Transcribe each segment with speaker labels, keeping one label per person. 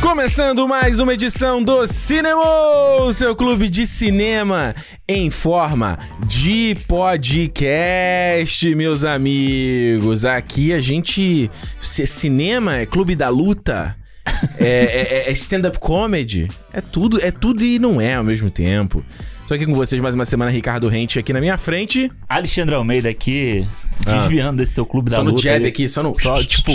Speaker 1: Começando mais uma edição do Cinema, o seu clube de cinema em forma de podcast, meus amigos. Aqui a gente. c- Cinema é clube da luta. é, é- é stand-up comedy. É tudo, é tudo e não é ao mesmo tempo. Estou aqui com vocês mais uma semana, Ricardo Rente aqui na minha frente.
Speaker 2: Alexandre Almeida aqui,
Speaker 1: Ah.
Speaker 2: desviando desse teu clube da
Speaker 1: Só no
Speaker 2: luta.
Speaker 1: jab
Speaker 2: aí.
Speaker 1: aqui, só no.
Speaker 2: Só, tipo,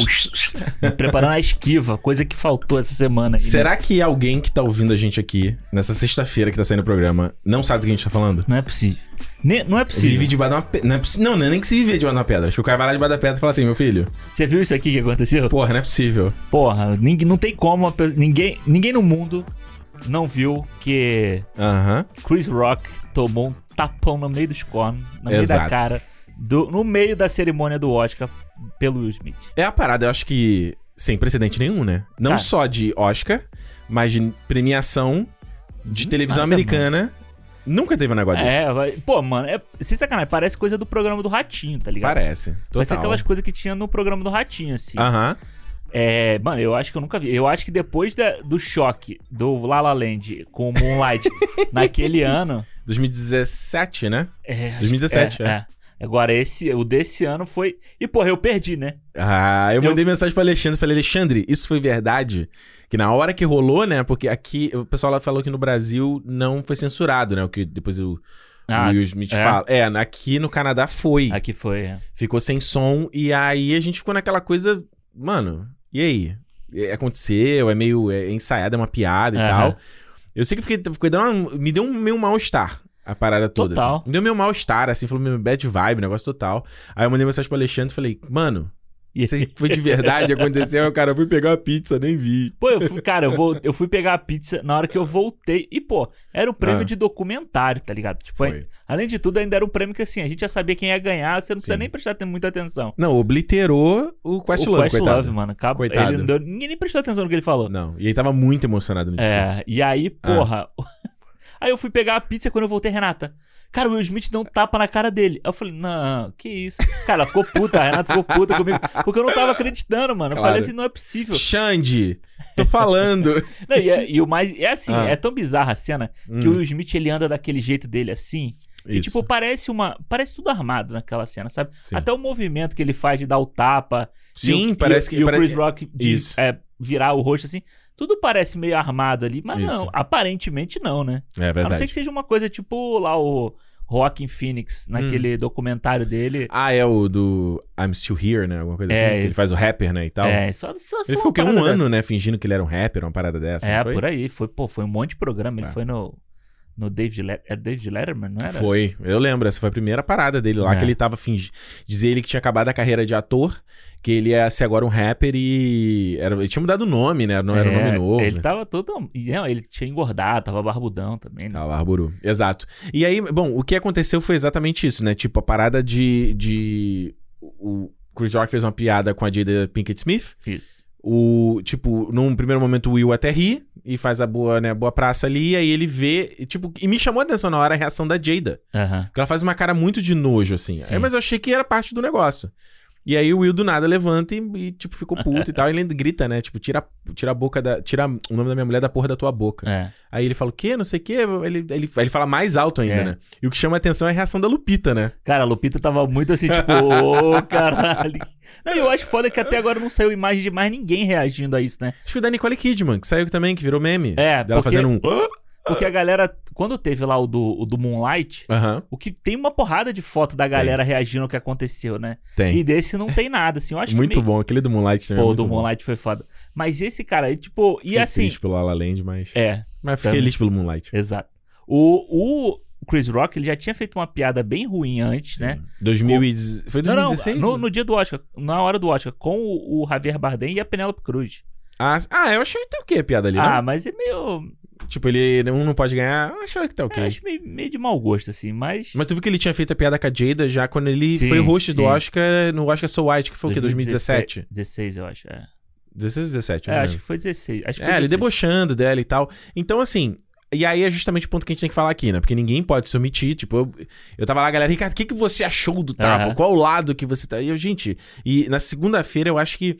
Speaker 2: preparando a esquiva, coisa que faltou essa semana. aí, né?
Speaker 1: Será que alguém que tá ouvindo a gente aqui, nessa sexta-feira que tá saindo o programa, não sabe do que a gente tá falando?
Speaker 2: Não é possível. Ne- não é
Speaker 1: Vive
Speaker 2: possível.
Speaker 1: debaixo de uma pedra. Não, é possi- não, não é nem que se viver debaixo de uma pedra. Acho que o cara vai lá debaixo da pedra e fala assim, meu filho,
Speaker 2: Você viu isso aqui que aconteceu?
Speaker 1: porra, não é possível.
Speaker 2: Porra, ninguém, não tem como. uma pe- Ninguém, ninguém no mundo não viu que
Speaker 1: Aham.
Speaker 2: Chris Rock tomou um tapão no meio dos cornos, no meio
Speaker 1: Exato.
Speaker 2: da cara, do- no meio da cerimônia do Oscar pelo Will Smith.
Speaker 1: É a parada, eu acho que sem precedente nenhum, né? Não
Speaker 2: Cara.
Speaker 1: só de Oscar, mas de premiação de televisão
Speaker 2: Hum, nada,
Speaker 1: americana. Nunca teve um negócio desse.
Speaker 2: É, vai- pô, mano, é, sem sacanagem, parece coisa do programa do Ratinho, tá ligado?
Speaker 1: Parece. Total. Ah.
Speaker 2: Parece aquelas coisas que tinha no programa do Ratinho, assim.
Speaker 1: Aham.
Speaker 2: É, mano, eu acho que eu nunca vi. Eu acho que depois da- do choque do La La Land com o Moonlight naquele ano.
Speaker 1: 2017, né?
Speaker 2: É,
Speaker 1: 2017,
Speaker 2: é,
Speaker 1: é.
Speaker 2: é. Agora, esse, o desse ano foi. E, porra, eu perdi, né?
Speaker 1: Ah, eu
Speaker 2: Eu-
Speaker 1: mandei mensagem pro Alexandre, falei, Alexandre, isso foi verdade? Que na hora que rolou, né? Porque aqui, o pessoal lá falou que no Brasil não foi censurado, né? O que depois o, o Will Smith
Speaker 2: é.
Speaker 1: fala. É, aqui no Canadá foi.
Speaker 2: aqui foi. é.
Speaker 1: Ficou sem som. E aí a gente ficou naquela coisa. Mano, e aí? É, Aconteceu, é meio é, ensaiado, é uma piada e
Speaker 2: Aham.
Speaker 1: tal. Eu sei que eu fiquei, fiquei dando uma- me deu um meio mal-estar a parada toda.
Speaker 2: Total.
Speaker 1: assim. Me deu meio mal-estar, assim, falou meu bad vibe, negócio total. Aí eu mandei mensagem pro Alexandre e falei, mano. Isso aí foi de verdade, aconteceu. Aí o cara, eu fui pegar uma pizza, nem vi.
Speaker 2: Pô, eu fui, cara, eu, vou, eu fui pegar a pizza na hora que eu voltei. E, pô, era um prêmio
Speaker 1: Ah.
Speaker 2: de documentário, tá ligado? Tipo,
Speaker 1: Foi.
Speaker 2: aí- além de tudo, ainda era um prêmio que assim, a gente já sabia quem ia ganhar, você não precisa
Speaker 1: Sim.
Speaker 2: nem prestar tem- muita atenção.
Speaker 1: Não, obliterou o
Speaker 2: o
Speaker 1: Questlove,
Speaker 2: Quest
Speaker 1: coitado.
Speaker 2: Love, mano. Acabou,
Speaker 1: Coitado.
Speaker 2: Ele não deu, ninguém nem prestou atenção no que ele falou.
Speaker 1: Não, e ele tava muito emocionado no discurso.
Speaker 2: É, e aí,
Speaker 1: Ah.
Speaker 2: porra. Aí eu fui pegar a pizza quando eu voltei, Renata. Cara, o Will Smith deu um tapa na cara dele. Aí eu falei, não, que isso. Cara, ela ficou puta, a Renata ficou puta comigo. Porque eu não tava acreditando, mano. Eu
Speaker 1: Claro.
Speaker 2: falei assim, não é possível.
Speaker 1: Xande, tô falando.
Speaker 2: Não, e, é- e o mais. É assim,
Speaker 1: Ah. Hum.
Speaker 2: é tão bizarra a cena que o Will Smith ele anda daquele jeito dele assim. Hum, E, tipo, parece uma. Parece tudo armado naquela cena, sabe?
Speaker 1: Sim.
Speaker 2: Até o movimento que ele faz de dar o tapa. e
Speaker 1: Sim,
Speaker 2: o-
Speaker 1: parece
Speaker 2: e,
Speaker 1: que.
Speaker 2: E o
Speaker 1: parece-
Speaker 2: Chris Rock de
Speaker 1: Isso.
Speaker 2: é, virar o rosto assim. Tudo parece meio armado ali, mas
Speaker 1: Isso.
Speaker 2: não, aparentemente não, né?
Speaker 1: É
Speaker 2: A não ser
Speaker 1: verdade.
Speaker 2: que seja uma coisa tipo lá o Rockin' Phoenix, naquele documentário dele.
Speaker 1: Ah, é o do I'm Still Here, né? Alguma coisa
Speaker 2: É,
Speaker 1: assim. que Ele
Speaker 2: isso.
Speaker 1: faz o rapper, né? E tal.
Speaker 2: É, só, só só
Speaker 1: Ele
Speaker 2: uma
Speaker 1: ficou o quê? Um
Speaker 2: parada
Speaker 1: ano, né? Fingindo que ele era um rapper, uma parada dessa.
Speaker 2: dessa. É,
Speaker 1: não foi?
Speaker 2: por aí. Foi, pô, foi um monte de programa. Ele
Speaker 1: É.
Speaker 2: foi no, no David, Le era David Letterman, não era?
Speaker 1: Foi, eu lembro, essa foi a primeira parada dele lá,
Speaker 2: É.
Speaker 1: que ele tava fingindo. Dizer ele que tinha acabado a carreira de ator, que ele ia ser agora um rapper e. Era... Ele tinha mudado o nome, né? Não era um
Speaker 2: É,
Speaker 1: nome novo.
Speaker 2: Ele tava todo. e, Não, ele tinha engordado, tava barbudão também. Né?
Speaker 1: Tá, o Arburu. Exato. E aí, bom, o que aconteceu foi exatamente isso, né? Tipo, a parada de. de... O Chris Rock fez uma piada com a Jada Pinkett Smith.
Speaker 2: Isso.
Speaker 1: O, tipo, num primeiro momento o Will até ri e faz a boa, né, boa praça ali, aí ele vê, e, tipo, e me chamou a atenção na hora a reação da Jada.
Speaker 2: Aham.
Speaker 1: Porque ela faz uma cara muito de nojo, assim.
Speaker 2: Sim.
Speaker 1: Aí, mas eu achei que era parte do negócio. E aí o Will do nada levanta e, e, tipo, ficou puto e tal. E ele grita, né? Tipo, tira, tira a boca da. Tira o nome da minha mulher da porra da tua boca.
Speaker 2: É.
Speaker 1: Aí ele fala o quê? Não sei o quê. Ele, ele, ele fala mais alto ainda,
Speaker 2: É.
Speaker 1: né? E o que chama a atenção é a reação da Lupita, né?
Speaker 2: Cara, a Lupita tava muito assim, tipo, ô, caralho. Não, eu acho foda que até agora não saiu imagem de mais ninguém reagindo a isso, né?
Speaker 1: Acho que o da Nicole Kidman, que saiu também, que virou meme.
Speaker 2: É,
Speaker 1: Dela
Speaker 2: porque-
Speaker 1: fazendo um.
Speaker 2: Porque a galera, quando teve lá o do, o do Moonlight,
Speaker 1: Aham.
Speaker 2: o que tem uma porrada de foto da galera reagindo ao que aconteceu, né?
Speaker 1: Tem.
Speaker 2: E desse não tem nada, assim. Eu acho
Speaker 1: muito
Speaker 2: que meio...
Speaker 1: bom. Aquele do Moonlight também. é
Speaker 2: Pô, o
Speaker 1: muito
Speaker 2: do
Speaker 1: bom.
Speaker 2: Moonlight foi foda. Mas esse cara, ele, tipo, e
Speaker 1: Fiquei
Speaker 2: assim.
Speaker 1: triste pelo La La Land, mas...
Speaker 2: É,
Speaker 1: Mas fiquei
Speaker 2: também.
Speaker 1: feliz pelo Moonlight.
Speaker 2: exato. O, o Chris Rock, ele já tinha feito uma piada bem ruim antes, né?
Speaker 1: 2010... Foi
Speaker 2: Não, não,
Speaker 1: 2016?
Speaker 2: no, no dia do Oscar, na hora do Oscar, com o, o Javier Bardem e a Penélope Cruz.
Speaker 1: Ah, ah, eu achei que tá ok a piada ali,
Speaker 2: ah,
Speaker 1: né?
Speaker 2: mas é meio.
Speaker 1: Tipo, ele um não pode ganhar. Eu achei que tá ok.
Speaker 2: Eu É, acho meio, meio de mau gosto, assim, mas.
Speaker 1: Mas tu viu que ele tinha feito a piada com a Jada já quando ele
Speaker 2: Sim,
Speaker 1: foi host do
Speaker 2: sim.
Speaker 1: Oscar, no Oscar So White, que foi o quê? 2017?
Speaker 2: 16, eu acho. É,
Speaker 1: 16 ou 17? eu
Speaker 2: É,
Speaker 1: não
Speaker 2: acho
Speaker 1: lembro.
Speaker 2: que foi 16. Acho que foi
Speaker 1: É, ele
Speaker 2: 16.
Speaker 1: debochando dela e tal. Então, assim... E aí é justamente o ponto que a gente tem que falar aqui, né? Porque ninguém pode se omitir. Tipo, eu, eu tava lá, galera, Ricardo, o que, que você achou do tapa?
Speaker 2: Aham.
Speaker 1: Qual o lado que você tá? E eu, gente, e na segunda-feira eu acho que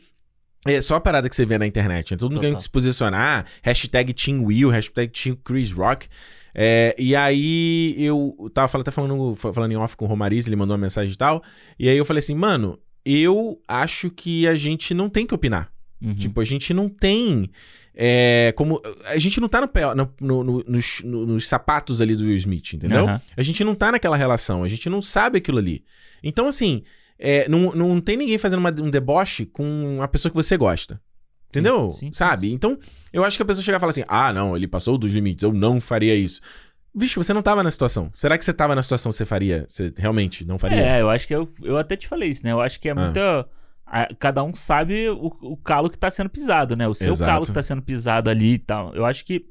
Speaker 1: É só a parada que você vê na internet. Né? Todo mundo
Speaker 2: Total.
Speaker 1: querendo se posicionar. Hashtag Team Will, hashtag Team Chris Rock. É, e aí eu tava falando, até falando, fa- falando em off com o Romariz, ele mandou uma mensagem e tal. E aí eu falei assim, mano, eu acho que a gente não tem que opinar.
Speaker 2: Uhum.
Speaker 1: Tipo, a gente não tem. é, como A gente não tá no pé, no- no- no- nos, no- nos sapatos ali do Will Smith, entendeu?
Speaker 2: Aham.
Speaker 1: A gente não tá naquela relação, a gente não sabe aquilo ali. Então, assim, é, não, não tem ninguém fazendo uma- um deboche com a pessoa que você gosta. Entendeu?
Speaker 2: Sim, sim,
Speaker 1: sabe? Então, eu acho que a pessoa chegar e falar assim: ah, não, ele passou dos limites, eu não faria isso. Vixe, você não tava na situação. Será que você tava na situação que você faria? Você realmente não faria? Ah.
Speaker 2: É, eu acho que eu, eu até te falei isso, né? Eu acho que é muita. a- cada um sabe o, o calo que tá sendo pisado, né? O seu
Speaker 1: Exato.
Speaker 2: calo que tá sendo pisado ali e tal. Eu acho que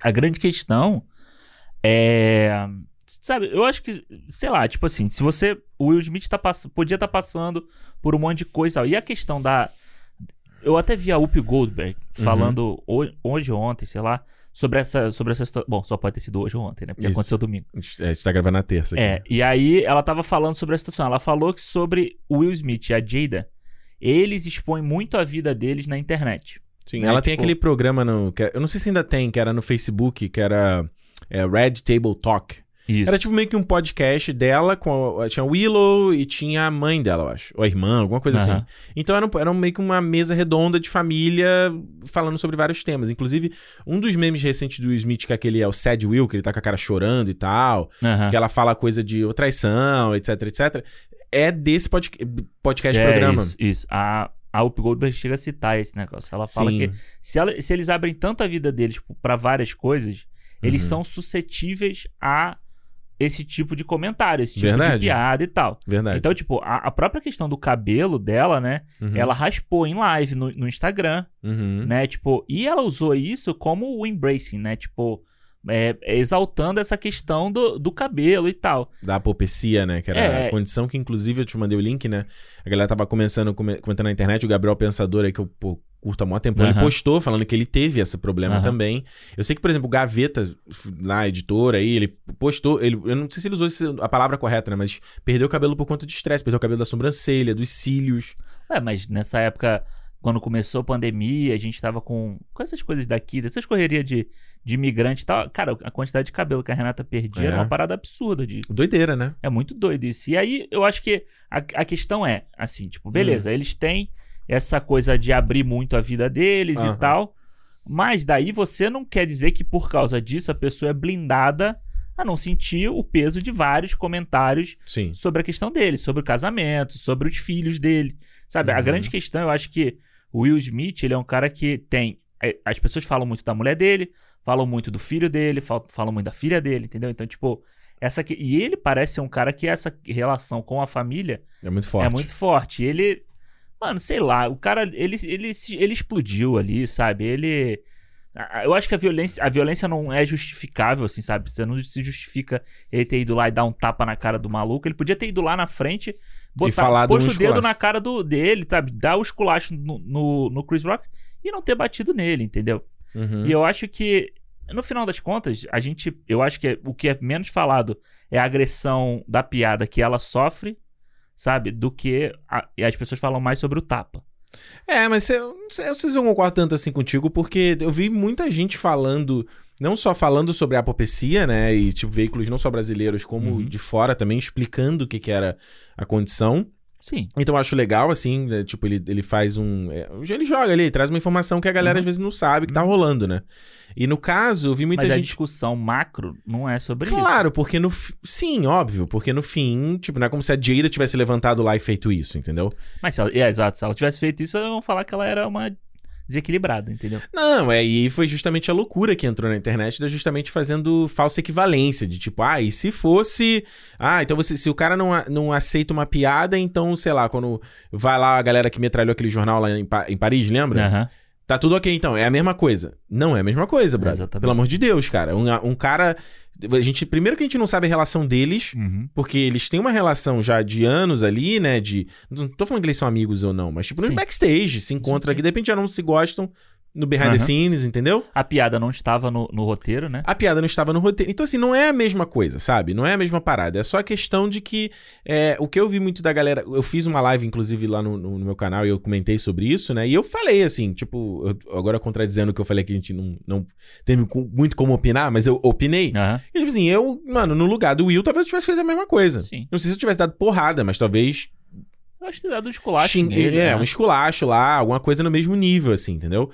Speaker 2: a grande questão é. Sabe, eu acho que, sei lá, tipo assim, se você. O Will Smith tá pass podia estar passando por um monte de coisa. e tal. E a questão da. Eu até vi a Up Goldberg
Speaker 1: Uhum.
Speaker 2: falando ho- hoje ou ontem, sei lá, sobre essa, sobre essa história. Bom, só pode ter sido hoje ou ontem, né? Porque
Speaker 1: Isso.
Speaker 2: aconteceu domingo.
Speaker 1: A gente- a gente tá gravando na terça aqui.
Speaker 2: É, e aí ela tava falando sobre a situação. Ela falou que sobre o Will Smith e a Jada, eles expõem muito a vida deles na internet.
Speaker 1: Sim,
Speaker 2: né?
Speaker 1: ela tem
Speaker 2: Tipo-
Speaker 1: aquele programa no. que- é, eu não sei se ainda tem, que era no Facebook, que era é, Red Table Talk.
Speaker 2: Isso.
Speaker 1: Era tipo meio que um podcast dela com. a- tinha a Willow e tinha a mãe dela, eu acho. Ou a irmã, alguma coisa assim.
Speaker 2: Aham.
Speaker 1: Então era, um- era meio que uma mesa redonda de família falando sobre vários temas. Inclusive, um dos memes recentes do Will Smith, que é aquele é o Sad Will, que ele tá com a cara chorando e tal
Speaker 2: Aham.
Speaker 1: que ela fala coisa de ô, traição, etc, etc. É desse podca- podcast
Speaker 2: É,
Speaker 1: programa.
Speaker 2: Isso, isso. A, a Up Goldberg chega a citar esse negócio. Ela fala
Speaker 1: Sim.
Speaker 2: que se, ela- se eles abrem tanto a vida deles tipo, pra várias coisas, eles
Speaker 1: Uhum.
Speaker 2: são suscetíveis a esse tipo de comentário, esse tipo
Speaker 1: Verdade.
Speaker 2: de piada e tal.
Speaker 1: Verdade.
Speaker 2: Então, tipo, a, a própria questão do cabelo dela, né?
Speaker 1: Uhum.
Speaker 2: Ela raspou em live no- no Instagram.
Speaker 1: Uhum.
Speaker 2: né? Tipo, e ela usou isso como o embracing, né? Tipo, é, exaltando essa questão do, do cabelo e tal.
Speaker 1: da apopecia, né? Que era
Speaker 2: É.
Speaker 1: a condição que, inclusive, eu te mandei o link, né? A galera tava começando, come- comentando na internet, o Gabriel Pensador aí, que eu pô, curto há mó tempo, ele
Speaker 2: Aham.
Speaker 1: postou falando que ele teve esse problema
Speaker 2: Aham.
Speaker 1: também. Eu sei que, por exemplo, o Gaveta, f- lá, editora aí, ele postou, ele, eu não sei se ele usou esse- a palavra correta, né? Mas perdeu o cabelo por conta de estresse, perdeu o cabelo da sobrancelha, dos cílios.
Speaker 2: Ué, mas nessa época, quando começou a pandemia, a gente tava com, com essas coisas daqui, dessas correrias de, de imigrante e tal. Cara, a quantidade de cabelo que a Renata perdia era
Speaker 1: É.
Speaker 2: uma parada absurda. De,
Speaker 1: Doideira, né?
Speaker 2: é muito doido isso. E aí, eu acho que a, a questão é, assim, tipo, beleza, eles têm essa coisa de abrir muito a vida deles
Speaker 1: Aham.
Speaker 2: e tal. Mas daí você não quer dizer que por causa disso a pessoa é blindada a não sentir o peso de vários comentários
Speaker 1: Sim.
Speaker 2: sobre a questão dele, sobre o casamento, sobre os filhos dele. Sabe, a
Speaker 1: Uhum.
Speaker 2: grande questão, eu acho que o Will Smith, ele é um cara que tem. é, As pessoas falam muito da mulher dele, falam muito do filho dele, fal- falam muito da filha dele, entendeu? Então, tipo, essa que. E ele parece ser um cara que essa relação com a família
Speaker 1: É muito forte.
Speaker 2: é muito forte. Ele. Mano, sei lá, o cara, ele, ele, se- ele explodiu ali, sabe? Ele. a- a- Eu acho que a violência, a violência não é justificável, assim, sabe? Você não se justifica ele ter ido lá e dar um tapa na cara do maluco. Ele podia ter ido lá na frente, botar,
Speaker 1: falado
Speaker 2: posto
Speaker 1: um
Speaker 2: o dedo
Speaker 1: esculacho.
Speaker 2: na cara do, dele, sabe? Dar o esculacho no, no, no Chris Rock e não ter batido nele, entendeu?
Speaker 1: Uhum.
Speaker 2: E eu acho que, no final das contas, a gente. Eu acho que é- o que é menos falado é a agressão da piada que ela sofre, sabe? Do que. a- e as pessoas falam mais sobre o tapa.
Speaker 1: É, mas cê- eu não sei eu não sei se eu concordo tanto assim contigo, porque eu vi muita gente falando, não só falando sobre a apopecia, né? E tipo, veículos não só brasileiros, como
Speaker 2: Uhum.
Speaker 1: de fora também, explicando o que, que era a condição.
Speaker 2: Sim.
Speaker 1: Então eu acho legal, assim, né, tipo, ele, ele faz um. é, ele joga ali, traz uma informação que a galera
Speaker 2: Uhum.
Speaker 1: às vezes não sabe que tá rolando, né? E no caso, eu vi muita
Speaker 2: mas a
Speaker 1: gente.
Speaker 2: discussão macro não é sobre isso.
Speaker 1: Claro, porque no. fi- Sim, óbvio, porque no fim, tipo, não é como se a Jada tivesse levantado lá e feito isso, entendeu?
Speaker 2: Mas se ela, é, exato, se ela tivesse feito isso, vão falar que ela era uma desequilibrada, entendeu?
Speaker 1: Não, é, e foi justamente a loucura que entrou na internet, da justamente fazendo falsa equivalência, de tipo, ah, e se fosse. Ah, então você, se o cara não, a- não aceita uma piada, então, sei lá, quando vai lá a galera que metralhou aquele jornal lá em, Pa- em Paris, lembra?
Speaker 2: Aham.
Speaker 1: Tá tudo ok, então. É a mesma coisa. Não é a mesma coisa, brother.
Speaker 2: Exatamente.
Speaker 1: Pelo amor de Deus, cara. Um, um cara. A gente, primeiro que a gente não sabe a relação deles,
Speaker 2: Uhum.
Speaker 1: porque eles têm uma relação já de anos ali, né? De. Não tô falando que eles são amigos ou não, mas tipo, no
Speaker 2: Sim.
Speaker 1: backstage, se encontra
Speaker 2: sim.
Speaker 1: aqui, de repente já não se gostam. no behind the
Speaker 2: Aham.
Speaker 1: scenes, entendeu?
Speaker 2: A piada não estava no, no roteiro, né?
Speaker 1: A piada não estava no roteiro. Então, assim, não é a mesma coisa, sabe? Não é a mesma parada. É só a questão de que é, o que eu vi muito da galera. Eu fiz uma live, inclusive, lá no, no- no meu canal e eu comentei sobre isso, né? E eu falei, assim, tipo, eu- agora contradizendo o que eu falei que a gente não, não teve com- muito como opinar, mas eu opinei.
Speaker 2: Aham.
Speaker 1: E, tipo assim, eu, mano, no lugar do Will, talvez eu tivesse feito a mesma coisa.
Speaker 2: Sim.
Speaker 1: Não sei se eu tivesse dado porrada, mas talvez
Speaker 2: Eu acho que dá do esculacho
Speaker 1: Xing-
Speaker 2: nele,
Speaker 1: é,
Speaker 2: né?
Speaker 1: um esculacho lá, alguma coisa no mesmo nível, assim, entendeu?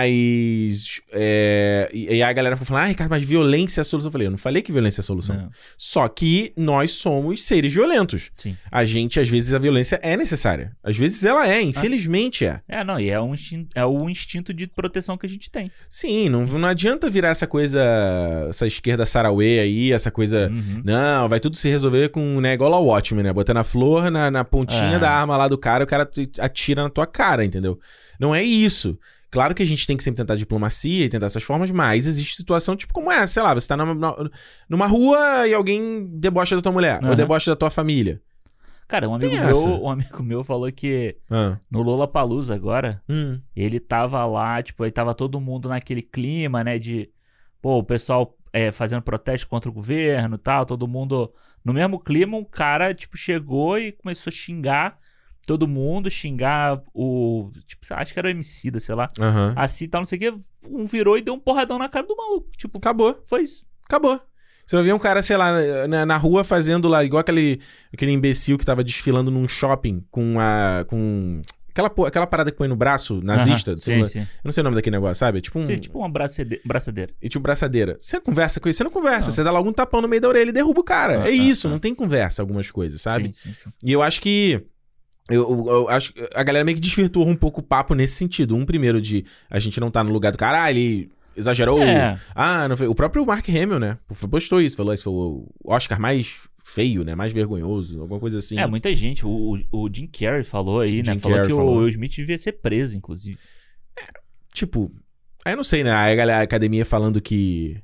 Speaker 1: Mas. é, e, e aí a galera foi falando, ah, Ricardo, mas violência é a solução. Eu falei, eu não falei que violência é a solução.
Speaker 2: Não.
Speaker 1: Só que nós somos seres violentos.
Speaker 2: Sim.
Speaker 1: A gente, às vezes, a violência é necessária. Às vezes ela
Speaker 2: Ah.
Speaker 1: é, infelizmente é.
Speaker 2: É, não, e é, um instinto, é o instinto de proteção que a gente tem.
Speaker 1: Sim, não, não adianta virar essa coisa, essa esquerda sarauê aí, essa coisa.
Speaker 2: Uhum.
Speaker 1: Não, vai tudo se resolver com, né, igual ao Watchmen, né? Botando a flor na, na pontinha
Speaker 2: É.
Speaker 1: da arma lá do cara, o cara te- atira na tua cara, entendeu? Não é isso. Claro que a gente tem que sempre tentar diplomacia e tentar essas formas, mas existe situação tipo como essa, sei lá, você tá numa, na- numa rua e alguém debocha da tua mulher, ou
Speaker 2: Aham.
Speaker 1: debocha da tua família.
Speaker 2: Cara, um amigo,
Speaker 1: Tem essa.
Speaker 2: meu, um amigo meu falou que
Speaker 1: Ah.
Speaker 2: no Lola Palusa agora,
Speaker 1: Hum.
Speaker 2: ele tava lá, tipo, aí tava todo mundo naquele clima, né? De, pô, o pessoal é, fazendo protesto contra o governo e tal, todo mundo. No mesmo clima, um cara, tipo, chegou e começou a xingar todo mundo, xingar o. Tipo, acho que era o MC da, sei lá.
Speaker 1: Aham.
Speaker 2: Assim e tal, não sei o quê. Um virou e deu um porradão na cara do maluco. Tipo,
Speaker 1: Acabou,
Speaker 2: foi isso.
Speaker 1: acabou. Você vai ver um cara, sei lá, na, na rua fazendo lá, igual aquele, aquele imbecil que tava desfilando num shopping com a. com. Aquela, po- aquela parada que põe no braço, nazista,
Speaker 2: Aham,
Speaker 1: do
Speaker 2: Sim, sim.
Speaker 1: Eu não sei o nome daquele negócio, sabe? É tipo um.
Speaker 2: Sim, tipo uma braçade- braçadeira.
Speaker 1: E tipo braçadeira. Você conversa com isso? Você não conversa.
Speaker 2: Não.
Speaker 1: Você dá logo um tapão no meio da orelha e derruba o cara.
Speaker 2: Ah,
Speaker 1: é
Speaker 2: ah,
Speaker 1: isso,
Speaker 2: ah.
Speaker 1: não tem conversa algumas coisas, sabe?
Speaker 2: Sim, sim, sim.
Speaker 1: E eu acho que. Eu, eu- eu acho que a galera meio que desvirtuou um pouco o papo nesse sentido. Um, primeiro, de a gente não tá no lugar do cara, ah, ele exagerou.
Speaker 2: É,
Speaker 1: Ah, não foi. O próprio Mark Hamill, né? Postou isso, falou: esse foi o Oscar mais feio, né? Mais vergonhoso, alguma coisa assim.
Speaker 2: é, muita gente. O, o- o Jim Carrey falou aí, né?
Speaker 1: Jim
Speaker 2: falou
Speaker 1: Carrey
Speaker 2: que
Speaker 1: falou.
Speaker 2: o Will Smith devia ser preso, inclusive.
Speaker 1: Tipo, aí eu não sei, né? Aí a galera- a academia falando que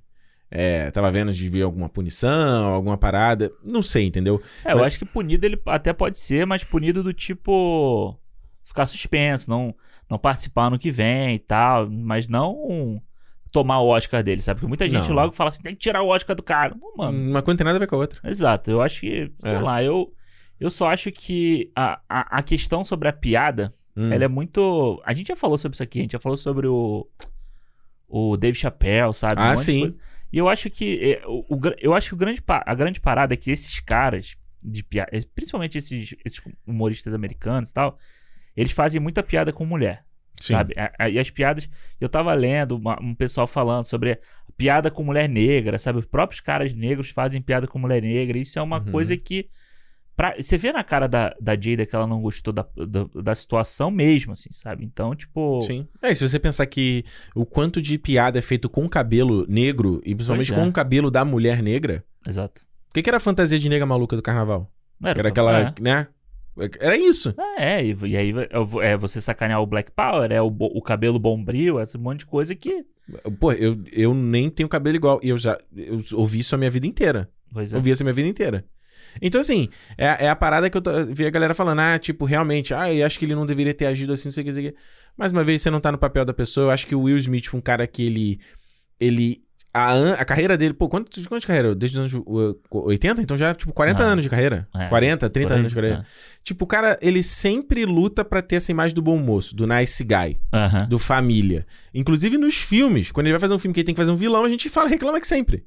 Speaker 1: é, tava vendo de ver alguma punição, alguma parada. Não sei, entendeu?
Speaker 2: É, eu
Speaker 1: Mas-
Speaker 2: acho que punido ele até pode ser, mas punido do tipo. Ficar suspenso, não, não participar ano que vem e tal. Mas não tomar o Oscar dele, sabe? Porque muita gente
Speaker 1: Não.
Speaker 2: logo fala assim: tem que tirar o Oscar do cara. Não, mano.
Speaker 1: Uma coisa não tem nada a ver com a outra.
Speaker 2: Exato, eu acho que, sei
Speaker 1: Hum. É.
Speaker 2: lá, eu, eu só acho que a, a, a questão sobre a piada,
Speaker 1: Hum.
Speaker 2: ela é muito. A gente já falou sobre isso aqui, a gente já falou sobre o. O Dave Chappelle, sabe? Um
Speaker 1: Ah,
Speaker 2: monte de
Speaker 1: sim.
Speaker 2: coisa. E eu acho que. é, o, o gra- eu acho que o grande, pa- a grande parada é que esses caras de piada. Principalmente esses, esses humoristas americanos e tal, eles fazem muita piada com mulher
Speaker 1: Sim.
Speaker 2: sabe? A- a- E as piadas, eu tava lendo uma- um pessoal falando sobre piada com mulher negra, sabe? Os próprios caras negros fazem piada com mulher negra. Isso é uma
Speaker 1: Uhum.
Speaker 2: coisa que. Pra, você vê na cara da, da Jada que ela não gostou da, da, da situação mesmo, assim, sabe? Então, tipo.
Speaker 1: Sim. É, e se você pensar que o quanto de piada é feito com cabelo negro, e principalmente
Speaker 2: Pois é.
Speaker 1: com o cabelo da mulher negra,
Speaker 2: Exato.
Speaker 1: o que, que era a fantasia de nega maluca do carnaval?
Speaker 2: Não
Speaker 1: Era aquela, né? Era isso.
Speaker 2: É, é, e, e aí é, é você sacanear o Black Power, é o, bo- o cabelo bombril, esse monte de coisa que.
Speaker 1: Pô, eu, eu nem tenho cabelo igual. E eu já eu ouvi isso a minha vida inteira.
Speaker 2: Pois é.
Speaker 1: Eu vi essa minha vida inteira. Então, assim, é, é a parada que eu to- vi a galera falando, ah, tipo, realmente, ah, eu acho que ele não deveria ter agido assim, não sei o que, não sei o que. Mais uma vez, você não tá no papel da pessoa. Eu acho que o Will Smith, foi um cara que ele. ele a, an- a carreira dele, pô, quanto, quanto de carreira? Desde os anos uh, 80? Então já, tipo, 40
Speaker 2: Ah.
Speaker 1: anos de carreira.
Speaker 2: É,
Speaker 1: 40,
Speaker 2: Por
Speaker 1: 30
Speaker 2: aí,
Speaker 1: anos de carreira.
Speaker 2: né?
Speaker 1: Tipo, o cara, ele sempre luta pra ter essa imagem do bom moço, do nice guy,
Speaker 2: Aham.
Speaker 1: do família. Inclusive nos filmes, quando ele vai fazer um filme que ele tem que fazer um vilão, a gente fala, reclama que sempre.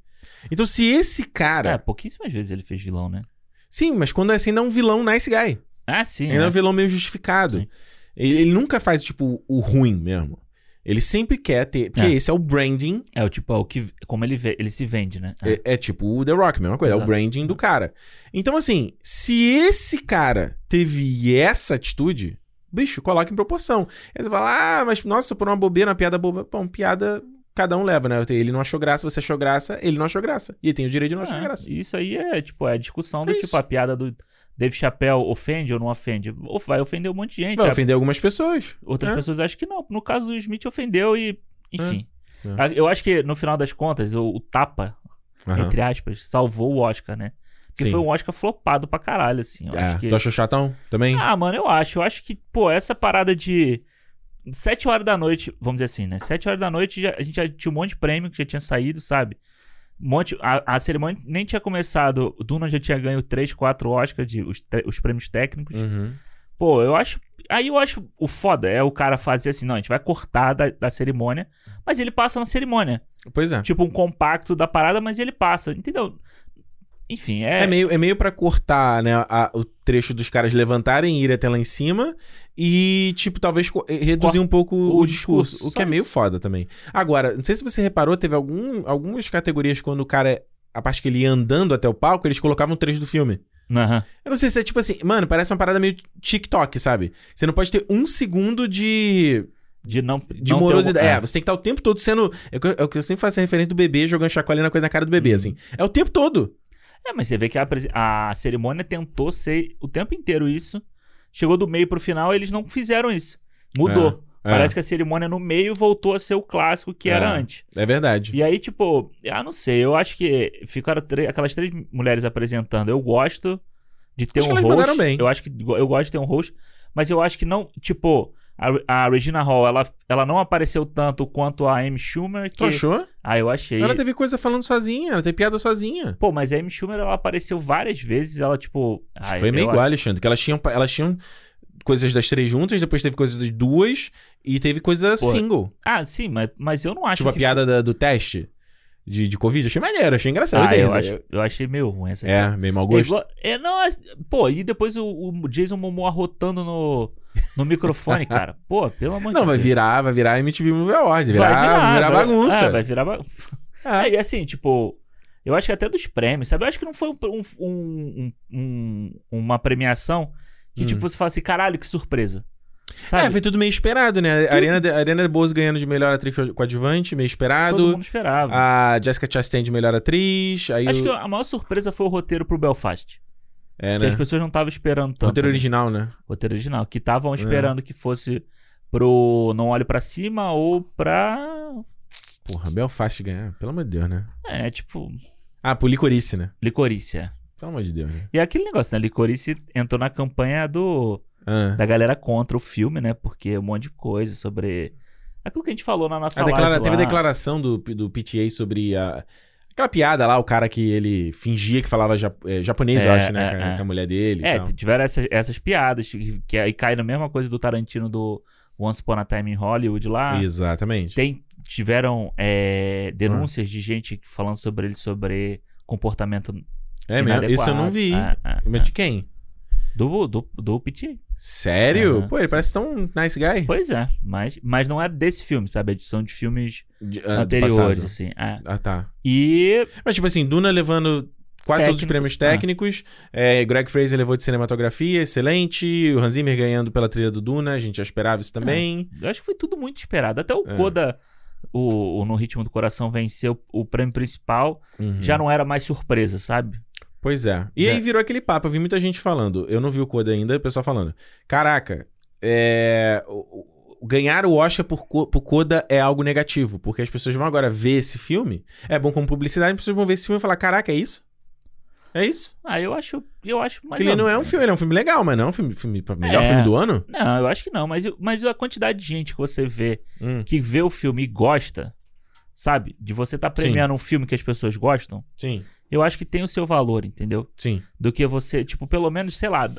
Speaker 1: Então, se esse cara.
Speaker 2: É, pouquíssimas vezes ele fez vilão, né?
Speaker 1: Sim, mas quando é assim, não é um vilão nice guy.
Speaker 2: Ah, sim.
Speaker 1: Ele é
Speaker 2: né?
Speaker 1: um vilão meio justificado.
Speaker 2: Sim.
Speaker 1: Ele, ele nunca faz, tipo, o ruim mesmo. Ele sempre quer ter. Porque
Speaker 2: É.
Speaker 1: esse é o branding.
Speaker 2: É, o tipo, é o que, como ele, vê, ele se vende, né? É.
Speaker 1: É, é tipo o The Rock, mesma coisa. É o
Speaker 2: Exato.
Speaker 1: branding do cara. Então, assim, se esse cara teve essa atitude, bicho, coloca em proporção. Aí você fala, ah, mas nossa, por uma bobeira, uma piada boba. Bom, piada. Cada um leva, né? Ele não achou graça, você achou graça, ele não achou graça. E ele tem o direito de não achar
Speaker 2: Ah,
Speaker 1: graça.
Speaker 2: Isso aí é, tipo, é a discussão do
Speaker 1: É
Speaker 2: tipo,
Speaker 1: isso.
Speaker 2: a piada do Dave Chappelle ofende ou não ofende. Of- Vai ofender um monte de gente.
Speaker 1: Vai
Speaker 2: A-
Speaker 1: ofender algumas pessoas.
Speaker 2: Outras
Speaker 1: É.
Speaker 2: pessoas acham que não. No caso do Smith, ofendeu e. Enfim.
Speaker 1: É.
Speaker 2: A- Eu acho que, no final das contas, o, o tapa,
Speaker 1: Aham.
Speaker 2: entre aspas, salvou o Oscar, né? Porque
Speaker 1: Sim.
Speaker 2: foi um Oscar flopado pra caralho, assim. Eu
Speaker 1: É,
Speaker 2: acho que...
Speaker 1: Tu achou chatão também?
Speaker 2: Ah, mano, eu acho. Eu acho que, pô, essa parada de. sete horas da noite, vamos dizer assim, né? Sete horas da noite já- a gente já tinha um monte de prêmio que já tinha saído, sabe? Um monte, a, a cerimônia nem tinha começado. O Duna já tinha ganho três, quatro Oscars, de, os, tre- os prêmios técnicos.
Speaker 1: Uhum.
Speaker 2: Pô, eu acho. Aí eu acho o foda é o cara fazer assim, não, a gente vai cortar da, da cerimônia, mas ele passa na cerimônia.
Speaker 1: Pois é.
Speaker 2: Tipo um compacto da parada, mas ele passa, entendeu? Enfim, é.
Speaker 1: É meio, é meio pra cortar, né, a- o trecho dos caras levantarem e ir até lá em cima e, tipo, talvez co- eh, reduzir um pouco o,
Speaker 2: o
Speaker 1: discurso,
Speaker 2: discurso,
Speaker 1: o que
Speaker 2: só
Speaker 1: é meio
Speaker 2: isso.
Speaker 1: foda também. Agora, não sei se você reparou, teve algum, algumas categorias quando o cara, a parte que ele ia andando até o palco, eles colocavam o trecho do filme.
Speaker 2: Aham.
Speaker 1: Eu não sei se é tipo assim, mano, parece uma parada meio TikTok, sabe? Você não pode ter um segundo de,
Speaker 2: De não.
Speaker 1: de
Speaker 2: não ter
Speaker 1: morosidade.
Speaker 2: algum-
Speaker 1: É, você tem que estar o tempo todo sendo. É o que eu- é o que eu sempre faço a referência do bebê jogando chacoalha na coisa na cara do
Speaker 2: Uhum.
Speaker 1: bebê, assim. É o tempo todo.
Speaker 2: É, mas você vê que a, presi- a cerimônia tentou ser o tempo inteiro isso. Chegou do meio pro final, eles não fizeram isso. Mudou. Parece que a cerimônia no meio voltou a ser o clássico que
Speaker 1: É.
Speaker 2: era antes.
Speaker 1: É, é verdade.
Speaker 2: E aí, tipo, ah, não sei, eu acho que ficaram tre- aquelas três mulheres apresentando. Eu gosto de ter
Speaker 1: Acho que
Speaker 2: um
Speaker 1: elas
Speaker 2: host.
Speaker 1: mandaram bem.
Speaker 2: Eu acho que go- eu gosto de ter um host, mas eu acho que não, tipo, a, a Regina Hall, ela, ela não apareceu tanto quanto a Amy Schumer, que
Speaker 1: Tu achou?
Speaker 2: Ah, eu achei.
Speaker 1: Ela teve coisa falando sozinha, ela teve piada sozinha.
Speaker 2: Pô, mas a Amy Schumer ela apareceu várias vezes, ela tipo, ah,
Speaker 1: Foi meio
Speaker 2: eu
Speaker 1: igual, Alexandre, que elas tinham, elas tinham coisas das três juntas, depois teve coisas das duas e teve coisa
Speaker 2: Porra,
Speaker 1: single.
Speaker 2: Ah, sim, mas, mas eu não acho
Speaker 1: Tipo a
Speaker 2: que
Speaker 1: piada da- do teste de, de Covid. Achei maneiro, achei engraçado.
Speaker 2: Ah,
Speaker 1: dei
Speaker 2: eu,
Speaker 1: risada.
Speaker 2: acho, eu achei meio ruim essa aqui.
Speaker 1: É, meio mau
Speaker 2: É,
Speaker 1: gosto.
Speaker 2: igual- é, não, é- pô, e depois o, o Jason Momoa rotando no, no microfone, cara. Pô, pelo amor de Deus.
Speaker 1: Não, vai virar, vai virar MTV Movie Awards, vai virar, vai virar
Speaker 2: vai-
Speaker 1: bagunça.
Speaker 2: é, vai virar bagunça.
Speaker 1: Ah,
Speaker 2: e assim, tipo, eu acho que até dos prêmios, sabe? Eu acho que não foi um- um- um- um- uma premiação que,
Speaker 1: Hum.
Speaker 2: tipo, você fala assim, caralho, que surpresa.
Speaker 1: É,
Speaker 2: Sabe?
Speaker 1: foi tudo meio esperado, né? A Ariana, de- a Ariana Bose ganhando de melhor atriz coadjuvante, meio
Speaker 2: Todo
Speaker 1: esperado.
Speaker 2: mundo esperava.
Speaker 1: A Jessica Chastain de melhor atriz. Aí
Speaker 2: Acho
Speaker 1: o-
Speaker 2: que a maior surpresa foi o roteiro pro Belfast.
Speaker 1: É,
Speaker 2: Que
Speaker 1: né?
Speaker 2: as pessoas não estavam esperando tanto.
Speaker 1: Roteiro É.
Speaker 2: né?
Speaker 1: original, né?
Speaker 2: Roteiro original. Que estavam esperando que fosse pro Não Olhe Pra Cima ou pra.
Speaker 1: Porra, Belfast ganhar, pelo amor de Deus, né?
Speaker 2: É, tipo,
Speaker 1: Ah, pro Licorice, né?
Speaker 2: Licorice. é.
Speaker 1: Pelo amor de Deus, né?
Speaker 2: E é aquele negócio, né? Licorice entrou na campanha do
Speaker 1: Ah.
Speaker 2: da galera contra o filme, né? Porque um monte de coisa sobre. Aquilo que a gente falou na nossa
Speaker 1: A É, declara-
Speaker 2: live.
Speaker 1: Teve
Speaker 2: lá.
Speaker 1: a declaração do, do PTA sobre a... Aquela piada lá, o cara que ele fingia que falava ja- é, japonês, eu
Speaker 2: É,
Speaker 1: acho, né?
Speaker 2: é,
Speaker 1: com, a,
Speaker 2: é.
Speaker 1: com a mulher dele e
Speaker 2: É,
Speaker 1: tal.
Speaker 2: tiveram essas, essas piadas, que que aí cai na mesma coisa do Tarantino do Once Upon a Time in Hollywood lá.
Speaker 1: Exatamente.
Speaker 2: Tem, tiveram é, denúncias de gente falando sobre ele, sobre comportamento
Speaker 1: É mesmo, isso eu não vi.
Speaker 2: inadequado. É, é,
Speaker 1: Mas de quem?
Speaker 2: é. Do, do, do PTA.
Speaker 1: Sério?
Speaker 2: Aham,
Speaker 1: Pô, ele
Speaker 2: sim.
Speaker 1: parece tão nice guy.
Speaker 2: Pois é, mas, mas não era desse filme, sabe? Edição de filmes
Speaker 1: De- ah, do
Speaker 2: anteriores,
Speaker 1: passado.
Speaker 2: assim. é.
Speaker 1: Ah, tá.
Speaker 2: E
Speaker 1: Mas, tipo assim, Duna levando quase todos os
Speaker 2: Técnico.
Speaker 1: prêmios técnicos. é, Greg Fraser levou de cinematografia, excelente. O Hans Zimmer ganhando pela trilha do Duna, a gente já esperava isso também.
Speaker 2: Eu acho que foi tudo muito esperado. Até o
Speaker 1: É.
Speaker 2: Koda, o, o No Ritmo do Coração, venceu o prêmio principal.
Speaker 1: Uhum.
Speaker 2: Já não era mais surpresa, sabe?
Speaker 1: Pois é. E
Speaker 2: Já-
Speaker 1: aí virou aquele papo. Eu vi muita gente falando. Eu não vi o Coda ainda, o pessoal falando. Caraca, é, o- o- Ganhar o Oscar por, co- por Coda é algo negativo, porque as pessoas vão agora ver esse filme. É bom como publicidade, as pessoas vão ver esse filme e falar: Caraca, é isso? É isso?
Speaker 2: Ah, eu acho. Eu acho mais.
Speaker 1: Porque ele
Speaker 2: ou
Speaker 1: não é um
Speaker 2: menos.
Speaker 1: filme, ele é um filme legal, mas não é um filme, filme melhor
Speaker 2: É.
Speaker 1: filme do ano?
Speaker 2: Não, eu acho que não. Mas, eu- mas a quantidade de gente que você vê
Speaker 1: Hum,
Speaker 2: que vê o filme e gosta, sabe? De você estar premiando um filme que as pessoas gostam,
Speaker 1: Sim,
Speaker 2: eu acho que tem o seu valor, entendeu?
Speaker 1: sim.
Speaker 2: Do que você, tipo, pelo menos, sei lá.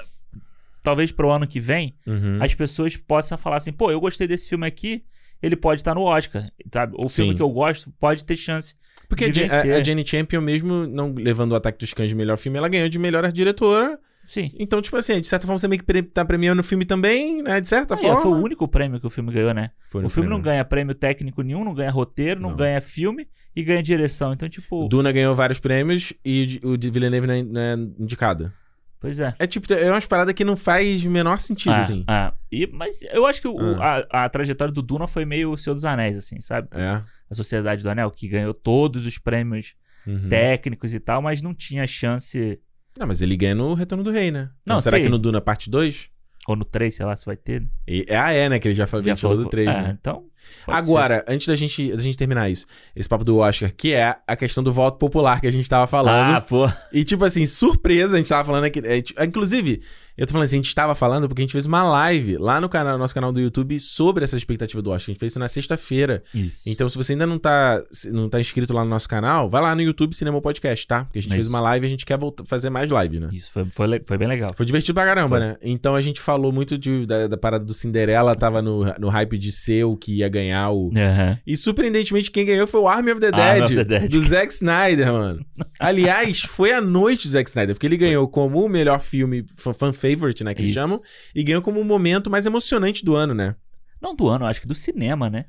Speaker 2: Talvez pro ano que vem,
Speaker 1: Uhum.
Speaker 2: as pessoas possam falar assim, pô, eu gostei desse filme aqui, ele pode estar no Oscar, sabe? O filme
Speaker 1: Sim.
Speaker 2: que eu gosto pode ter chance.
Speaker 1: Porque a,
Speaker 2: de
Speaker 1: Jen- a-
Speaker 2: vencer.
Speaker 1: a Jenny Champion, mesmo não levando o Ataque dos Cães de melhor filme, ela ganhou de melhor diretora.
Speaker 2: Sim.
Speaker 1: Então, tipo assim, de certa forma você meio que pre- tá premiando o filme também, né? De certa
Speaker 2: Aí,
Speaker 1: forma.
Speaker 2: foi o único prêmio que o filme ganhou, né?
Speaker 1: Foi
Speaker 2: o filme não ganha prêmio técnico nenhum, não ganha roteiro, não,
Speaker 1: Não.
Speaker 2: ganha filme e ganha direção. Então, tipo,
Speaker 1: O Duna ganhou vários prêmios e o de Villeneuve não é, não é indicado.
Speaker 2: pois é.
Speaker 1: É tipo, é umas paradas que não faz o menor sentido,
Speaker 2: Ah,
Speaker 1: assim. Ah.
Speaker 2: ah. E, mas eu acho que o- a, a trajetória do Duna foi meio o Senhor dos Anéis, assim, sabe?
Speaker 1: É.
Speaker 2: A Sociedade do Anel, que ganhou todos os prêmios
Speaker 1: Uhum.
Speaker 2: técnicos e tal, mas não tinha chance.
Speaker 1: Não, Ah, mas ele ganha no Retorno do Rei, né? Então,
Speaker 2: Não,
Speaker 1: será
Speaker 2: sim.
Speaker 1: que no Duna parte 2?
Speaker 2: Ou no 3, sei lá se vai ter. né?
Speaker 1: E, ah, é, né? Que ele já falou,
Speaker 2: Já
Speaker 1: falou
Speaker 2: falou
Speaker 1: do 3,
Speaker 2: ah,
Speaker 1: né?
Speaker 2: Então. pode ser.
Speaker 1: Agora, antes da gente, da gente terminar isso, esse papo do Oscar, que é a questão do voto popular que a gente tava falando.
Speaker 2: Ah, pô.
Speaker 1: E, tipo assim, surpresa, a gente tava falando aqui. é, ti- inclusive, Eu tô falando assim, a gente estava falando porque a gente fez uma live lá no canal, nosso canal do YouTube sobre essa expectativa do Oscar. A gente fez isso na sexta-feira.
Speaker 2: Isso.
Speaker 1: Então, se você ainda não tá, se não tá inscrito lá no nosso canal, vai lá no YouTube Cinema Podcast, tá? Porque a gente
Speaker 2: É
Speaker 1: fez
Speaker 2: isso.
Speaker 1: uma live e a gente quer voltar, fazer mais live, né?
Speaker 2: Então, Isso foi, foi, le- foi bem legal.
Speaker 1: Foi divertido pra caramba,
Speaker 2: Foi.
Speaker 1: né? Então a gente falou muito de- da, da parada do Cinderela, tava no, no hype de ser o que ia ganhar o.
Speaker 2: Aham.
Speaker 1: E surpreendentemente quem ganhou foi o Army of the Dead,
Speaker 2: Army of the Dead.
Speaker 1: do Zack Snyder, mano. Aliás, foi a noite do Zack Snyder, porque ele ganhou como o melhor filme fa- fan favorite, né, que eles
Speaker 2: Isso.
Speaker 1: chamam, e ganhou como o momento mais emocionante do ano, né?
Speaker 2: Não do ano, acho que do cinema, né?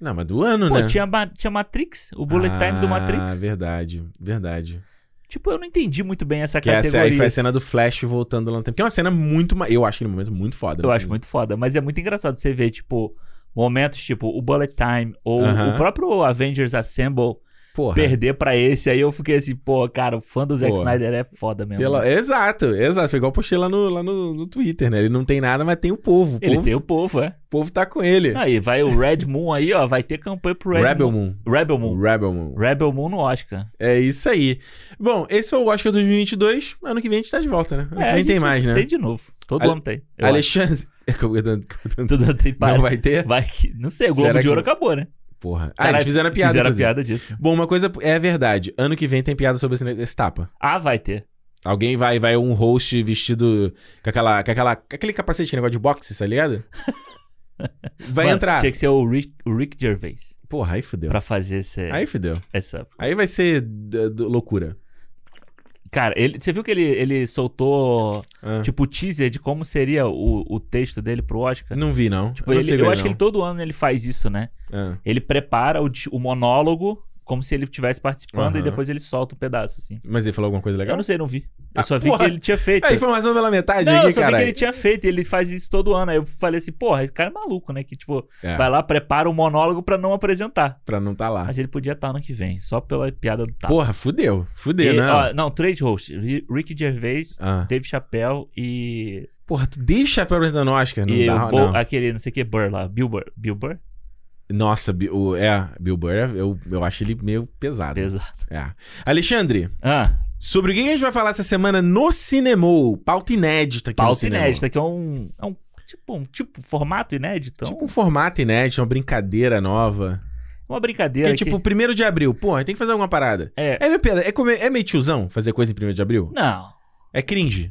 Speaker 1: Não, mas do ano,
Speaker 2: Pô,
Speaker 1: né?
Speaker 2: tinha, Ma- tinha Matrix, o Bullet Time do
Speaker 1: Ah,
Speaker 2: Matrix.
Speaker 1: verdade, verdade.
Speaker 2: Tipo, eu não entendi muito bem essa
Speaker 1: Que essa
Speaker 2: categoria.
Speaker 1: aí foi a cena do Flash voltando lá no tempo. Que é uma cena muito. ma- Eu acho que no momento muito foda.
Speaker 2: Eu
Speaker 1: né?
Speaker 2: acho muito foda, mas é muito engraçado você ver, tipo, momentos tipo o Bullet Time ou
Speaker 1: Aham.
Speaker 2: o próprio Avengers Assemble
Speaker 1: Porra.
Speaker 2: perder pra esse. Aí eu fiquei assim, pô, cara, o fã do Zack
Speaker 1: Pô.
Speaker 2: Snyder é foda mesmo.
Speaker 1: Pela- Exato, exato. Foi igual eu postei lá, no, lá no, no Twitter, né? Ele não tem nada, mas tem o povo. O
Speaker 2: Ele
Speaker 1: povo,
Speaker 2: tem o povo, é.
Speaker 1: o povo tá com ele.
Speaker 2: Aí vai o Red Moon aí, ó, vai ter campanha pro Red
Speaker 1: Rebel
Speaker 2: Moon.
Speaker 1: Moon.
Speaker 2: Rebel Moon.
Speaker 1: Rebel Moon.
Speaker 2: Rebel Moon no Oscar.
Speaker 1: É isso aí. Bom, esse foi o Oscar 2022. Ano que vem a gente tá de volta, né? Ano que
Speaker 2: É, a
Speaker 1: vem tem
Speaker 2: gente
Speaker 1: mais, né?
Speaker 2: Tem de novo. Todo
Speaker 1: Ale-
Speaker 2: ano tem. eu
Speaker 1: Alexandre. É que eu tô dando- que eu tô
Speaker 2: acho.
Speaker 1: dando-
Speaker 2: Todo ano tem
Speaker 1: Não
Speaker 2: para.
Speaker 1: vai ter?
Speaker 2: Vai que. Não sei, o Globo
Speaker 1: Será
Speaker 2: de
Speaker 1: que-
Speaker 2: Ouro acabou, né?
Speaker 1: Porra. Ah,
Speaker 2: Cara,
Speaker 1: eles fizeram a piada.
Speaker 2: Fizeram a
Speaker 1: inclusive.
Speaker 2: piada disso.
Speaker 1: Bom, uma coisa é verdade. Ano que vem tem piada sobre esse, esse tapa.
Speaker 2: Ah, vai ter.
Speaker 1: Alguém vai, vai um host vestido com aquela, com aquela, com aquele capacete, negócio de boxe, tá ligado? Vai
Speaker 2: Mano,
Speaker 1: entrar.
Speaker 2: Tinha que ser o Rick, o Rick Gervais
Speaker 1: Porra, aí fudeu.
Speaker 2: pra fazer essa.
Speaker 1: Aí fudeu.
Speaker 2: essa...
Speaker 1: Aí vai ser d- d- loucura.
Speaker 2: Cara, ele, você viu que ele, ele soltou,
Speaker 1: Ah,
Speaker 2: tipo, o teaser de como seria o, o texto dele pro Oscar?
Speaker 1: não vi, não.
Speaker 2: Tipo,
Speaker 1: eu não
Speaker 2: ele-
Speaker 1: sigo
Speaker 2: eu
Speaker 1: ele,
Speaker 2: acho que ele todo ano ele faz isso, né?
Speaker 1: não. Ah,
Speaker 2: Ele prepara o, di- o monólogo como se ele estivesse participando e
Speaker 1: Aham.
Speaker 2: depois ele solta um pedaço, assim.
Speaker 1: Mas ele falou alguma coisa
Speaker 2: Eu
Speaker 1: legal?
Speaker 2: não sei, não vi.
Speaker 1: Ah,
Speaker 2: Eu só vi
Speaker 1: porra.
Speaker 2: que ele tinha feito.
Speaker 1: É, informação pela metade
Speaker 2: Não, eu
Speaker 1: aqui,
Speaker 2: só vi
Speaker 1: cara.
Speaker 2: que ele tinha feito, ele faz isso todo ano. Aí eu falei assim, porra, esse cara é maluco, né? Que, tipo,
Speaker 1: É.
Speaker 2: vai lá, prepara o monólogo pra não apresentar.
Speaker 1: Pra não tá lá.
Speaker 2: Mas ele podia estar ano que vem, só pela piada do tapa.
Speaker 1: Porra, fudeu. Fudeu,
Speaker 2: tá. E-
Speaker 1: né?
Speaker 2: ó, não, três hosts. Ri- Ricky Gervais,
Speaker 1: Ah.
Speaker 2: Dave Chappelle e.
Speaker 1: Porra, tu deixa o chapéu apresentando o Oscar? Não
Speaker 2: e
Speaker 1: dá,
Speaker 2: o Bo-
Speaker 1: não.
Speaker 2: aquele, não sei o que, Burr lá. Bill Burr. Bill Burr?
Speaker 1: Nossa, Bi- o, é, Bill Burr, eu, eu acho ele meio pesado.
Speaker 2: Pesado.
Speaker 1: É. Alexandre,
Speaker 2: Ah,
Speaker 1: sobre o que a gente vai falar essa semana no Cinemou? Pauta inédita aqui no
Speaker 2: pauta
Speaker 1: Cinemou.
Speaker 2: inédita, que é um. É um tipo, um tipo, formato inédito. é um- é
Speaker 1: Tipo um formato inédito, uma brincadeira nova. Porque,
Speaker 2: uma brincadeira. que-
Speaker 1: tipo, primeiro de abril, porra, tem que fazer alguma parada.
Speaker 2: É.
Speaker 1: É, meu pedra, é, como- é meio tiozão fazer coisa em primeiro de abril?
Speaker 2: Não,
Speaker 1: É cringe.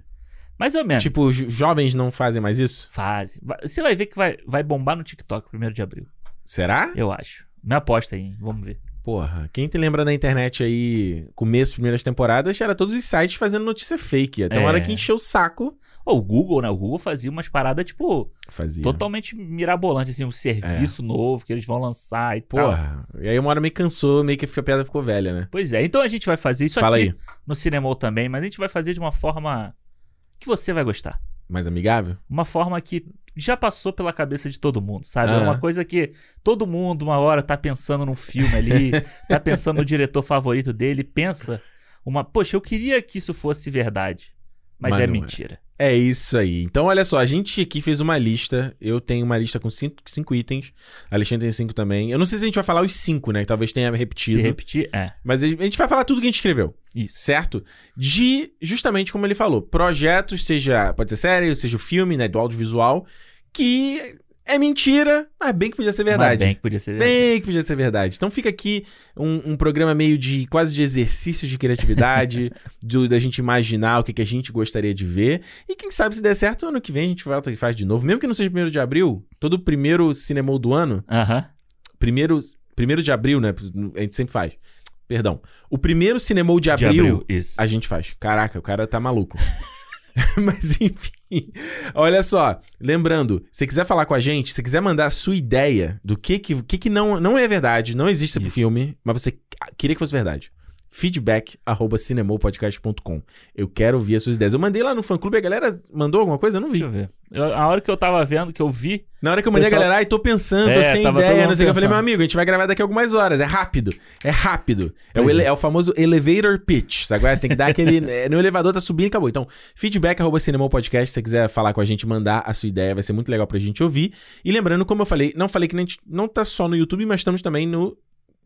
Speaker 2: mais ou menos.
Speaker 1: Tipo, os jovens não fazem mais isso?
Speaker 2: Fase. Vai- Você vai ver que vai, vai bombar no TikTok primeiro de abril.
Speaker 1: Será?
Speaker 2: Eu acho. Me aposta aí, hein? vamos ver.
Speaker 1: Porra, quem te lembra da internet aí, começo, primeiras temporadas, era todos os sites fazendo notícia fake. Até uma
Speaker 2: É.
Speaker 1: hora que encheu o saco,
Speaker 2: Ó, o Google, né? O Google fazia umas paradas, tipo,
Speaker 1: fazia. É.
Speaker 2: totalmente mirabolante, assim, um serviço novo que eles vão lançar e tal.
Speaker 1: Porra. E aí uma hora meio cansou, meio que a piada ficou velha, né?
Speaker 2: Pois é, então a gente vai fazer isso
Speaker 1: Fala
Speaker 2: aqui
Speaker 1: aí,
Speaker 2: no Cinemol também, mas a gente vai fazer de uma forma que você vai gostar.
Speaker 1: mais amigável?
Speaker 2: Uma forma que já passou pela cabeça de todo mundo, sabe? É
Speaker 1: Aham.
Speaker 2: uma coisa que todo mundo, uma hora, tá pensando num filme ali, tá pensando no diretor favorito dele, pensa uma, poxa, eu queria que isso fosse verdade, mas,
Speaker 1: Mas
Speaker 2: é
Speaker 1: não é.
Speaker 2: mentira.
Speaker 1: É isso aí. Então, olha só, a gente aqui fez uma lista. Eu tenho uma lista com cinco, cinco itens. A Alexandre tem cinco também. Eu não sei se a gente vai falar os cinco, né? Talvez tenha repetido.
Speaker 2: Se repetir, é.
Speaker 1: Mas a gente- a gente vai falar tudo que a gente escreveu.
Speaker 2: Isso.
Speaker 1: certo? De, justamente como ele falou, projetos, seja, pode ser série, seja o filme, né, do audiovisual, que é mentira, mas bem que podia ser
Speaker 2: Mas
Speaker 1: verdade.
Speaker 2: bem que podia ser verdade.
Speaker 1: Bem que podia ser verdade. Então fica aqui um, um programa meio de quase de exercício de criatividade, do- da gente imaginar o que, que a gente gostaria de ver. E quem sabe se der certo, ano que vem a gente volta e faz de novo. Mesmo que não seja primeiro de abril, todo primeiro cinema do ano,
Speaker 2: Aham.
Speaker 1: primeiro, primeiro de abril, né? A gente sempre faz. Perdão. O primeiro cinema
Speaker 2: De
Speaker 1: de abril
Speaker 2: abril, isso.
Speaker 1: a gente faz. Caraca, o cara tá maluco. Mas enfim, olha só, lembrando, se quiser falar com a gente, se quiser mandar a sua ideia do que que, que, que não, não é verdade, não existe pro
Speaker 2: Isso.
Speaker 1: filme, mas você queria que fosse verdade. Feedback arroba cinemopodcast.com. Eu quero ouvir as suas ideias. Eu mandei lá no fã clube, a galera mandou alguma coisa? Eu não vi.
Speaker 2: Deixa eu ver. Eu- a hora que eu tava vendo, que eu vi,
Speaker 1: Na hora que eu mandei
Speaker 2: Pessoal-
Speaker 1: a galera, ai, tô pensando, tô
Speaker 2: É,
Speaker 1: sem
Speaker 2: tava todo
Speaker 1: ideia,
Speaker 2: mundo
Speaker 1: não sei o que. Eu falei,
Speaker 2: pensando.
Speaker 1: meu amigo, a gente vai gravar daqui a algumas horas. É rápido. É rápido. É o,
Speaker 2: Pois
Speaker 1: ele-
Speaker 2: é.
Speaker 1: é o famoso elevator pitch. Sabe? Agora você tem que dar aquele. é, No elevador tá subindo e acabou. Então, feedback arroba Cinemol podcast. Se você quiser falar com a gente, mandar a sua ideia, vai ser muito legal pra gente ouvir. E lembrando, como eu falei, não falei que a gente não tá só no YouTube, mas estamos também no.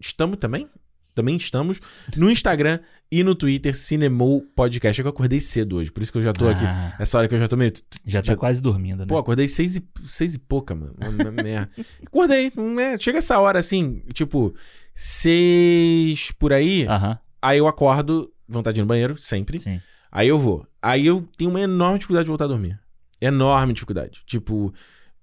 Speaker 1: Estamos também? também estamos no Instagram e no Twitter Cinemou Podcast. É que eu acordei cedo hoje, por isso que eu já tô aqui.
Speaker 2: Ah,
Speaker 1: Essa hora que eu já tô meio.
Speaker 2: já tá quase dormindo, né?
Speaker 1: Pô, acordei seis e, seis e pouca, mano. Uma merda. acordei. não é- Chega essa hora assim, tipo, seis por aí.
Speaker 2: Aham,
Speaker 1: Aí eu acordo, vontade de ir no banheiro, sempre.
Speaker 2: sim.
Speaker 1: Aí eu vou. Aí eu tenho uma enorme dificuldade de voltar a dormir. Enorme dificuldade. Tipo,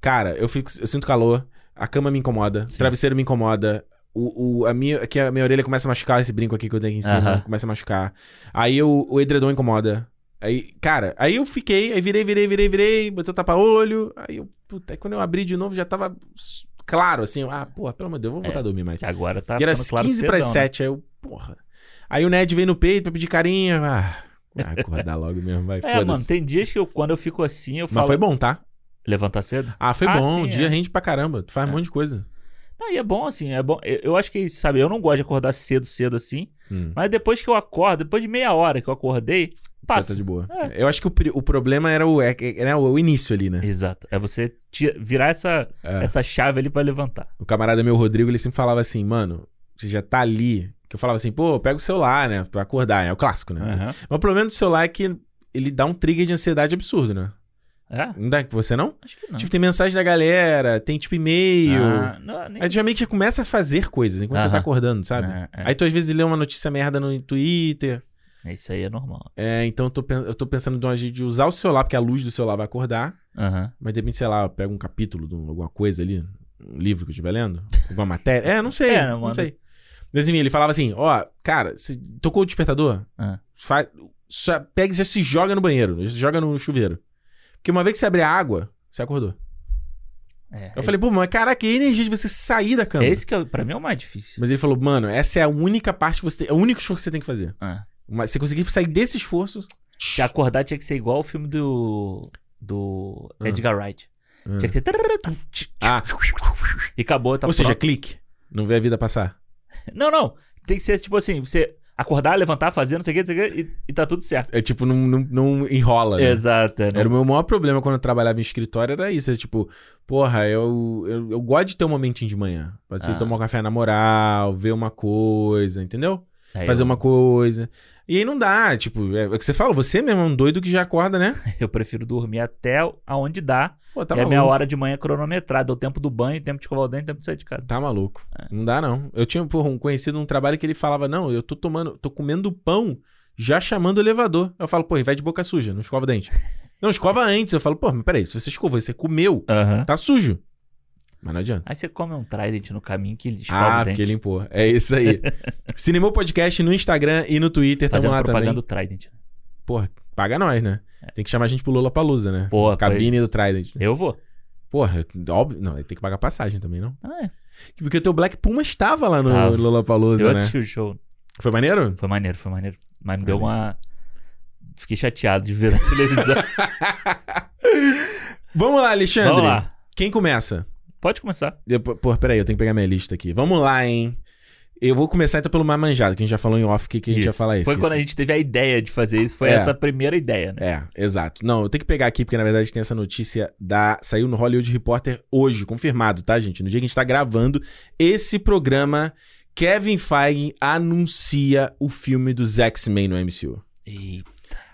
Speaker 1: cara, eu fico, eu sinto calor, a cama me incomoda, o
Speaker 2: Sim.
Speaker 1: travesseiro me incomoda, o, o- a minha, é que a minha orelha começa a machucar esse brinco aqui que eu tenho aqui em cima,
Speaker 2: Aham.
Speaker 1: começa a machucar. Aí eu- o edredom incomoda. Aí, cara, aí eu fiquei, aí virei, virei, virei, virei, botei o tapa-olho, aí eu, puta, aí quando eu abri de novo já tava s- claro, assim, eu, ah, porra, pelo amor de Deus, eu vou voltar a dormir mais.
Speaker 2: É. Que agora tá
Speaker 1: E era
Speaker 2: ficando claro
Speaker 1: 15 para
Speaker 2: cedão, né?
Speaker 1: 7, aí eu, porra. Aí o Ned veio no peito pra pedir carinho. Ah, vai acordar logo mesmo, vai,
Speaker 2: É, mano,
Speaker 1: foda-se.
Speaker 2: tem dias que eu, quando eu fico assim, eu
Speaker 1: Mas
Speaker 2: falo.
Speaker 1: foi bom, tá?
Speaker 2: Levantar cedo?
Speaker 1: Ah, foi
Speaker 2: Ah,
Speaker 1: bom.
Speaker 2: sim,
Speaker 1: o dia
Speaker 2: é.
Speaker 1: rende pra caramba. Tu faz um
Speaker 2: É.
Speaker 1: monte de coisa.
Speaker 2: Não, e é bom assim, é bom. Eu, eu acho que, sabe, eu não gosto de acordar cedo, cedo assim.
Speaker 1: Hum,
Speaker 2: Mas depois que eu acordo, depois de meia hora que eu acordei,
Speaker 1: Já
Speaker 2: passa. É.
Speaker 1: tá de boa. Eu acho que o, pri- o problema era o, é- era o início ali, né?
Speaker 2: Exato. É você tira- virar essa,
Speaker 1: É.
Speaker 2: essa chave ali pra levantar.
Speaker 1: O camarada meu, Rodrigo, ele sempre falava assim, mano, você já tá ali. Que eu falava assim, pô, pega o celular, né? Pra acordar. É o clássico, né?
Speaker 2: Aham.
Speaker 1: Mas o problema do celular é que ele dá um trigger de ansiedade absurdo, né?
Speaker 2: É?
Speaker 1: Não dá com você, não?
Speaker 2: Acho que não.
Speaker 1: Tipo, tem mensagem da galera, tem tipo e-mail.
Speaker 2: Ah, não, nem-
Speaker 1: Aí tu já meio que já começa a fazer coisas enquanto você tá
Speaker 2: Aham.
Speaker 1: acordando, sabe?
Speaker 2: É, é.
Speaker 1: Aí tu às vezes lê uma notícia merda no Twitter.
Speaker 2: É, Isso aí é normal.
Speaker 1: É, então eu tô, pen- eu tô pensando de uma- de usar o celular, porque a luz do celular vai acordar.
Speaker 2: Aham.
Speaker 1: Mas de repente, sei lá, eu pego um capítulo de um- alguma coisa ali, um livro que eu estiver lendo, alguma matéria. É, não sei.
Speaker 2: É,
Speaker 1: não
Speaker 2: mano.
Speaker 1: sei. Mas enfim, ele falava assim: ó, cara, se tocou o despertador?
Speaker 2: Ah.
Speaker 1: Fa... só pega e já se joga no banheiro, já se joga no chuveiro. Porque uma vez que você abrir a água, você acordou.
Speaker 2: É.
Speaker 1: Eu falei, pô, mas caraca, e a energia de você sair da cama?
Speaker 2: É esse que é, pra mim é o mais difícil.
Speaker 1: Mas ele falou, mano, essa é a única parte que você tem. É o único esforço que você tem que fazer.
Speaker 2: Ah.
Speaker 1: Mas você conseguir sair desse esforço.
Speaker 2: Se acordar tinha que ser igual o filme do. Do
Speaker 1: Ah.
Speaker 2: Edgar Wright.
Speaker 1: Ah.
Speaker 2: Tinha que ser.
Speaker 1: Ah.
Speaker 2: E acabou, tá
Speaker 1: Ou seja,
Speaker 2: pronto.
Speaker 1: clique. Não vê a vida passar.
Speaker 2: Não, não. Tem que ser tipo assim: você acordar, levantar, fazer, não sei o que, não sei o que, e, e tá tudo certo.
Speaker 1: É tipo, não, não, não enrola. Né?
Speaker 2: Exato. é, não-
Speaker 1: Era o meu maior problema quando eu trabalhava em escritório, era isso. Era tipo, porra, eu, eu, eu gosto de ter um momentinho de manhã. Pode ser
Speaker 2: Ah.
Speaker 1: tomar um café na moral, ver uma coisa, entendeu?
Speaker 2: Aí
Speaker 1: Fazer
Speaker 2: eu-
Speaker 1: uma coisa. E aí não dá, tipo, é, é o que você fala, você mesmo é um doido que já acorda, né?
Speaker 2: Eu prefiro dormir até aonde dá.
Speaker 1: Pô, tá
Speaker 2: é a
Speaker 1: maluco.
Speaker 2: minha hora de manhã cronometrada. é O tempo do banho, o tempo de escovar o dente, o tempo de sair de casa.
Speaker 1: Tá maluco.
Speaker 2: É.
Speaker 1: Não dá, não. Eu tinha porra, um conhecido num trabalho que ele falava: Não, eu tô tomando, tô comendo pão, já chamando o elevador. Eu falo, pô, vai de boca suja, não escova o dente. não, escova antes. Eu falo, pô, mas peraí, se você escovou, você comeu,
Speaker 2: Aham.
Speaker 1: tá sujo. Mas não adianta.
Speaker 2: Aí você come um trident no caminho que ele escova
Speaker 1: Ah,
Speaker 2: o dente.
Speaker 1: porque limpou. É isso aí. Cinemou Podcast no Instagram e no Twitter, tamo
Speaker 2: Fazendo
Speaker 1: lá
Speaker 2: propaganda
Speaker 1: também.
Speaker 2: do Trident. né?
Speaker 1: Porra, paga nós, né? Tem que chamar a gente pro Lula Palusa, né?
Speaker 2: Porra,
Speaker 1: Cabine do Trident.
Speaker 2: Eu vou.
Speaker 1: Porra, óbvio. Não, tem que pagar passagem também, não?
Speaker 2: Ah, é.
Speaker 1: Porque o teu Black Puma estava lá no
Speaker 2: Tava.
Speaker 1: Lula
Speaker 2: Eu
Speaker 1: Palusa, né?
Speaker 2: assisti o show.
Speaker 1: Foi maneiro?
Speaker 2: Foi maneiro, foi maneiro. Mas me deu
Speaker 1: Olha
Speaker 2: uma. Fiquei chateado de ver na televisão.
Speaker 1: Vamos lá, Alexandre.
Speaker 2: Vamos lá.
Speaker 1: Quem começa?
Speaker 2: Pode começar.
Speaker 1: Depo- Pô, peraí, eu tenho que pegar minha lista aqui. Vamos lá, hein? Eu vou começar então pelo mais manjado, que a gente já falou em off que, que a gente ia falar isso.
Speaker 2: Foi
Speaker 1: que
Speaker 2: quando a
Speaker 1: esse-
Speaker 2: gente teve a ideia de fazer isso. Foi
Speaker 1: É.
Speaker 2: essa a primeira ideia, né?
Speaker 1: É, exato. Não, eu tenho que pegar aqui, porque na verdade tem essa notícia da. Saiu no Hollywood Reporter hoje, confirmado, tá, gente? No dia que a gente tá gravando esse programa, Kevin Feige anuncia o filme dos X-Men no MCU.
Speaker 2: E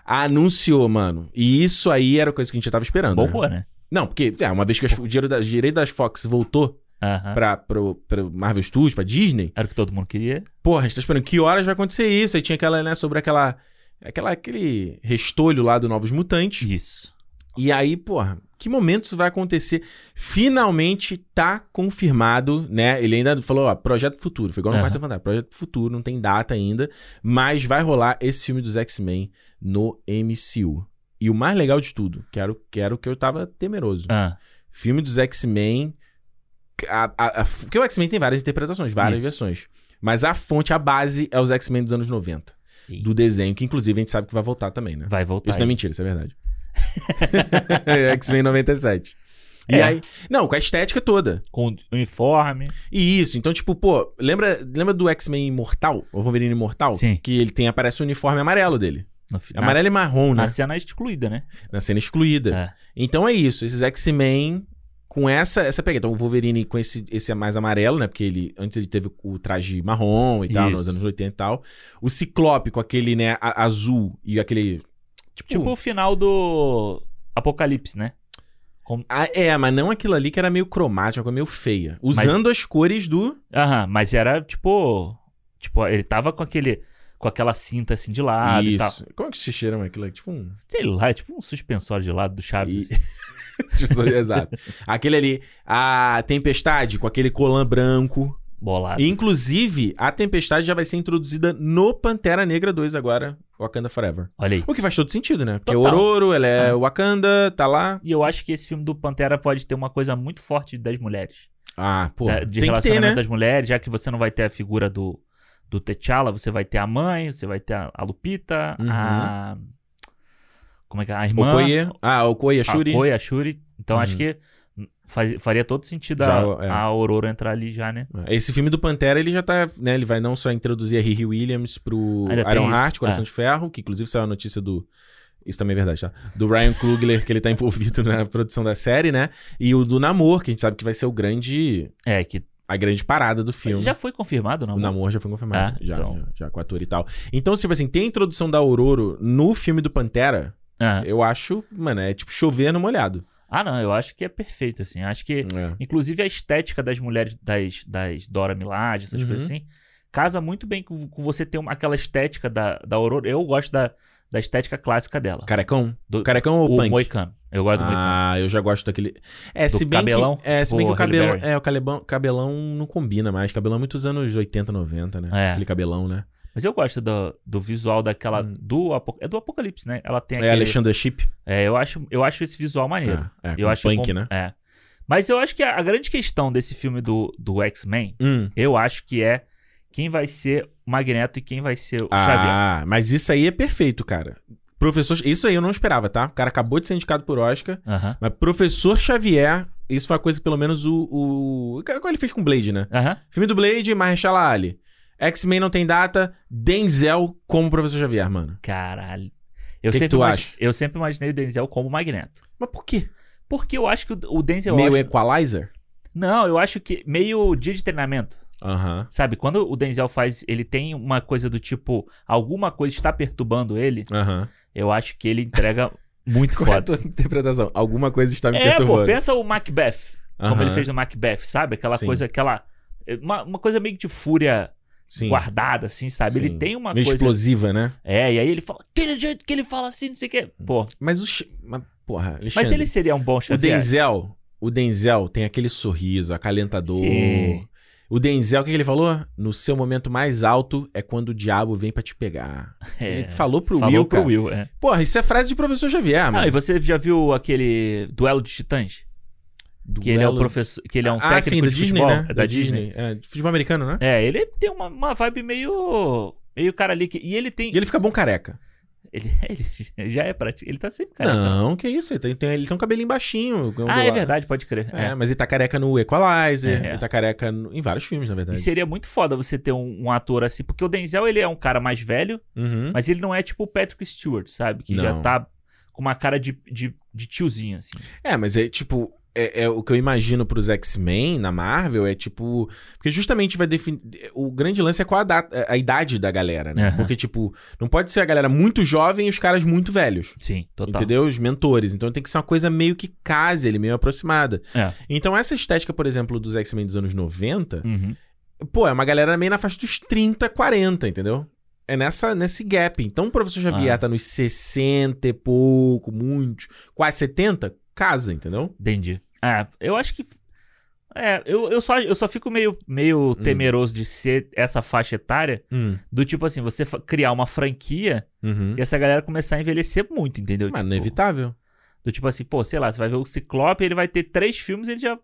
Speaker 1: Anunciou, mano. E isso aí era a coisa que a gente já tava esperando. né?
Speaker 2: bombou, né?
Speaker 1: Não, porque, é, uma vez que as- o dinheiro da, o direito das Fox voltou
Speaker 2: Aham.
Speaker 1: pra, pro, pro Marvel Studios, pra Disney,
Speaker 2: Era o que todo mundo queria.
Speaker 1: porra, a gente tá esperando que horas vai acontecer isso. Aí tinha aquela, né, sobre aquela. aquela aquele restolho lá do Novos Mutantes.
Speaker 2: Isso.
Speaker 1: E aí, porra, que momento isso vai acontecer? Finalmente tá confirmado, né? Ele ainda falou, ó, projeto futuro. Foi igual no
Speaker 2: Aham.
Speaker 1: Quarto Fantástico. Projeto futuro, não tem data ainda. Mas vai rolar esse filme dos X-Men no MCU. E o mais legal de tudo, que era, o- que era o que eu tava temeroso.
Speaker 2: Ah,
Speaker 1: Filme dos X-Men. a- a- a- Porque o X-Men tem várias interpretações, várias
Speaker 2: Isso.
Speaker 1: versões. Mas a fonte, a base é os X-Men dos anos 90.
Speaker 2: Ih.
Speaker 1: Do desenho, que inclusive a gente sabe que vai voltar também, né?
Speaker 2: vai voltar.
Speaker 1: Isso não é
Speaker 2: aí.
Speaker 1: mentira, isso é verdade. É X-Men 97. E
Speaker 2: É.
Speaker 1: aí. Não, com a estética toda.
Speaker 2: Com uniforme.
Speaker 1: E isso, então, tipo, pô, lembra, lembra do X-Men Imortal? O Wolverine Imortal?
Speaker 2: Sim.
Speaker 1: Que ele tem, aparece o uniforme amarelo dele.
Speaker 2: No Ah, final.
Speaker 1: Amarelo e marrom,
Speaker 2: na,
Speaker 1: né?
Speaker 2: cena é excluída, né?
Speaker 1: Na cena excluída.
Speaker 2: É.
Speaker 1: Então é isso, esses X-Men com essa essa pegada. Então, o Wolverine com esse, esse é mais amarelo, né? Porque ele antes ele teve o traje marrom e tal,
Speaker 2: Isso.
Speaker 1: nos anos 80 e tal. O Ciclope com aquele, né, a- azul e aquele. Tipo.
Speaker 2: Tipo o final do Apocalipse, né?
Speaker 1: Ah, é, mas não aquilo ali que era meio cromático, uma coisa meio feia. Usando as cores do.
Speaker 2: Aham, mas era tipo. Tipo, ele tava com aquele. Com aquela cinta assim de lado e tal.
Speaker 1: Isso. Como é que se chama aquilo? É Tipo um.
Speaker 2: Sei lá, é tipo um suspensório de lado do Chaves.
Speaker 1: E-
Speaker 2: assim.
Speaker 1: Exato. Aquele ali. A Tempestade com aquele colã branco.
Speaker 2: Bolado.
Speaker 1: Inclusive, a Tempestade já vai ser introduzida no Pantera Negra 2 agora, Wakanda Forever.
Speaker 2: Olha aí.
Speaker 1: O que faz todo sentido, né? Porque
Speaker 2: Total.
Speaker 1: é Ororo, ela é Wakanda, tá lá.
Speaker 2: E eu acho que esse filme do Pantera pode ter uma coisa muito forte das mulheres.
Speaker 1: Ah, pô.
Speaker 2: Da- É, de
Speaker 1: tem que ter,
Speaker 2: relacionamento
Speaker 1: né?
Speaker 2: das mulheres, já que você não vai ter a figura do, do T'Challa, você vai ter a mãe, você vai ter a, a Lupita,
Speaker 1: Uhum.
Speaker 2: a. Como é que é? A irmã.
Speaker 1: Okoye. Ah, Okoye
Speaker 2: a
Speaker 1: Shuri.
Speaker 2: Okoye, a Shuri. Então
Speaker 1: Uhum.
Speaker 2: acho que faz- faria todo sentido
Speaker 1: Já,
Speaker 2: a,
Speaker 1: é.
Speaker 2: a Aurora entrar ali já, né?
Speaker 1: Ah, Esse filme do Pantera, ele já tá, né? Ele vai não só introduzir a Riri Williams pro
Speaker 2: Ainda tem
Speaker 1: Iron
Speaker 2: isso.
Speaker 1: Heart, Coração
Speaker 2: Ah.
Speaker 1: de Ferro, que inclusive saiu a notícia do. Isso também é verdade, tá? Do Ryan Coogler, que ele tá envolvido na produção da série, né? E o do Namor, que a gente sabe que vai ser o grande.
Speaker 2: É, que
Speaker 1: A grande parada do filme.
Speaker 2: já foi confirmado, não?
Speaker 1: O namoro já foi confirmado.
Speaker 2: Ah,
Speaker 1: já,
Speaker 2: então.
Speaker 1: já, já, com a ator e tal. Então, tipo assim, tem a introdução da Aurora no filme do Pantera,
Speaker 2: Ah.
Speaker 1: eu acho, mano, é tipo chover no molhado.
Speaker 2: Ah, não, eu acho que é perfeito, assim. Acho que,
Speaker 1: É.
Speaker 2: inclusive, a estética das mulheres, das, das Dora Milaje, essas
Speaker 1: Uhum.
Speaker 2: coisas assim, casa muito bem com, com você ter uma, aquela estética da, da Aurora. Eu gosto da, da estética clássica dela.
Speaker 1: Carecão?
Speaker 2: Do-
Speaker 1: Carecão ou
Speaker 2: o
Speaker 1: punk?
Speaker 2: Moicano. Eu gosto do Moicano.
Speaker 1: Ah, eu já gosto daquele. É,
Speaker 2: Do
Speaker 1: se bem
Speaker 2: cabelão?
Speaker 1: que. É, se
Speaker 2: Tipo
Speaker 1: bem que o
Speaker 2: Halle
Speaker 1: cabelão.
Speaker 2: Berry.
Speaker 1: É, o cabelão, cabelão não combina mais. Cabelão é muitos anos 80, 90, né?
Speaker 2: É.
Speaker 1: Aquele cabelão, né?
Speaker 2: Mas eu gosto do, do visual daquela.
Speaker 1: Hum.
Speaker 2: Do, Apo- é do Apocalipse, né? Ela tem
Speaker 1: É
Speaker 2: aquele.
Speaker 1: Alexandra Ship.
Speaker 2: É, eu acho, eu acho esse visual maneiro.
Speaker 1: É, é
Speaker 2: eu
Speaker 1: com
Speaker 2: acho
Speaker 1: punk,
Speaker 2: com-
Speaker 1: né?
Speaker 2: É. Mas eu acho que a, a grande questão desse filme do, do X-Men,
Speaker 1: Hum.
Speaker 2: eu acho que é quem vai ser o Magneto e quem vai ser o Xavier.
Speaker 1: Ah, mas isso aí é perfeito, cara. Professor. Isso aí eu não esperava, tá? O cara acabou de ser indicado por Oscar.
Speaker 2: Aham.
Speaker 1: Mas Professor Xavier, isso foi uma coisa que pelo menos o. o... Qual ele fez com Blade, né?
Speaker 2: Aham.
Speaker 1: Filme do Blade, Marshall Ali. X-Men não tem data, Denzel como Professor Xavier, mano.
Speaker 2: Caralho.
Speaker 1: Que
Speaker 2: Eu,
Speaker 1: que
Speaker 2: sempre
Speaker 1: tu
Speaker 2: imagi-
Speaker 1: acha?
Speaker 2: eu sempre imaginei o Denzel como Magneto.
Speaker 1: Mas por quê?
Speaker 2: Porque eu acho que o o Denzel.
Speaker 1: Meio
Speaker 2: Washington-
Speaker 1: Equalizer?
Speaker 2: Não, eu acho que meio dia de treinamento.
Speaker 1: Aham.
Speaker 2: Sabe, quando o Denzel faz, ele tem uma coisa do tipo, alguma coisa está perturbando ele,
Speaker 1: Aham.
Speaker 2: eu acho que ele entrega muito
Speaker 1: Qual é a
Speaker 2: foda.
Speaker 1: tua interpretação? Alguma coisa está Tá me
Speaker 2: É, pô,
Speaker 1: perturbando.
Speaker 2: pensa o Macbeth, como
Speaker 1: Aham.
Speaker 2: ele fez no Macbeth, sabe? Aquela
Speaker 1: Sim.
Speaker 2: coisa, aquela. Uma, uma coisa meio de fúria
Speaker 1: Sim.
Speaker 2: guardada, assim, sabe?
Speaker 1: Sim.
Speaker 2: Ele tem uma
Speaker 1: Meio
Speaker 2: coisa.
Speaker 1: explosiva, né?
Speaker 2: É, e aí ele fala, aquele jeito que ele fala assim, não sei o quê. Pô.
Speaker 1: Mas o. Ch- Mas, porra, Alexandre.
Speaker 2: Mas ele seria um bom
Speaker 1: Hum, O
Speaker 2: Xavier.
Speaker 1: Denzel. O Denzel tem aquele sorriso acalentador.
Speaker 2: Sim.
Speaker 1: O Denzel, o que que ele falou? No seu momento mais alto é quando o diabo vem pra te pegar.
Speaker 2: É.
Speaker 1: Ele falou pro
Speaker 2: Falou
Speaker 1: Will,
Speaker 2: pro
Speaker 1: cara.
Speaker 2: Will, é.
Speaker 1: Porra, isso é frase de professor Xavier, mano.
Speaker 2: Ah, e você já viu aquele Duelo de Titãs? Que ele é o
Speaker 1: Duelo-
Speaker 2: professor, que ele é um
Speaker 1: ah,
Speaker 2: técnico
Speaker 1: sim, da
Speaker 2: de
Speaker 1: Disney,
Speaker 2: futebol,
Speaker 1: né?
Speaker 2: é da Disney.
Speaker 1: É, de futebol americano, né?
Speaker 2: É, ele tem uma, uma vibe meio meio cara ali que, e ele tem
Speaker 1: E ele fica bom careca.
Speaker 2: ele, ele já é prático, ele tá sempre careca.
Speaker 1: Não, que isso. Ele tem, tem- ele tem um cabelinho baixinho.
Speaker 2: Ah, é
Speaker 1: ondulado.
Speaker 2: verdade, pode crer.
Speaker 1: É,
Speaker 2: É.
Speaker 1: mas ele tá careca no Equalizer,
Speaker 2: É.
Speaker 1: ele tá careca no- em vários filmes, na
Speaker 2: E
Speaker 1: verdade.
Speaker 2: seria muito foda você ter um, um ator assim, porque o Denzel ele é um cara mais velho,
Speaker 1: Uhum.
Speaker 2: mas ele não é tipo o Patrick Stewart, sabe? Que
Speaker 1: Não.
Speaker 2: já tá com uma cara de, de, de tiozinho, assim.
Speaker 1: É, mas é tipo. É, é o que eu imagino pros X-Men na Marvel é tipo. Porque justamente vai definir. O grande lance é qual a, data- a idade da galera, né?
Speaker 2: Aham.
Speaker 1: Porque, tipo, não pode ser a galera muito jovem e os caras muito velhos.
Speaker 2: Sim, total.
Speaker 1: Entendeu? Os mentores. Então tem que ser uma coisa meio que case, ele meio aproximada.
Speaker 2: É.
Speaker 1: Então essa estética, por exemplo, dos X-Men dos anos 90,
Speaker 2: Uhum.
Speaker 1: Pô, é uma galera meio na faixa dos 30, 40, entendeu? É nessa, nesse gap. Então o professor Xavier
Speaker 2: Ah.
Speaker 1: tá nos 60 e pouco, muitos, quase 70, casa, entendeu?
Speaker 2: Entendi. É, eu acho que. É, eu, eu, só, eu só fico meio, meio
Speaker 1: Hum.
Speaker 2: temeroso de ser essa faixa etária. Do tipo assim, você fa- criar uma franquia
Speaker 1: Uhum.
Speaker 2: e essa galera começar a envelhecer muito, entendeu?
Speaker 1: Mas é
Speaker 2: tipo,
Speaker 1: inevitável.
Speaker 2: Do tipo assim, pô, sei lá, você vai ver o Ciclope, ele vai ter três filmes, ele já.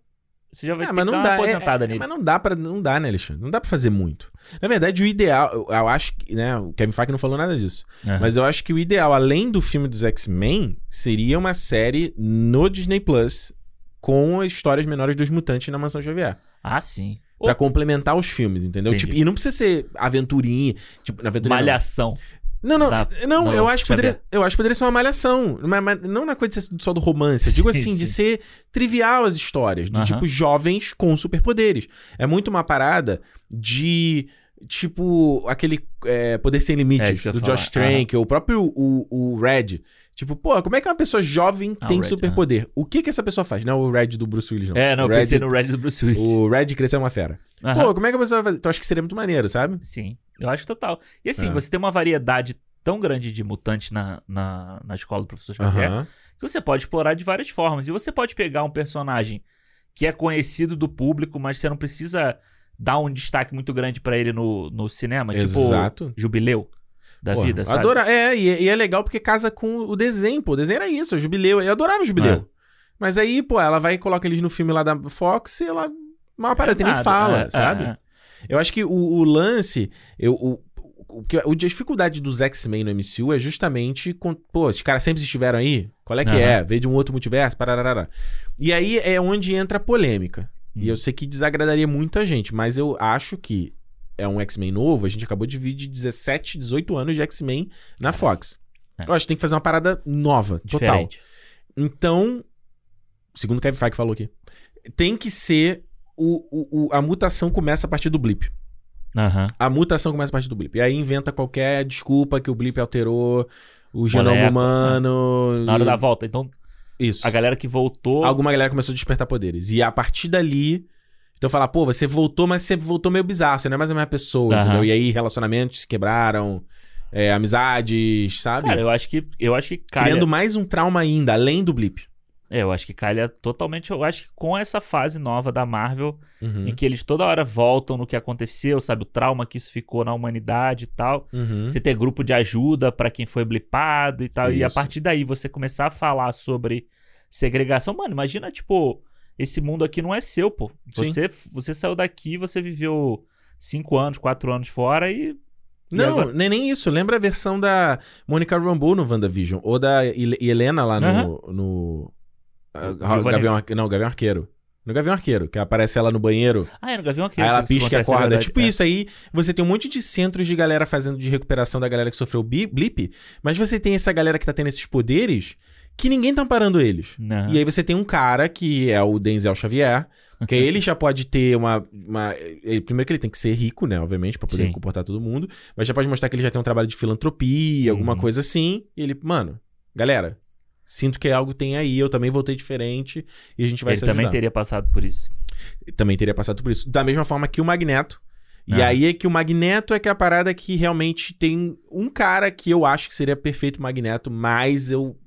Speaker 2: Você já vai
Speaker 1: É,
Speaker 2: ter
Speaker 1: mas
Speaker 2: que
Speaker 1: não dá,
Speaker 2: dar uma
Speaker 1: é-
Speaker 2: aposentada
Speaker 1: é,
Speaker 2: nele.
Speaker 1: mas não dá para não dá, né, Alexandre? Não dá pra fazer muito. Na verdade, o ideal, eu, eu acho que, né, o Kevin Feige não falou nada disso,
Speaker 2: Aham.
Speaker 1: mas eu acho que o ideal, além do filme dos X-Men, seria uma série no Disney Plus com as histórias menores dos mutantes na Mansão Xavier.
Speaker 2: Ah, sim. Ou
Speaker 1: Pra complementar os filmes, entendeu?
Speaker 2: Entendi.
Speaker 1: Tipo, e não precisa ser aventurinha, tipo, na aventurinha. não.
Speaker 2: Malhação.
Speaker 1: Não, não,
Speaker 2: Tá.
Speaker 1: não,
Speaker 2: Não,
Speaker 1: eu, acho que
Speaker 2: deixa
Speaker 1: poderia, eu acho que poderia ser uma malhação. Mas, mas não na coisa de ser só do romance. Eu digo
Speaker 2: Sim,
Speaker 1: assim, de
Speaker 2: sim.
Speaker 1: ser trivial as histórias. De,
Speaker 2: Aham.
Speaker 1: tipo, jovens com superpoderes. É muito uma parada de, tipo, aquele é, Poder Sem
Speaker 2: É
Speaker 1: Limites
Speaker 2: isso que eu
Speaker 1: do
Speaker 2: ia falar.
Speaker 1: Josh Trank, ou o próprio o, o Red. Tipo, pô, como é que uma pessoa jovem
Speaker 2: Ah, o
Speaker 1: tem
Speaker 2: Red,
Speaker 1: superpoder? O que que essa pessoa faz? Não é o Red do Bruce Willis, não.
Speaker 2: É, não,
Speaker 1: o
Speaker 2: eu pensei
Speaker 1: Red-
Speaker 2: no Red do Bruce Willis.
Speaker 1: O Red cresceu uma fera.
Speaker 2: Aham.
Speaker 1: Pô, como é que a pessoa vai fazer? Então acho que seria muito maneiro, sabe?
Speaker 2: Sim, eu acho total. E assim,
Speaker 1: É.
Speaker 2: você tem uma variedade tão grande de mutantes na, na, na escola do professor Xavier
Speaker 1: Aham.
Speaker 2: que você pode explorar de várias formas. E você pode pegar um personagem que é conhecido do público, mas você não precisa dar um destaque muito grande pra ele no, no cinema.
Speaker 1: Exato.
Speaker 2: Tipo, jubileu da
Speaker 1: Porra,
Speaker 2: vida, sabe?
Speaker 1: Adora... É, e, e é legal porque casa com o desenho, pô. O desenho era isso, o jubileu. Eu adorava o jubileu.
Speaker 2: É.
Speaker 1: Mas aí, pô, ela vai e coloca eles no filme lá da Fox e ela mal aparece, nem
Speaker 2: Nada,
Speaker 1: fala,
Speaker 2: é,
Speaker 1: sabe?
Speaker 2: é, é.
Speaker 1: Eu acho que o, o lance, eu, o, o, que- a dificuldade dos X-Men no MCU é justamente, com, pô, esses caras sempre estiveram aí, qual é que
Speaker 2: Aham.
Speaker 1: é? Veio de um outro multiverso, parararara. E aí é onde entra a polêmica.
Speaker 2: Hum.
Speaker 1: E eu sei que desagradaria muita gente, mas eu acho que é um X-Men novo, a gente acabou de vir de 17, 18 anos de X-Men na Fox.
Speaker 2: É.
Speaker 1: Eu acho que tem que fazer uma parada nova, total.
Speaker 2: Diferente.
Speaker 1: Então, segundo o Kevin Feige falou aqui, tem que ser o, o- o- a mutação começa a partir do blip.
Speaker 2: Aham.
Speaker 1: A mutação começa a partir do blip. E aí inventa qualquer desculpa que o blip alterou o genoma
Speaker 2: Molécula,
Speaker 1: humano.
Speaker 2: Na hora
Speaker 1: e-
Speaker 2: da volta. Então,
Speaker 1: Isso.
Speaker 2: a galera que voltou.
Speaker 1: Alguma galera começou a despertar poderes. E a partir dali. Então falar, pô, você voltou, mas você voltou meio bizarro, você não é mais a mesma pessoa,
Speaker 2: Aham.
Speaker 1: entendeu? E aí relacionamentos se quebraram, é, amizades, sabe?
Speaker 2: Cara, eu acho que. Eu acho que calha.
Speaker 1: Criando mais um trauma ainda, além do blip.
Speaker 2: É, eu acho que calha totalmente. Eu acho que com essa fase nova da Marvel, em
Speaker 1: Uhum.
Speaker 2: que eles toda hora voltam no que aconteceu, sabe? O trauma que isso ficou na humanidade e tal.
Speaker 1: Uhum.
Speaker 2: Você ter grupo de ajuda pra quem foi blipado e tal. E a
Speaker 1: Isso.
Speaker 2: partir daí você começar a falar sobre segregação. Mano, imagina, tipo, esse mundo aqui não é seu, pô.
Speaker 1: Sim.
Speaker 2: Você, você saiu daqui, você viveu cinco anos, quatro anos fora e. E
Speaker 1: Não,
Speaker 2: agora?
Speaker 1: nem, nem isso. Lembra a versão da Monica Rambeau no WandaVision? Ou da Hel- Helena lá no. no ah,
Speaker 2: Giovanni.
Speaker 1: Gavião Arque- Não, Gavião Arqueiro. No Gavião Arqueiro, que aparece ela no banheiro,
Speaker 2: Ah, eu nunca vi uma
Speaker 1: aí ela pisca e acorda. É tipo isso aí. Você tem um monte de centros de galera fazendo de recuperação da galera que sofreu bi- blip, mas você tem essa galera que tá tendo esses poderes que ninguém tá parando eles.
Speaker 2: Não.
Speaker 1: E aí você tem um cara que é o Denzel Xavier, que aí ele já pode ter uma, uma- ele- Primeiro que ele tem que ser rico, né? Obviamente, pra poder
Speaker 2: Sim.
Speaker 1: comportar todo mundo. Mas já pode mostrar que ele já tem um trabalho de filantropia, alguma
Speaker 2: Uhum.
Speaker 1: coisa assim. E ele, mano, galera, sinto que algo tem aí, eu também voltei diferente e a gente vai
Speaker 2: Ele
Speaker 1: se
Speaker 2: também
Speaker 1: ajudar.
Speaker 2: teria passado por isso.
Speaker 1: Também teria passado por isso. Da mesma forma que o Magneto. E
Speaker 2: Ah.
Speaker 1: aí é que o Magneto é que é a parada que realmente tem um cara que eu acho que seria perfeito Magneto, mas eu.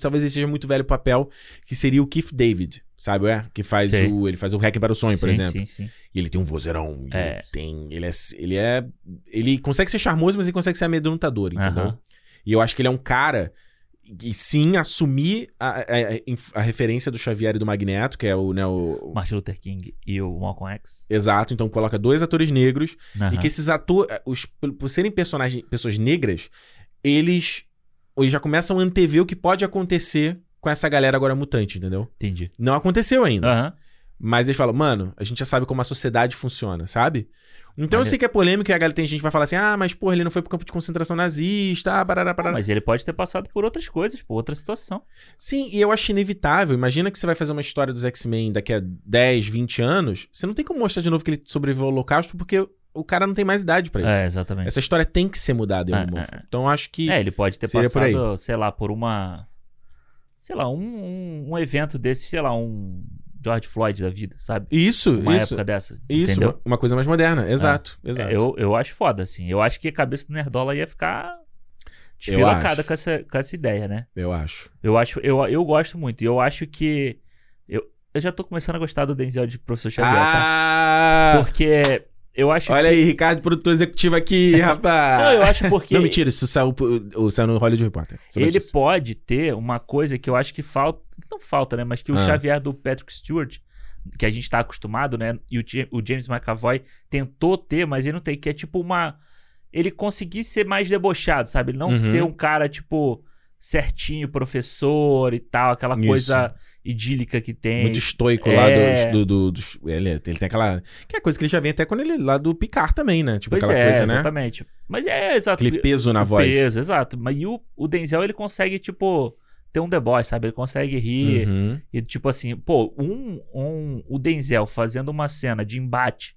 Speaker 1: Talvez ele seja muito velho o papel, que seria o Keith David, sabe? É? Que faz
Speaker 2: Sei.
Speaker 1: o. Ele faz o Hack para o Sonho, por
Speaker 2: Sim,
Speaker 1: exemplo.
Speaker 2: Sim, sim.
Speaker 1: E ele tem um vozeirão. e
Speaker 2: É.
Speaker 1: Ele tem. Ele é, ele é. Ele consegue ser charmoso, mas ele consegue ser amedrontador, entendeu?
Speaker 2: Aham.
Speaker 1: E eu acho que ele é um cara. E sim, assumir a, a- a- a referência do Xavier e do Magneto, que é o, né, o-
Speaker 2: Martin Luther King e o Malcolm X.
Speaker 1: Exato, então coloca dois atores negros
Speaker 2: Aham.
Speaker 1: e que esses atores, os, por por serem personagens, pessoas negras, eles, eles já começam a antever o que pode acontecer com essa galera agora mutante, entendeu?
Speaker 2: Entendi.
Speaker 1: Não aconteceu ainda.
Speaker 2: Aham.
Speaker 1: Mas eles falam, mano, a gente já sabe como a sociedade funciona, sabe? Então eu
Speaker 2: Maneiro.
Speaker 1: sei que é polêmico e a galera tem gente que vai falar assim, ah, mas porra, ele não foi pro campo de concentração nazista, ah, parará,
Speaker 2: Pô,
Speaker 1: parará.
Speaker 2: mas ele pode ter passado por outras coisas, por outra situação.
Speaker 1: Sim, e eu acho inevitável. Imagina que você vai fazer uma história dos X-Men daqui a 10, 20 anos. Você não tem como mostrar de novo que ele sobreviveu ao holocausto, porque o cara não tem mais idade pra isso.
Speaker 2: É, exatamente.
Speaker 1: Essa história tem que ser mudada em
Speaker 2: É,
Speaker 1: algum
Speaker 2: é,
Speaker 1: momento. Então eu acho que.
Speaker 2: É, ele pode ter
Speaker 1: Seria por
Speaker 2: passado, sei lá, por uma. Sei lá, um, um, um evento desse, sei lá, um George Floyd da vida, sabe?
Speaker 1: Isso,
Speaker 2: Uma
Speaker 1: isso.
Speaker 2: época dessa.
Speaker 1: Isso,
Speaker 2: Entendeu?
Speaker 1: uma coisa mais moderna. Exato,
Speaker 2: É,
Speaker 1: exato.
Speaker 2: Eu, eu acho foda, assim. Eu acho que a cabeça do Nerdola ia ficar despirocada
Speaker 1: acho.
Speaker 2: com essa, com essa ideia, né?
Speaker 1: Eu acho.
Speaker 2: Eu acho, eu, eu gosto muito. E eu acho que. Eu, eu já tô começando a gostar do Denzel de Professor Xavier, tá?
Speaker 1: Ah!
Speaker 2: Porque eu acho
Speaker 1: Olha
Speaker 2: que.
Speaker 1: aí, Ricardo, produtor executivo aqui, rapaz.
Speaker 2: Não, eu acho porque.
Speaker 1: Não, mentira, isso saiu, pro- o- saiu no Hollywood Reporter. essa
Speaker 2: Ele
Speaker 1: notícia.
Speaker 2: pode ter uma coisa que eu acho que falta. Não falta, né? Mas que o
Speaker 1: Ah.
Speaker 2: Xavier do Patrick Stewart, que a gente tá acostumado, né? E o, Ja- o James McAvoy tentou ter, mas ele não tem, que é tipo uma. Ele conseguir ser mais debochado, sabe? Ele não
Speaker 1: Uhum.
Speaker 2: ser um cara, tipo. certinho, professor e tal, aquela
Speaker 1: Isso.
Speaker 2: coisa idílica que tem.
Speaker 1: Muito estoico
Speaker 2: É.
Speaker 1: lá dos, do, do- dos- ele, ele tem aquela. Que é coisa que ele já vem até quando ele lá do Picar também, né? Tipo
Speaker 2: pois
Speaker 1: aquela
Speaker 2: é,
Speaker 1: coisa, né?
Speaker 2: exatamente. Mas é, exato.
Speaker 1: Aquele peso na
Speaker 2: O
Speaker 1: voz.
Speaker 2: Peso, exato. Mas e o, o Denzel, ele consegue, tipo, ter um deboche, sabe? Ele consegue rir.
Speaker 1: Uhum.
Speaker 2: E, tipo assim, pô, um, um, o Denzel fazendo uma cena de embate,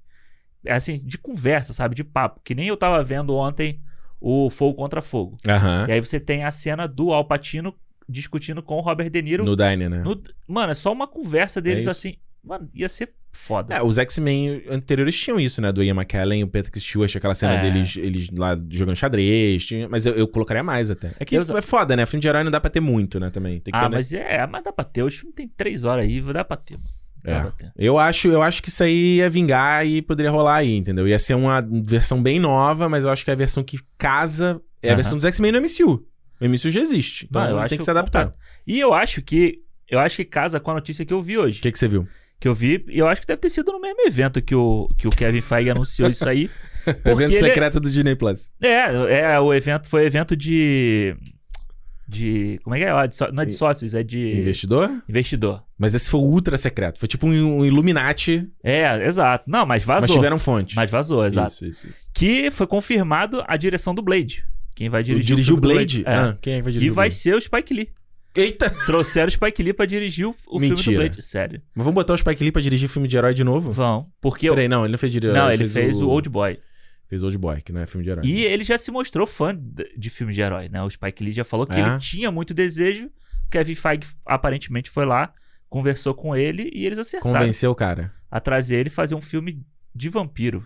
Speaker 2: assim, de conversa, sabe? De papo. Que nem eu tava vendo ontem o Fogo Contra Fogo.
Speaker 1: Aham.
Speaker 2: E aí você tem a cena do Al Pacino discutindo com o Robert De Niro.
Speaker 1: No Diner, né?
Speaker 2: no- mano, é só uma conversa deles
Speaker 1: isso.
Speaker 2: assim. Mano, ia ser foda.
Speaker 1: É, os X-Men anteriores tinham isso, né? Do Ian McKellen, o Patrick Stewart, aquela cena
Speaker 2: É.
Speaker 1: deles eles lá jogando xadrez. tinha- Mas eu, eu colocaria mais até. É que
Speaker 2: Eu já-
Speaker 1: é foda, né? Filme de herói não dá pra ter muito, né? Também. Tem que
Speaker 2: ah,
Speaker 1: ter, né?
Speaker 2: mas é, mas dá pra ter. O filme tem três horas aí, dá pra ter, mano. Dá
Speaker 1: É.
Speaker 2: pra ter.
Speaker 1: Eu acho, eu acho que isso aí ia vingar e poderia rolar aí, entendeu? Ia ser uma versão bem nova, mas eu acho que a versão que casa é a
Speaker 2: Aham.
Speaker 1: versão dos X-Men no MCU. O MCU já existe. Então
Speaker 2: Não, eu
Speaker 1: tem
Speaker 2: acho
Speaker 1: que se adaptar.
Speaker 2: completo. E eu acho que. Eu acho que casa com a notícia que eu vi hoje.
Speaker 1: O que, que você viu?
Speaker 2: Que eu vi, e eu acho que deve ter sido no mesmo evento que o, que o Kevin Feige anunciou isso aí. Porque
Speaker 1: evento
Speaker 2: ele-
Speaker 1: secreto do Disney Plus.
Speaker 2: É, é, o evento foi evento de. De. Como é que é lá? De só- não é de sócios, é de.
Speaker 1: Investidor?
Speaker 2: Investidor.
Speaker 1: Mas esse foi ultra secreto. Foi tipo um, um Illuminati,
Speaker 2: É, exato. Não, mas vazou.
Speaker 1: mas tiveram fonte.
Speaker 2: Mas vazou, exato.
Speaker 1: Isso, isso, isso.
Speaker 2: Que foi confirmado a direção do Blade. Quem vai dirigir
Speaker 1: Dirigiu o
Speaker 2: filme do
Speaker 1: Blade?
Speaker 2: É.
Speaker 1: Ah, quem é que vai dirigir
Speaker 2: que
Speaker 1: o
Speaker 2: vai
Speaker 1: Blade?
Speaker 2: ser o Spike Lee.
Speaker 1: Eita!
Speaker 2: Trouxeram o Spike Lee pra dirigir o, o filme do
Speaker 1: Mentira.
Speaker 2: Blade. Sério.
Speaker 1: Mas vamos botar o Spike Lee pra dirigir filme de herói de novo?
Speaker 2: Vão. Porque.
Speaker 1: Peraí, não, ele não é, fez de herói.
Speaker 2: não, ele fez o Old Boy.
Speaker 1: Fez Old Boy, que não é filme de herói.
Speaker 2: E ele já se mostrou fã de de filme de herói, né? O Spike Lee já falou que
Speaker 1: É.
Speaker 2: ele tinha muito desejo. Kevin Feige aparentemente foi lá, conversou com ele e eles acertaram
Speaker 1: Convenceu o cara.
Speaker 2: a trazer ele e fazer um filme de vampiro.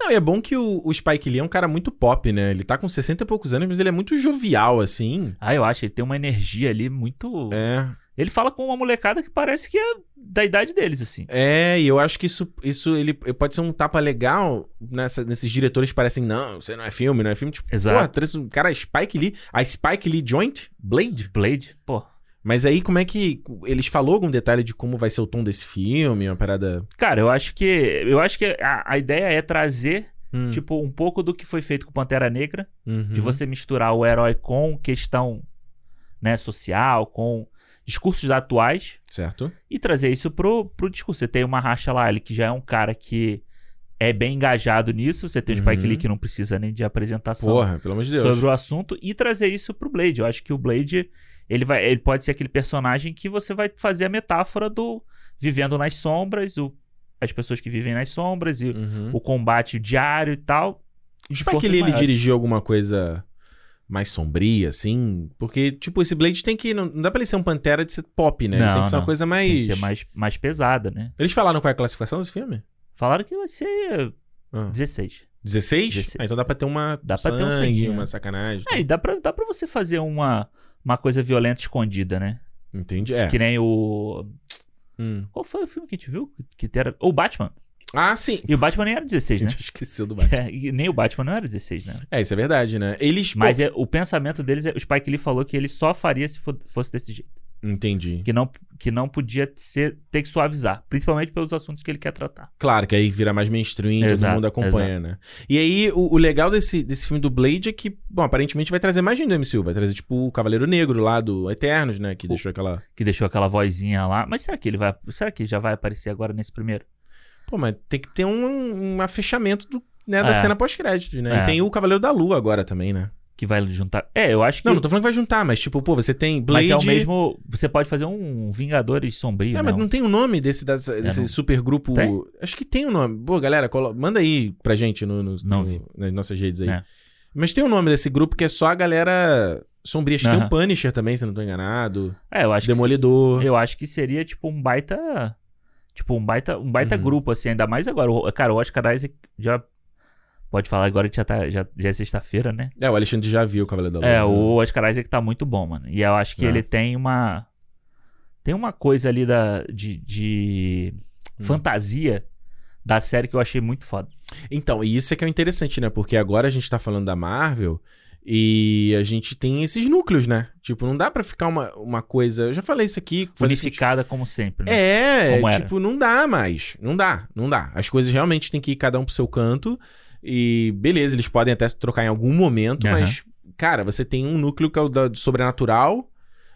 Speaker 1: Não, e é bom que o, o Spike Lee é um cara muito pop, né? Ele tá com 60 e poucos anos, mas ele é muito jovial, assim.
Speaker 2: Ah, eu acho, ele tem uma energia ali muito.
Speaker 1: É.
Speaker 2: Ele fala com uma molecada que parece que é da idade deles, assim.
Speaker 1: É, e eu acho que isso, isso ele, pode ser um tapa legal nessa- nesses diretores que parecem, não, isso aí não é filme, não é filme. Tipo,
Speaker 2: Exato.
Speaker 1: porra, trouxe um cara Spike Lee, a Spike Lee Joint, Blade.
Speaker 2: Blade, pô.
Speaker 1: Mas aí, como é que. Eles falou algum detalhe de como vai ser o tom desse filme, uma parada.
Speaker 2: Cara, eu acho que. Eu acho que a, a ideia é trazer,
Speaker 1: Hum,
Speaker 2: tipo, um pouco do que foi feito com Pantera Negra.
Speaker 1: uhum.
Speaker 2: de você misturar o herói com questão né, social, com discursos atuais
Speaker 1: Certo?
Speaker 2: e trazer isso pro, pro discurso. Você tem uma racha lá, ele que já é um cara que é bem engajado nisso, você tem o Spike
Speaker 1: Uhum.
Speaker 2: Lee que não precisa nem de apresentação
Speaker 1: Porra, pelo amor de Deus.
Speaker 2: sobre o assunto e trazer isso pro Blade. Eu acho que o Blade, ele vai ele pode ser aquele personagem que você vai fazer a metáfora do vivendo nas sombras, o, as pessoas que vivem nas sombras e
Speaker 1: Uhum.
Speaker 2: o combate diário e tal.
Speaker 1: O
Speaker 2: de
Speaker 1: Spike
Speaker 2: forças
Speaker 1: Lee, ele
Speaker 2: maiores.
Speaker 1: dirigiu alguma coisa mais sombria, assim? Porque, tipo, esse Blade tem que... Não, não dá pra ele ser um Pantera de ser pop, né? ele
Speaker 2: Não,
Speaker 1: tem que ser uma
Speaker 2: não.
Speaker 1: coisa mais...
Speaker 2: Tem que ser mais, mais pesada, né?
Speaker 1: Eles falaram qual é a classificação desse filme?
Speaker 2: Falaram que vai ser
Speaker 1: Ah,
Speaker 2: 16.
Speaker 1: 16?
Speaker 2: 16.
Speaker 1: Ah, então dá pra ter uma
Speaker 2: Dá pra
Speaker 1: sangue,
Speaker 2: ter um sanguinho,
Speaker 1: uma
Speaker 2: né?
Speaker 1: sacanagem.
Speaker 2: Aí dá pra, dá pra você fazer uma, uma coisa violenta escondida, né?
Speaker 1: Entendi, é.
Speaker 2: Que nem o.
Speaker 1: Hum.
Speaker 2: Qual foi o filme que a gente viu? Que era... O Batman.
Speaker 1: Ah, sim.
Speaker 2: E o Batman nem era
Speaker 1: A
Speaker 2: 16, né?
Speaker 1: gente esqueceu do Batman.
Speaker 2: E nem o Batman não era 16, né?
Speaker 1: É, isso é verdade, né? Eles... pô,
Speaker 2: Mas é- o pensamento deles é. O Spike Lee falou que ele só faria se fo- fosse desse jeito.
Speaker 1: Entendi.
Speaker 2: Que não, que não podia ser, ter que suavizar. Principalmente pelos assuntos que ele quer tratar.
Speaker 1: Claro, que aí vira mais mainstream, todo
Speaker 2: Exato,
Speaker 1: mundo acompanha, né? E aí, o, o legal desse, desse filme do Blade é que, bom, aparentemente vai trazer mais gente do MCU. Vai trazer, tipo, o Cavaleiro Negro lá do Eternos, né? Que deixou aquela...
Speaker 2: Que deixou aquela vozinha lá. Mas será que ele vai. Será que ele já vai aparecer agora nesse primeiro?
Speaker 1: Pô, mas tem que ter um, um fechamento do, né, da
Speaker 2: É.
Speaker 1: cena pós-crédito, né?
Speaker 2: É.
Speaker 1: E tem o Cavaleiro da Lua agora também, né?
Speaker 2: Que vai juntar. É, eu acho que.
Speaker 1: Não, não tô falando que vai juntar, mas tipo, pô, você tem Blade...
Speaker 2: Mas é o mesmo. Você pode fazer um Vingadores Sombrio.
Speaker 1: É,
Speaker 2: né?
Speaker 1: mas não tem o nome desse, dessa- desse
Speaker 2: É, não.
Speaker 1: supergrupo...
Speaker 2: Tem?
Speaker 1: Acho que tem o nome. Pô, galera, colo- manda aí pra gente no, no-
Speaker 2: Não
Speaker 1: no-
Speaker 2: vi.
Speaker 1: nas nossas redes aí.
Speaker 2: É.
Speaker 1: Mas tem o nome desse grupo que é só a galera sombria. Acho que tem
Speaker 2: Aham.
Speaker 1: o Punisher também, se eu não tô enganado.
Speaker 2: É, eu acho
Speaker 1: Demolidor.
Speaker 2: que se- eu acho que seria tipo um baita tipo um baita um baita
Speaker 1: Uhum.
Speaker 2: grupo assim, ainda mais agora. O- Cara, o Oscar Isaac já pode falar agora que já tá já, já é sexta-feira, né?
Speaker 1: É, o Alexandre já viu o Cavaleiro da Lua. né?
Speaker 2: É, o Oscar Isaac tá muito bom, mano. E eu acho que
Speaker 1: Tá É.
Speaker 2: ele tem uma tem uma coisa ali da de, de
Speaker 1: Hum.
Speaker 2: fantasia da série que eu achei muito foda.
Speaker 1: Então, e isso é que é o interessante, né? Porque agora a gente tá falando da Marvel e a gente tem esses núcleos, né? Tipo, não dá pra ficar uma, uma coisa. Eu já falei isso aqui. falei isso aqui-
Speaker 2: Unificada como sempre, né?
Speaker 1: É,
Speaker 2: Como era.
Speaker 1: tipo, não dá mais. Não dá, não dá. As coisas realmente têm que ir cada um pro seu canto. E beleza, eles podem até se trocar em algum momento,
Speaker 2: Aham.
Speaker 1: mas cara, você tem um núcleo que é o da- do sobrenatural,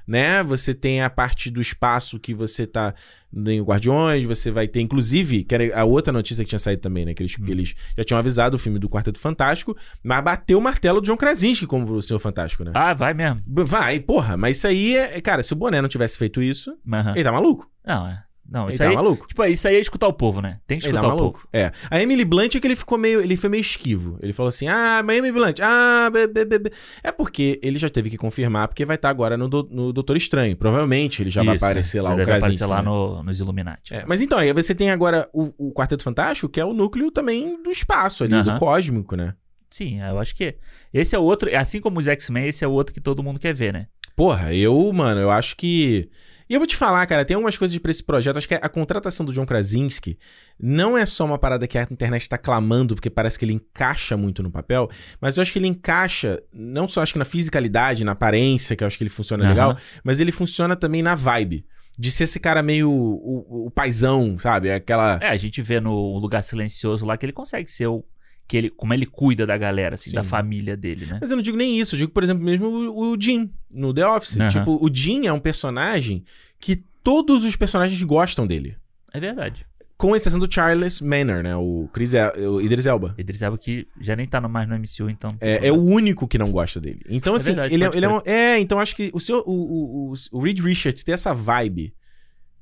Speaker 1: né? Você tem a parte do espaço que você tá em Guardiões, você vai ter, inclusive, que era a outra notícia que tinha saído também, né? Que eles,
Speaker 2: Hum.
Speaker 1: que eles já tinham avisado o filme do Quarteto Fantástico, mas bateu o martelo do John Krasinski como o Senhor Fantástico, né?
Speaker 2: Ah, vai mesmo.
Speaker 1: B- Vai, porra, mas isso aí é. Cara, se o Boné não tivesse feito isso,
Speaker 2: Aham.
Speaker 1: ele tá maluco.
Speaker 2: Não, é. Ah. Não,
Speaker 1: Ele
Speaker 2: isso
Speaker 1: tá
Speaker 2: aí.
Speaker 1: maluco.
Speaker 2: Tipo, isso aí é escutar o povo, né? Tem que
Speaker 1: Ele tá
Speaker 2: escutar o
Speaker 1: maluco.
Speaker 2: povo.
Speaker 1: É. A Emily Blunt é que ele ficou meio. Ele foi meio esquivo. Ele falou assim: ah, mas Emily Blunt, ah, be, be, be, be." É porque ele já teve que confirmar, porque vai estar agora no, do, no Doutor Estranho. Provavelmente ele já vai
Speaker 2: Isso,
Speaker 1: aparecer lá
Speaker 2: ele
Speaker 1: o
Speaker 2: deve aparecer
Speaker 1: Krasinski.
Speaker 2: lá
Speaker 1: né?
Speaker 2: no- nos Illuminati.
Speaker 1: É, mas então, aí você tem agora o, o Quarteto Fantástico, que é o núcleo também do espaço ali, do
Speaker 2: Aham.
Speaker 1: cósmico, né?
Speaker 2: Sim, eu acho que esse é o outro, assim como os X-Men, esse é o outro que todo mundo quer ver, né?
Speaker 1: Porra, eu, mano, eu acho que. E eu vou te falar, cara, tem algumas coisas pra esse projeto. Acho que a contratação do John Krasinski não é só uma parada que a internet tá clamando, porque parece que ele encaixa muito no papel, mas eu acho que ele encaixa, não só acho que na fisicalidade, na aparência, que eu acho que ele funciona
Speaker 2: Aham.
Speaker 1: legal, mas ele funciona também na vibe. De ser esse cara meio o, o- o paizão, sabe? Aquela.
Speaker 2: É, a gente vê no lugar silencioso lá que ele consegue ser o que ele, como ele cuida da galera, assim,
Speaker 1: Sim.
Speaker 2: da família dele, né?
Speaker 1: Mas eu não digo nem isso, eu digo, por exemplo, mesmo o, o Jim no The Office.
Speaker 2: Aham.
Speaker 1: Tipo, o Jim é um personagem que todos os personagens gostam dele.
Speaker 2: É verdade.
Speaker 1: Com exceção do Charles Manor, né? O, Chris El- o Idris Elba.
Speaker 2: Idris Elba que já nem tá no- mais no MCU, então.
Speaker 1: É, é o único que não gosta dele. Então,
Speaker 2: É
Speaker 1: assim,
Speaker 2: verdade,
Speaker 1: ele, é,
Speaker 2: pode
Speaker 1: ele é um- É, então acho que o seu. O, o, o, o Reed Richards tem essa vibe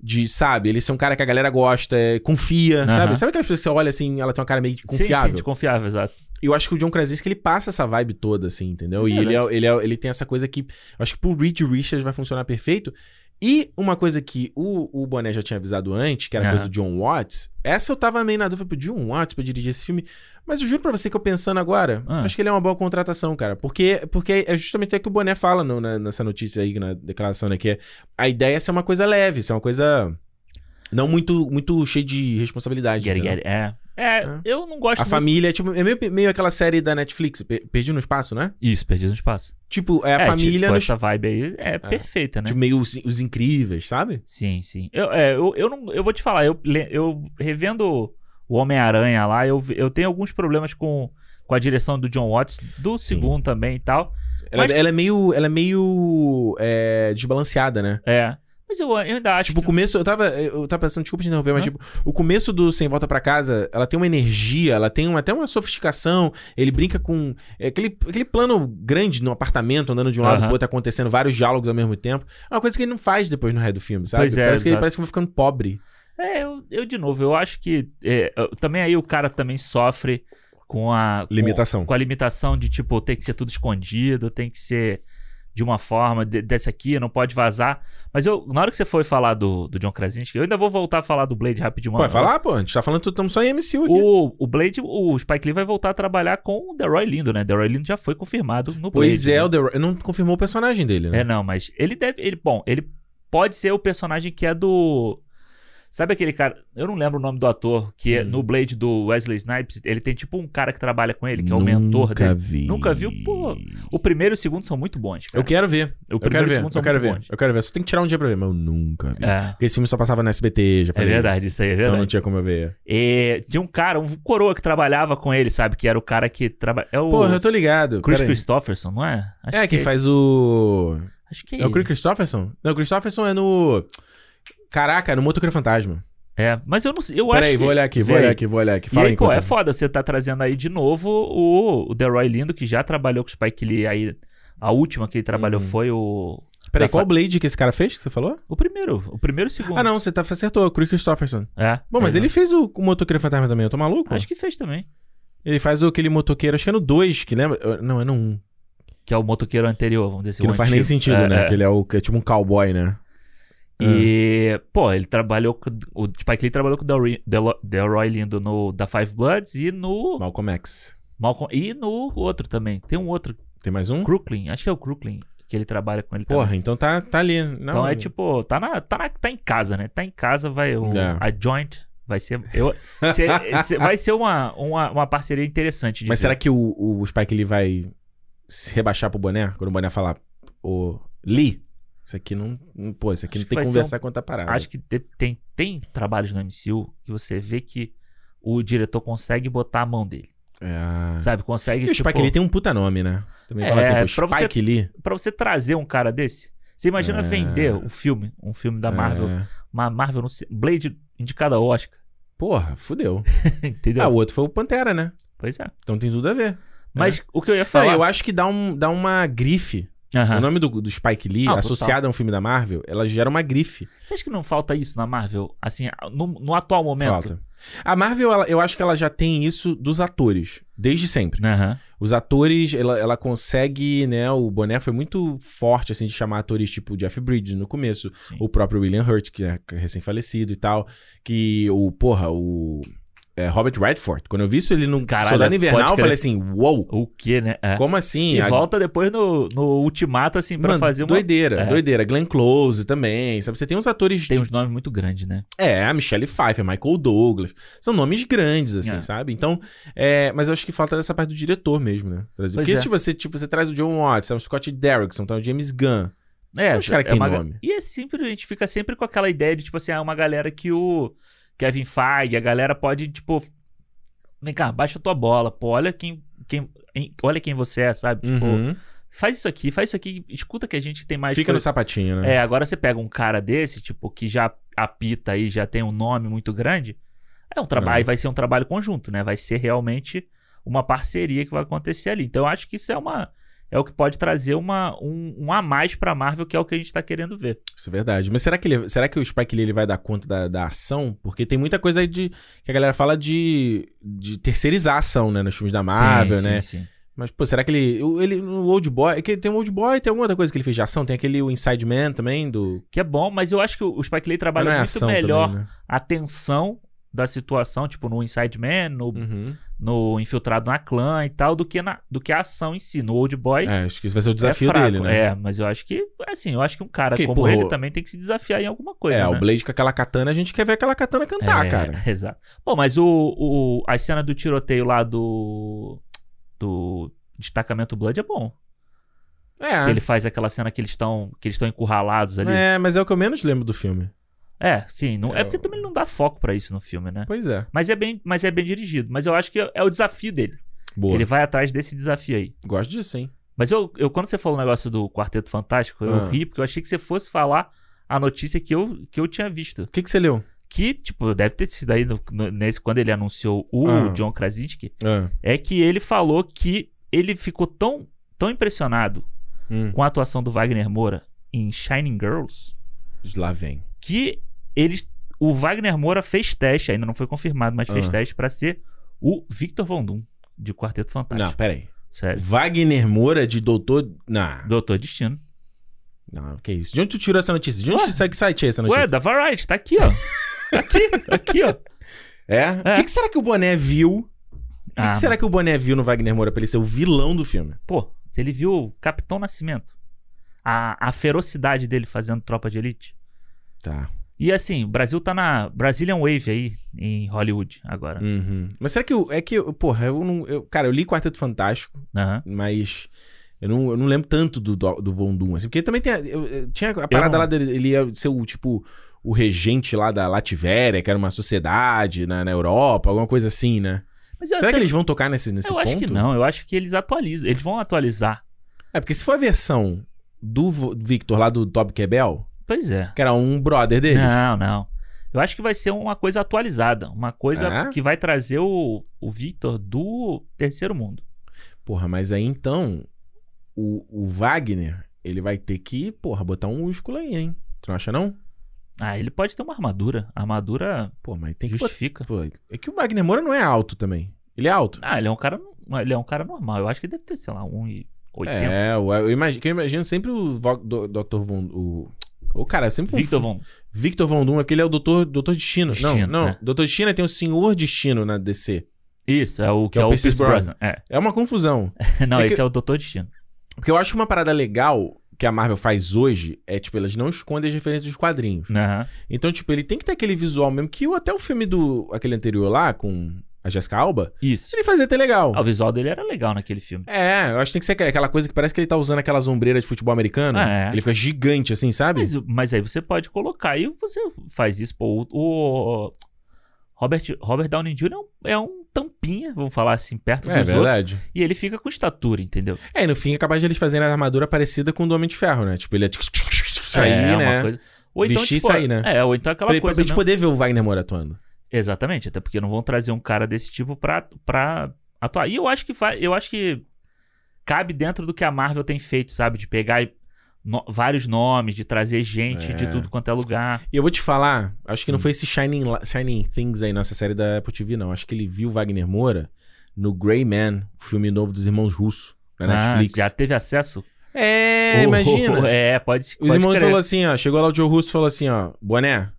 Speaker 1: de, sabe, ele ser um cara que a galera gosta, é, confia,
Speaker 2: Aham.
Speaker 1: sabe? Sabe aquelas pessoas que você olha assim, ela tem uma cara meio de
Speaker 2: Sim, sim,
Speaker 1: confiável?
Speaker 2: de confiável, exato.
Speaker 1: Eu acho que o John Krasinski ele passa essa vibe toda, assim, entendeu? E
Speaker 2: É
Speaker 1: ele, é- ele, é- ele tem essa coisa que. Eu acho que pro Reed Richards vai funcionar perfeito. E uma coisa que o, o Boné já tinha avisado antes, que era a coisa
Speaker 2: Aham.
Speaker 1: do John Watts, essa eu tava meio na dúvida pro John Watts pra dirigir esse filme. Mas eu juro pra você que eu pensando agora,
Speaker 2: Ah.
Speaker 1: acho que ele é uma boa contratação, cara. Porque, porque é justamente o que o Boné fala no- na- nessa notícia aí, na declaração, né? Que é, a ideia é ser uma coisa leve, ser uma coisa. Não muito, muito cheia de responsabilidade.
Speaker 2: Get,
Speaker 1: entendeu?
Speaker 2: get, é. É,
Speaker 1: É.
Speaker 2: eu não gosto
Speaker 1: A
Speaker 2: muito-
Speaker 1: família, tipo, é meio, meio aquela série da Netflix, Pe- Perdido no Espaço, né?
Speaker 2: Isso, Perdido no Espaço.
Speaker 1: Tipo, é a
Speaker 2: se
Speaker 1: família
Speaker 2: for
Speaker 1: no
Speaker 2: essa vibe aí é, perfeita, né?
Speaker 1: tipo, meio os, os incríveis, sabe?
Speaker 2: Sim, sim. Eu, é, eu, eu, não, eu vou te falar, eu, le- eu revendo o Homem-Aranha lá, eu, vi- eu tenho alguns problemas com, com a direção do John Watts, do segundo também e tal.
Speaker 1: Ela,
Speaker 2: Mas-
Speaker 1: ela é meio, ela é meio é, desbalanceada, né?
Speaker 2: É. Mas eu, eu ainda acho.
Speaker 1: Tipo, o
Speaker 2: que-
Speaker 1: começo, eu tava, eu tava pensando, desculpa te interromper, mas
Speaker 2: Hã?
Speaker 1: tipo, o começo do Sem Volta Pra Casa, ela tem uma energia, ela tem uma- até uma sofisticação, ele brinca com é, aquele, aquele plano grande no apartamento, andando de um lado
Speaker 2: Aham.
Speaker 1: pro outro, acontecendo vários diálogos ao mesmo tempo. É uma coisa que ele não faz depois no resto do filme, sabe?
Speaker 2: Pois é,
Speaker 1: parece, que ele,
Speaker 2: exato.
Speaker 1: parece que vai ficando pobre.
Speaker 2: É, eu, eu de novo, eu acho que. é, eu- também aí o cara também sofre com a. com-
Speaker 1: Limitação.
Speaker 2: Com a limitação de, tipo, tem que ser tudo escondido, tem que ser de uma forma, de- dessa aqui, não pode vazar. Mas eu, na hora que você foi falar do, do John Krasinski, eu ainda vou voltar a falar do Blade rapidinho.
Speaker 1: Pode
Speaker 2: mano.
Speaker 1: falar, pô, a gente tá falando, tudo, estamos só em MCU aqui.
Speaker 2: O, o Blade, o Spike Lee vai voltar a trabalhar com o Delroy Lindo, né? Delroy Lindo já foi confirmado no Blade.
Speaker 1: Pois é,
Speaker 2: né?
Speaker 1: o The Rock. Não confirmou o personagem dele, né?
Speaker 2: É, não, mas ele deve. Ele, bom, ele pode ser o personagem que é do. Sabe aquele cara. Eu não lembro o nome do ator, que é
Speaker 1: Hum.
Speaker 2: no Blade do Wesley Snipes, ele tem tipo um cara que trabalha com ele, que é o mentor
Speaker 1: Nunca
Speaker 2: dele.
Speaker 1: vi.
Speaker 2: Nunca viu? Pô, O primeiro e o segundo são muito bons, cara.
Speaker 1: Eu quero ver.
Speaker 2: O
Speaker 1: Eu
Speaker 2: primeiro
Speaker 1: quero
Speaker 2: e o
Speaker 1: ver.
Speaker 2: segundo são
Speaker 1: Eu quero
Speaker 2: muito
Speaker 1: ver.
Speaker 2: bons.
Speaker 1: Eu quero ver. Só tem que tirar um dia pra ver. Mas eu nunca vi.
Speaker 2: É,
Speaker 1: Porque esse filme só passava na SBT, já
Speaker 2: é
Speaker 1: falei.
Speaker 2: verdade,
Speaker 1: isso.
Speaker 2: isso aí é
Speaker 1: Então
Speaker 2: verdade.
Speaker 1: não tinha como eu ver.
Speaker 2: É, tinha um cara, um coroa que trabalhava com ele, sabe? Que era o cara que trabalha. É o
Speaker 1: Porra, eu tô ligado.
Speaker 2: Chris
Speaker 1: peraí.
Speaker 2: Christopherson, não é? Acho
Speaker 1: É, que
Speaker 2: esse.
Speaker 1: faz o.
Speaker 2: Acho que é,
Speaker 1: É o
Speaker 2: ele.
Speaker 1: Chris Christopherson? Não, o Christopherson é no. Caraca, no Motoqueiro Fantasma.
Speaker 2: É, mas eu não sei. Eu acho
Speaker 1: Peraí,
Speaker 2: que...
Speaker 1: vou olhar aqui, vou
Speaker 2: Vê
Speaker 1: olhar
Speaker 2: aí.
Speaker 1: aqui, vou olhar aqui.
Speaker 2: E
Speaker 1: Fala
Speaker 2: aí, pô,
Speaker 1: enquanto-
Speaker 2: é foda você tá trazendo aí de novo o, o Delroy Lindo, que já trabalhou com o Spike Lee aí. A última que ele trabalhou
Speaker 1: Hum.
Speaker 2: foi o.
Speaker 1: Peraí,
Speaker 2: da
Speaker 1: qual Blade que esse cara fez que você falou?
Speaker 2: O primeiro. O primeiro e o segundo.
Speaker 1: Ah, não, você tá, acertou, o Chris Christopherson.
Speaker 2: É.
Speaker 1: Bom, mas
Speaker 2: É,
Speaker 1: ele fez o, o Motoqueiro Fantasma também, eu tô maluco?
Speaker 2: Acho que fez também.
Speaker 1: Ele faz o- aquele motoqueiro, acho que é no 2, que lembra? Eu- Não, é no 1. Um,
Speaker 2: Que é o motoqueiro anterior, vamos dizer assim.
Speaker 1: que não
Speaker 2: o
Speaker 1: faz nem
Speaker 2: antigo.
Speaker 1: sentido,
Speaker 2: É,
Speaker 1: né?
Speaker 2: é.
Speaker 1: Que ele é, o, que é tipo um cowboy, né?
Speaker 2: E, pô, ele trabalhou com. O Spike Lee trabalhou com o Delroy, Delo- Delroy Lindo no da Five Bloods e no.
Speaker 1: Malcolm X.
Speaker 2: Malcolm. E no outro também. Tem um outro.
Speaker 1: Tem mais um?
Speaker 2: Crooklyn. Acho que é o Crooklyn que ele trabalha com ele também.
Speaker 1: Porra, então tá, tá ali. Não,
Speaker 2: Então é tipo, tá, na, tá, na- tá em casa, né? Tá em casa, vai. O,
Speaker 1: É.
Speaker 2: A joint vai ser. eu- se- é se- vai ser uma, uma, uma parceria interessante.
Speaker 1: Mas será que o, o Spike Lee vai se rebaixar pro boné? Quando o boné falar, ô, Lee, isso aqui não. não- Pô, isso aqui
Speaker 2: Acho
Speaker 1: não
Speaker 2: que
Speaker 1: tem
Speaker 2: vai
Speaker 1: que
Speaker 2: ser um
Speaker 1: conversar tá com outra parada.
Speaker 2: Acho que te- tem, tem trabalhos no MCU que você vê que o diretor consegue botar a mão dele.
Speaker 1: É.
Speaker 2: Sabe? Consegue.
Speaker 1: E o
Speaker 2: tipo,
Speaker 1: Spike Lee tem um puta nome, né? Também fala
Speaker 2: É,
Speaker 1: assim, pô,
Speaker 2: pra você-
Speaker 1: Spike Lee.
Speaker 2: Pra você trazer um cara desse. Você imagina
Speaker 1: É.
Speaker 2: vender um filme, um filme da Marvel.
Speaker 1: É.
Speaker 2: Uma Marvel no ci- Blade indicada ao Oscar.
Speaker 1: Porra, fudeu.
Speaker 2: Entendeu?
Speaker 1: Ah, o outro foi o Pantera, né?
Speaker 2: Pois é.
Speaker 1: Então tem tudo a ver.
Speaker 2: Mas o que eu ia
Speaker 1: Não,
Speaker 2: falar.
Speaker 1: eu acho que dá, um, dá uma grife.
Speaker 2: Aham.
Speaker 1: O nome do, do Spike Lee,
Speaker 2: Ah, total.
Speaker 1: associado a um filme da Marvel, ela gera uma grife.
Speaker 2: Você acha que não falta isso na Marvel? Assim, no, no atual momento?
Speaker 1: Falta. A Marvel, ela- eu acho que ela já tem isso dos atores, desde sempre.
Speaker 2: Aham.
Speaker 1: Os atores, ela, ela consegue, né? O Boné foi muito forte, assim, de chamar atores tipo Jeff Bridges no começo,
Speaker 2: Sim.
Speaker 1: o próprio William Hurt, que é recém-falecido e tal, que o, porra, o é, Robert Redford. Quando eu vi isso ele no
Speaker 2: Caralho,
Speaker 1: Soldado
Speaker 2: pode
Speaker 1: Invernal, eu
Speaker 2: crer.
Speaker 1: falei assim, uou,
Speaker 2: O que, né? É.
Speaker 1: como assim?
Speaker 2: E
Speaker 1: A-
Speaker 2: volta depois no, no Ultimato, assim, pra
Speaker 1: Mano,
Speaker 2: fazer uma.
Speaker 1: doideira,
Speaker 2: É.
Speaker 1: doideira. Glenn Close também, sabe? Você tem uns atores...
Speaker 2: Tem um
Speaker 1: de-
Speaker 2: uns nomes muito grandes, né?
Speaker 1: É, a Michelle Pfeiffer, Michael Douglas. São nomes grandes, assim,
Speaker 2: É.
Speaker 1: sabe? Então, é, mas eu acho que falta dessa parte do diretor mesmo, né? Trazer-
Speaker 2: Pois
Speaker 1: Porque
Speaker 2: é.
Speaker 1: se você, tipo, você traz o John Watts, sabe? o Scott Derrickson, tá? o James Gunn.
Speaker 2: É,
Speaker 1: São os caras que
Speaker 2: é
Speaker 1: têm
Speaker 2: uma-
Speaker 1: nome.
Speaker 2: E é sempre, a gente fica sempre com aquela ideia de, tipo assim, ah, uma galera que o Kevin Feige, a galera pode, tipo, vem cá, baixa tua bola, pô, olha quem, quem, em- olha quem você é, sabe? Tipo,
Speaker 1: Uhum.
Speaker 2: faz isso aqui, faz isso aqui, escuta que a gente tem mais
Speaker 1: Fica no
Speaker 2: coisa.
Speaker 1: sapatinho, né?
Speaker 2: É, agora você pega um cara desse, tipo, que já apita aí, já tem um nome muito grande, é um trabalho,
Speaker 1: É.
Speaker 2: vai ser um trabalho conjunto, né? Vai ser realmente uma parceria que vai acontecer ali. Então eu acho que isso é uma é o que pode trazer uma, um, um a mais pra Marvel, que é o que a gente tá querendo ver.
Speaker 1: Isso é verdade. Mas será que, ele- será que o Spike Lee ele vai dar conta da, da ação? Porque tem muita coisa aí de, que a galera fala de, de terceirizar a ação, né? Nos filmes da Marvel,
Speaker 2: sim,
Speaker 1: né?
Speaker 2: Sim, sim.
Speaker 1: Mas, pô, será que ele. o- ele o Old Boy. é que Tem um Old Boy, tem alguma outra coisa que ele fez de ação? Tem aquele o Inside Man também, do.
Speaker 2: Que é bom, mas eu acho que o Spike Lee
Speaker 1: Mas
Speaker 2: trabalha
Speaker 1: não é
Speaker 2: muito
Speaker 1: ação
Speaker 2: melhor
Speaker 1: também, né?
Speaker 2: a tensão da situação, tipo no Inside Man, no,
Speaker 1: Hum.
Speaker 2: no Infiltrado na Clã e tal, do que, na, do que a ação em si. No Old Boy é,
Speaker 1: É, acho que isso vai ser o desafio
Speaker 2: fraco.
Speaker 1: dele, né?
Speaker 2: É, mas eu acho que, assim, eu acho que um cara
Speaker 1: Porque,
Speaker 2: como
Speaker 1: porra,
Speaker 2: ele
Speaker 1: o-
Speaker 2: também tem que se desafiar em alguma coisa, né?
Speaker 1: É, o Blade com aquela katana, a gente quer ver aquela katana cantar,
Speaker 2: É,
Speaker 1: cara.
Speaker 2: Exato. Bom, mas o, o, a cena do tiroteio lá do. do destacamento Blood é bom. Que
Speaker 1: É.
Speaker 2: ele faz aquela cena que eles estão que eles estão encurralados ali. É,
Speaker 1: É, mas é o que eu menos lembro do filme.
Speaker 2: sim, não, é
Speaker 1: É,
Speaker 2: porque
Speaker 1: o-
Speaker 2: também ele não dá foco pra isso no filme, né?
Speaker 1: Pois é.
Speaker 2: Mas é bem, mas é bem dirigido. Mas eu acho que é o desafio dele.
Speaker 1: Boa.
Speaker 2: Ele vai atrás desse desafio aí.
Speaker 1: Gosto disso, hein?
Speaker 2: Mas eu, eu quando você falou o negócio do Quarteto Fantástico, eu
Speaker 1: Ah.
Speaker 2: ri porque eu achei que você fosse falar a notícia que eu, que eu tinha visto.
Speaker 1: O que, que você leu?
Speaker 2: Que, tipo, deve ter sido aí no- no- nesse, quando ele anunciou o
Speaker 1: Ah.
Speaker 2: John Krasinski,
Speaker 1: Ah.
Speaker 2: é que ele falou que ele ficou tão, tão impressionado
Speaker 1: Hum.
Speaker 2: com a atuação do Wagner Moura em Shining Girls
Speaker 1: Lá vem.
Speaker 2: que eles o Wagner Moura fez teste, ainda não foi confirmado, mas fez
Speaker 1: Ah.
Speaker 2: teste pra ser o Victor Von Doom de Quarteto
Speaker 1: Não,
Speaker 2: Fantástico.
Speaker 1: peraí.
Speaker 2: Sério.
Speaker 1: Wagner Moura de Doutor. Não.
Speaker 2: Doutor Destino.
Speaker 1: Não, que isso. De onde tu tirou essa notícia? De onde
Speaker 2: Ué?
Speaker 1: tu sai que site é essa
Speaker 2: Ué,
Speaker 1: notícia?
Speaker 2: da Variety, tá aqui, ó. Tá aqui, tá aqui, ó.
Speaker 1: É? O
Speaker 2: É.
Speaker 1: que, que será que o Boné viu? O que,
Speaker 2: Ah,
Speaker 1: que será que o Boné viu no Wagner Moura pra ele ser o vilão do filme?
Speaker 2: Pô, se ele viu o Capitão Nascimento. A, a ferocidade dele fazendo tropa de elite.
Speaker 1: Tá.
Speaker 2: E assim, o Brasil tá na Brazilian Wave aí, em Hollywood agora.
Speaker 1: Uhum. Mas será que eu, é que, eu- porra, eu não. eu- cara, eu li Quarteto Fantástico,
Speaker 2: Aham.
Speaker 1: mas eu não, eu não lembro tanto do, do, do Von Doom, assim. Porque também tem. a- eu- eu- tinha a parada
Speaker 2: não-
Speaker 1: lá dele, ele ia ser o tipo. O regente lá da Lativéria, que era uma sociedade na, na Europa, alguma coisa assim, né?
Speaker 2: Mas eu,
Speaker 1: Será que
Speaker 2: eu-
Speaker 1: eles vão tocar nesse, nesse
Speaker 2: Então, eu
Speaker 1: ponto?
Speaker 2: acho que não, eu acho que eles atualizam. Eles vão atualizar.
Speaker 1: É, porque se for a versão do Vo- Victor lá do Top Quebel,
Speaker 2: Pois é.
Speaker 1: que era um brother deles.
Speaker 2: Não, não. Eu acho que vai ser uma coisa atualizada. Uma coisa
Speaker 1: É?
Speaker 2: que vai trazer o, o Victor do terceiro mundo.
Speaker 1: Porra, mas aí então, o, o Wagner, ele vai ter que, porra, botar um músculo aí, hein? Tu não acha, não?
Speaker 2: Ah, ele pode ter uma armadura. A armadura
Speaker 1: Pô, mas tem que botar.
Speaker 2: justifica.
Speaker 1: Pô, é que o Wagner Moura não é alto também. Ele é alto.
Speaker 2: Ah, ele é um cara. Ele é um cara normal. Eu acho que deve ter, sei lá, 1,80.
Speaker 1: É, eu, eu imagino, que eu imagino sempre o Vo- do- Dr. Von. O, o cara, eu sempre
Speaker 2: Victor
Speaker 1: confundo.
Speaker 2: Von.
Speaker 1: Victor Von Doom, é porque ele é o Doutor, doutor Destino. não,
Speaker 2: Destino,
Speaker 1: não.
Speaker 2: é.
Speaker 1: Doutor Destino tem o Senhor Destino na DC.
Speaker 2: Isso, é o que, é, o Pierce Brosnan. É.
Speaker 1: É uma confusão.
Speaker 2: Não,
Speaker 1: É que-
Speaker 2: esse é o Doutor Destino.
Speaker 1: Porque eu acho uma parada legal que a Marvel faz hoje é, tipo, elas não escondem as referências dos quadrinhos.
Speaker 2: Aham.
Speaker 1: Então, tipo, ele tem que ter aquele visual mesmo que o- até o filme do. aquele anterior lá, com a Jessica Alba,
Speaker 2: Isso.
Speaker 1: ele fazia até legal.
Speaker 2: Ah, o visual dele era legal naquele filme.
Speaker 1: É, eu acho que tem que ser aquela- aquela coisa que parece que ele tá usando aquelas ombreiras de futebol americano.
Speaker 2: É.
Speaker 1: Ele fica gigante, assim, sabe?
Speaker 2: Mas, mas aí você pode colocar e você faz isso. Pô, o, o Robert, Robert Downey Jr. é um, é um tampinha roupinha, vamos falar assim, perto
Speaker 1: É
Speaker 2: dos outros.
Speaker 1: verdade.
Speaker 2: E ele fica com estatura, entendeu?
Speaker 1: É, e no fim é capaz de eles fazerem a armadura parecida com o do Homem de Ferro, né? Tipo, ele é tch- tch- tch- tch- sair,
Speaker 2: é,
Speaker 1: né?
Speaker 2: Uma coisa... Ou então,
Speaker 1: Vestir e
Speaker 2: tipo,
Speaker 1: sair, né?
Speaker 2: É, ou então aquela
Speaker 1: pra, pra
Speaker 2: coisa.
Speaker 1: gente
Speaker 2: mesmo.
Speaker 1: poder tipo, ver o Wagner Moura atuando.
Speaker 2: Exatamente, até porque não vão trazer um cara desse tipo pra, pra atuar. E eu acho que faz, eu acho que cabe dentro do que a Marvel tem feito, sabe? De pegar no- vários nomes, de trazer gente
Speaker 1: É.
Speaker 2: de tudo quanto é lugar.
Speaker 1: E eu vou te falar, acho
Speaker 2: Hum.
Speaker 1: que não foi esse Shining, La- Shining Things aí, nossa série da Apple TV, não. Acho que ele viu o Wagner Moura no Grey Man, o filme novo dos irmãos russos, na
Speaker 2: Ah,
Speaker 1: É Netflix.
Speaker 2: já teve acesso?
Speaker 1: É,
Speaker 2: Oh,
Speaker 1: imagina.
Speaker 2: É, pode,
Speaker 1: Os
Speaker 2: pode
Speaker 1: irmãos
Speaker 2: crer.
Speaker 1: falaram assim, ó. Chegou lá o Joe Russo e falou assim, ó. Boné,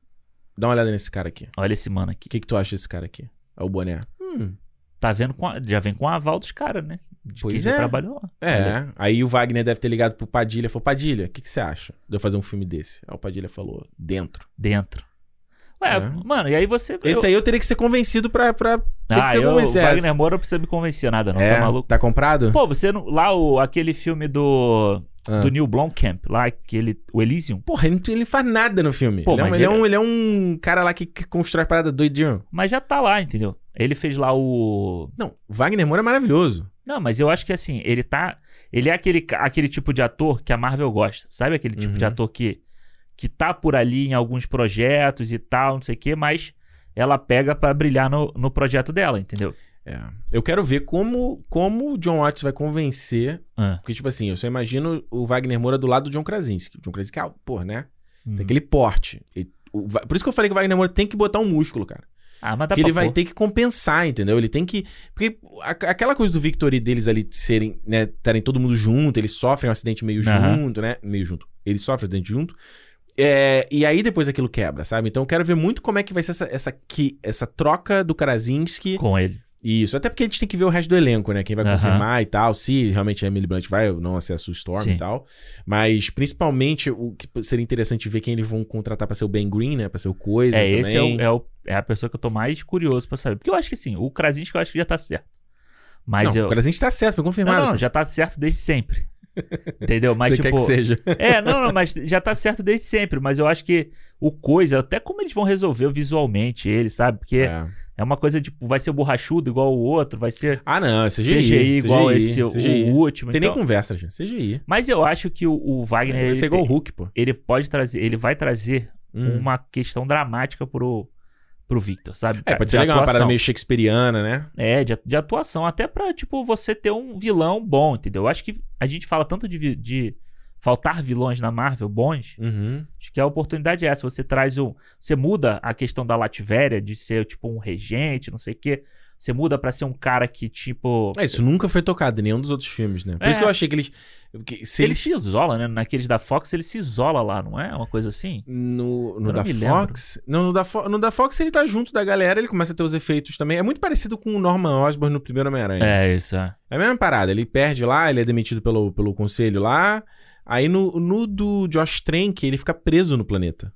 Speaker 1: dá uma olhada nesse cara aqui.
Speaker 2: Olha esse mano aqui.
Speaker 1: O que, que tu acha desse cara aqui? É o Boné. Hum,
Speaker 2: Tá vendo com a- já vem com o aval dos caras, né? De
Speaker 1: Pois
Speaker 2: quem já
Speaker 1: é.
Speaker 2: trabalhou lá.
Speaker 1: É, aí o Wagner deve ter ligado pro Padilha e falou: Padilha, o que, que você acha de eu fazer um filme desse? Aí o Padilha falou: Dentro.
Speaker 2: Dentro. Ué,
Speaker 1: É.
Speaker 2: mano, e aí você.
Speaker 1: Esse aí eu teria que ser convencido pra. pra
Speaker 2: eu,
Speaker 1: tem que
Speaker 2: ah,
Speaker 1: ser
Speaker 2: eu,
Speaker 1: alguma coisa, é.
Speaker 2: Wagner Moura não precisa me convencer nada, não. Tá maluco?
Speaker 1: tá comprado?
Speaker 2: Pô, você não. Lá o, aquele filme do.
Speaker 1: Ah.
Speaker 2: Do Neil Blomkamp, lá aquele. O Elysium.
Speaker 1: Porra, ele, não tem- ele faz nada no filme.
Speaker 2: Pô,
Speaker 1: ele, é um,
Speaker 2: mas
Speaker 1: ele, é
Speaker 2: ele-
Speaker 1: um, ele é um cara lá que, que constrói parada doidinho.
Speaker 2: Mas já tá lá, entendeu? Ele fez lá o.
Speaker 1: Não, o Wagner Moura é maravilhoso.
Speaker 2: Não, mas eu acho que assim, ele tá. Ele é aquele, ca- aquele tipo de ator que a Marvel gosta. Sabe aquele tipo de
Speaker 1: Uhum.
Speaker 2: ator que. Que tá por ali em alguns projetos e tal, não sei o quê, mas ela pega pra brilhar no, no projeto dela, entendeu?
Speaker 1: É. Eu quero ver como, como o John Watts vai convencer.
Speaker 2: Ah.
Speaker 1: Porque, tipo assim, eu só imagino o Wagner Moura do lado do John Krasinski. O John Krasinski, ah, porra, né?
Speaker 2: Uhum.
Speaker 1: Tem aquele porte. Ele- o Va- por isso que eu falei que o Wagner Moura tem que botar um músculo, cara.
Speaker 2: Ah, mas dá
Speaker 1: que
Speaker 2: pra
Speaker 1: ele vai
Speaker 2: pôr.
Speaker 1: ter que compensar, entendeu? Ele tem que. Porque a- aquela coisa do Victory deles ali serem, né, estarem todo mundo junto, eles sofrem um acidente meio
Speaker 2: Aham.
Speaker 1: junto, né? Meio junto. Eles sofrem um acidente junto. É, e aí depois aquilo quebra, sabe? Então eu quero ver muito como é que vai ser essa, essa, que, essa troca do Krasinski.
Speaker 2: com ele.
Speaker 1: Isso. Até porque a gente tem que ver o resto do elenco, né? Quem vai
Speaker 2: Aham.
Speaker 1: confirmar e tal, se realmente a Emily Blunt vai ou não acessa o Storm
Speaker 2: Sim.
Speaker 1: e tal. Mas principalmente o que seria interessante ver quem eles vão contratar pra ser o Ben Green, né? Pra ser o Coisa
Speaker 2: É,
Speaker 1: também.
Speaker 2: esse é, o, é, o- é a pessoa que eu tô mais curioso pra saber. Porque eu acho que sim, o Krasinski eu acho que já tá certo. Mas
Speaker 1: não,
Speaker 2: eu.
Speaker 1: o Krasinski tá certo, foi
Speaker 2: Não,
Speaker 1: confirmado.
Speaker 2: não, já tá certo desde sempre. Entendeu? Mas,
Speaker 1: Você
Speaker 2: tipo.
Speaker 1: quer que seja.
Speaker 2: É, não, não, mas já tá certo desde sempre. Mas eu acho que o coisa, até como eles vão resolver visualmente ele, sabe? Porque é,
Speaker 1: É.
Speaker 2: uma coisa, tipo, vai ser borrachudo igual o outro, vai ser
Speaker 1: Ah, não, é CGI.
Speaker 2: CGI, igual
Speaker 1: CGI,
Speaker 2: esse, o-
Speaker 1: CGI.
Speaker 2: o último.
Speaker 1: Não tem nem
Speaker 2: então-
Speaker 1: conversa, gente. CGI.
Speaker 2: Mas eu acho que o, o Wagner.
Speaker 1: Vai
Speaker 2: Ele,
Speaker 1: ser igual o
Speaker 2: tem-
Speaker 1: Hulk, pô.
Speaker 2: ele pode trazer, ele vai trazer
Speaker 1: Hum.
Speaker 2: uma questão dramática pro, pro Victor, sabe?
Speaker 1: É,
Speaker 2: De
Speaker 1: pode ser legal, uma
Speaker 2: atuação.
Speaker 1: parada meio shakespeariana, né?
Speaker 2: É, de, de atuação. Até pra, tipo, você ter um vilão bom, entendeu? Eu acho que a gente fala tanto de, vi- de faltar vilões na Marvel bons,
Speaker 1: Uhum.
Speaker 2: acho que a oportunidade é essa. Você traz um. Você muda a questão da Lativéria, de ser, tipo, um regente, não sei o quê. Você muda pra ser um cara que, tipo.
Speaker 1: É, isso nunca foi tocado em nenhum dos outros filmes, né? Por
Speaker 2: É.
Speaker 1: isso que eu achei que eles. que se
Speaker 2: ele
Speaker 1: eles.
Speaker 2: se isola, né? Naqueles da Fox, ele se isola lá, não é? Uma coisa assim?
Speaker 1: No, no
Speaker 2: Eu não
Speaker 1: da
Speaker 2: me
Speaker 1: Fox. Não, no da, Fo- no da Fox ele tá junto da galera, ele começa a ter os efeitos também. É muito parecido com o Norman Osborn no primeiro Homem-Aranha.
Speaker 2: É, isso. é.
Speaker 1: É a mesma parada, ele perde lá, ele é demitido pelo, pelo conselho lá. Aí no, no do Josh Trank, ele fica preso no planeta.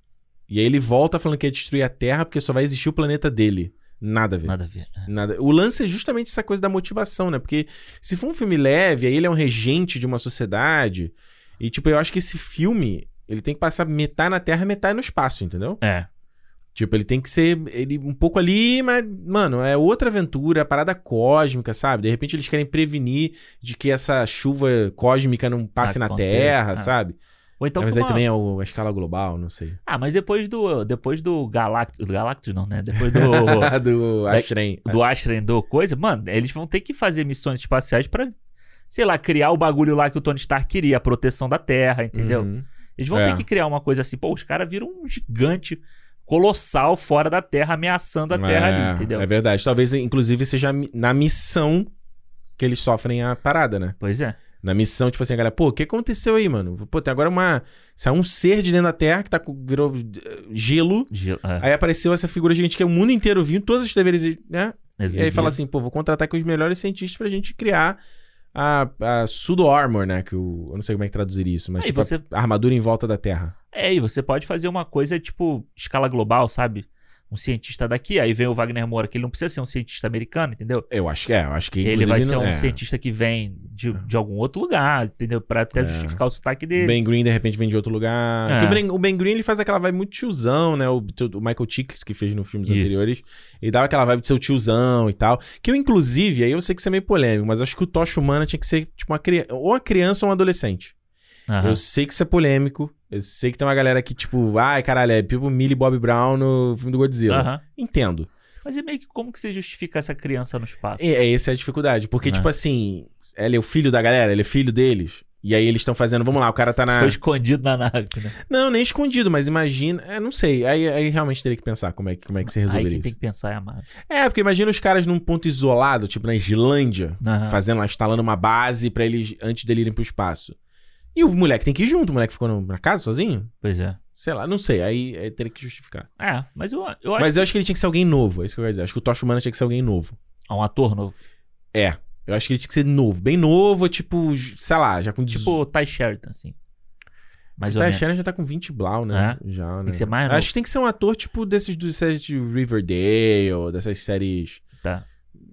Speaker 1: E aí ele volta falando que ia destruir a Terra porque só vai existir o planeta dele. Nada a ver. Nada.
Speaker 2: Nada a ver.
Speaker 1: O lance é justamente essa coisa da motivação, né? Porque se for um filme leve, aí ele é um regente de uma sociedade. E, tipo, eu acho que esse filme, ele tem que passar metade na Terra e metade no espaço, entendeu?
Speaker 2: É.
Speaker 1: Tipo, ele tem que ser ele um pouco ali, mas, mano, é outra aventura, parada cósmica, sabe? De repente eles querem prevenir de que essa chuva cósmica não passe na
Speaker 2: Acontece,
Speaker 1: Terra,
Speaker 2: ah.
Speaker 1: sabe?
Speaker 2: Ou então.
Speaker 1: mas
Speaker 2: com
Speaker 1: aí
Speaker 2: uma-
Speaker 1: também é o- a escala global, não sei.
Speaker 2: Ah, mas depois do. Depois do Galactus. Galactus não, né? Depois do.
Speaker 1: do
Speaker 2: Black-
Speaker 1: Ashtray.
Speaker 2: do Ashram do coisa, mano, eles vão ter que fazer missões espaciais pra, sei lá, criar o bagulho lá que o Tony Stark queria, a proteção da Terra, entendeu?
Speaker 1: Uhum.
Speaker 2: Eles vão
Speaker 1: É.
Speaker 2: ter que criar uma coisa assim, pô, os caras viram um gigante colossal fora da Terra, ameaçando a Terra
Speaker 1: é,
Speaker 2: ali, entendeu?
Speaker 1: É verdade. Talvez, inclusive, seja mi- na missão que eles sofrem a parada, né?
Speaker 2: Pois é.
Speaker 1: Na missão, tipo assim, a galera, pô, o que aconteceu aí, mano? Pô, tem agora uma. Saiu um ser de dentro da Terra que tá, com- virou eh, gelo.
Speaker 2: Gil- é,
Speaker 1: Aí apareceu essa figura gigante que é o mundo inteiro viu, todas as deveres, né? E aí
Speaker 2: exibir.
Speaker 1: fala assim, pô, vou contratar aqui os melhores cientistas pra gente criar a, a Sudo Armor, né? Que o, eu não sei como é que traduzir isso, mas
Speaker 2: Aí
Speaker 1: tipo, a-
Speaker 2: você-
Speaker 1: a armadura em volta da Terra.
Speaker 2: É, e você pode fazer uma coisa tipo escala global, sabe? um cientista daqui, aí vem o Wagner Moura, que ele não precisa ser um cientista americano, entendeu?
Speaker 1: Eu acho que é, eu acho que
Speaker 2: ele vai
Speaker 1: inclusive,
Speaker 2: ser
Speaker 1: não-
Speaker 2: um
Speaker 1: é.
Speaker 2: cientista que vem de, de algum outro lugar, entendeu? Pra até
Speaker 1: É.
Speaker 2: justificar o sotaque
Speaker 1: O
Speaker 2: dele.
Speaker 1: Ben Green, de repente, vem de outro lugar.
Speaker 2: É.
Speaker 1: Porque O, ben, o Ben Green, ele faz aquela vibe muito tiozão, né? O, o Michael Chiklis, que fez nos filmes
Speaker 2: Isso.
Speaker 1: anteriores, ele dava aquela vibe de ser o tiozão e tal. Que eu, inclusive, aí eu sei que isso é meio polêmico, mas acho que o Tocha Humana tinha que ser, tipo, uma criança, ou uma criança ou um adolescente.
Speaker 2: Aham.
Speaker 1: Eu sei que isso é polêmico. Eu sei que tem uma galera que, tipo, ai, caralho, é tipo Millie Bob Brown no filme do Godzilla.
Speaker 2: Aham.
Speaker 1: Entendo.
Speaker 2: Mas é meio que como que você justifica essa criança no espaço?
Speaker 1: É, é, essa é a dificuldade. Porque,
Speaker 2: É.
Speaker 1: tipo assim, ele é o filho da galera, ele é filho deles. E aí eles estão fazendo, vamos lá, o cara tá na.
Speaker 2: Foi escondido na nave, né?
Speaker 1: Não, nem escondido, mas imagina. É, não sei. Aí, aí realmente teria que pensar como é que, como é que se
Speaker 2: Aí
Speaker 1: resolveria
Speaker 2: quem
Speaker 1: isso.
Speaker 2: tem que pensar é a nave.
Speaker 1: É, porque imagina os caras num ponto isolado, tipo na Islândia,
Speaker 2: Aham.
Speaker 1: fazendo lá, instalando uma base pra eles antes dele irem pro espaço. E o moleque tem que ir junto, o moleque ficou no- na casa sozinho?
Speaker 2: Pois é.
Speaker 1: Sei lá, não sei. Aí, aí teria que justificar.
Speaker 2: É, mas eu, eu acho
Speaker 1: mas eu acho que ele tinha que ser alguém novo, é isso que eu quero dizer. Acho que o Tocha Humana tinha que ser alguém novo.
Speaker 2: que é um ator novo.
Speaker 1: É. Eu acho que ele tinha que ser novo, bem novo, tipo, sei lá, já com 18.
Speaker 2: Tipo o Ty Sheridan, assim. Mais ou
Speaker 1: Tá, a
Speaker 2: menos. É?
Speaker 1: Sharon já tá com 20 blau, né? Já, né?
Speaker 2: Tem que ser mais
Speaker 1: Acho que tem que ser um ator, tipo, desses dos séries de Riverdale, dessas séries.
Speaker 2: Tá.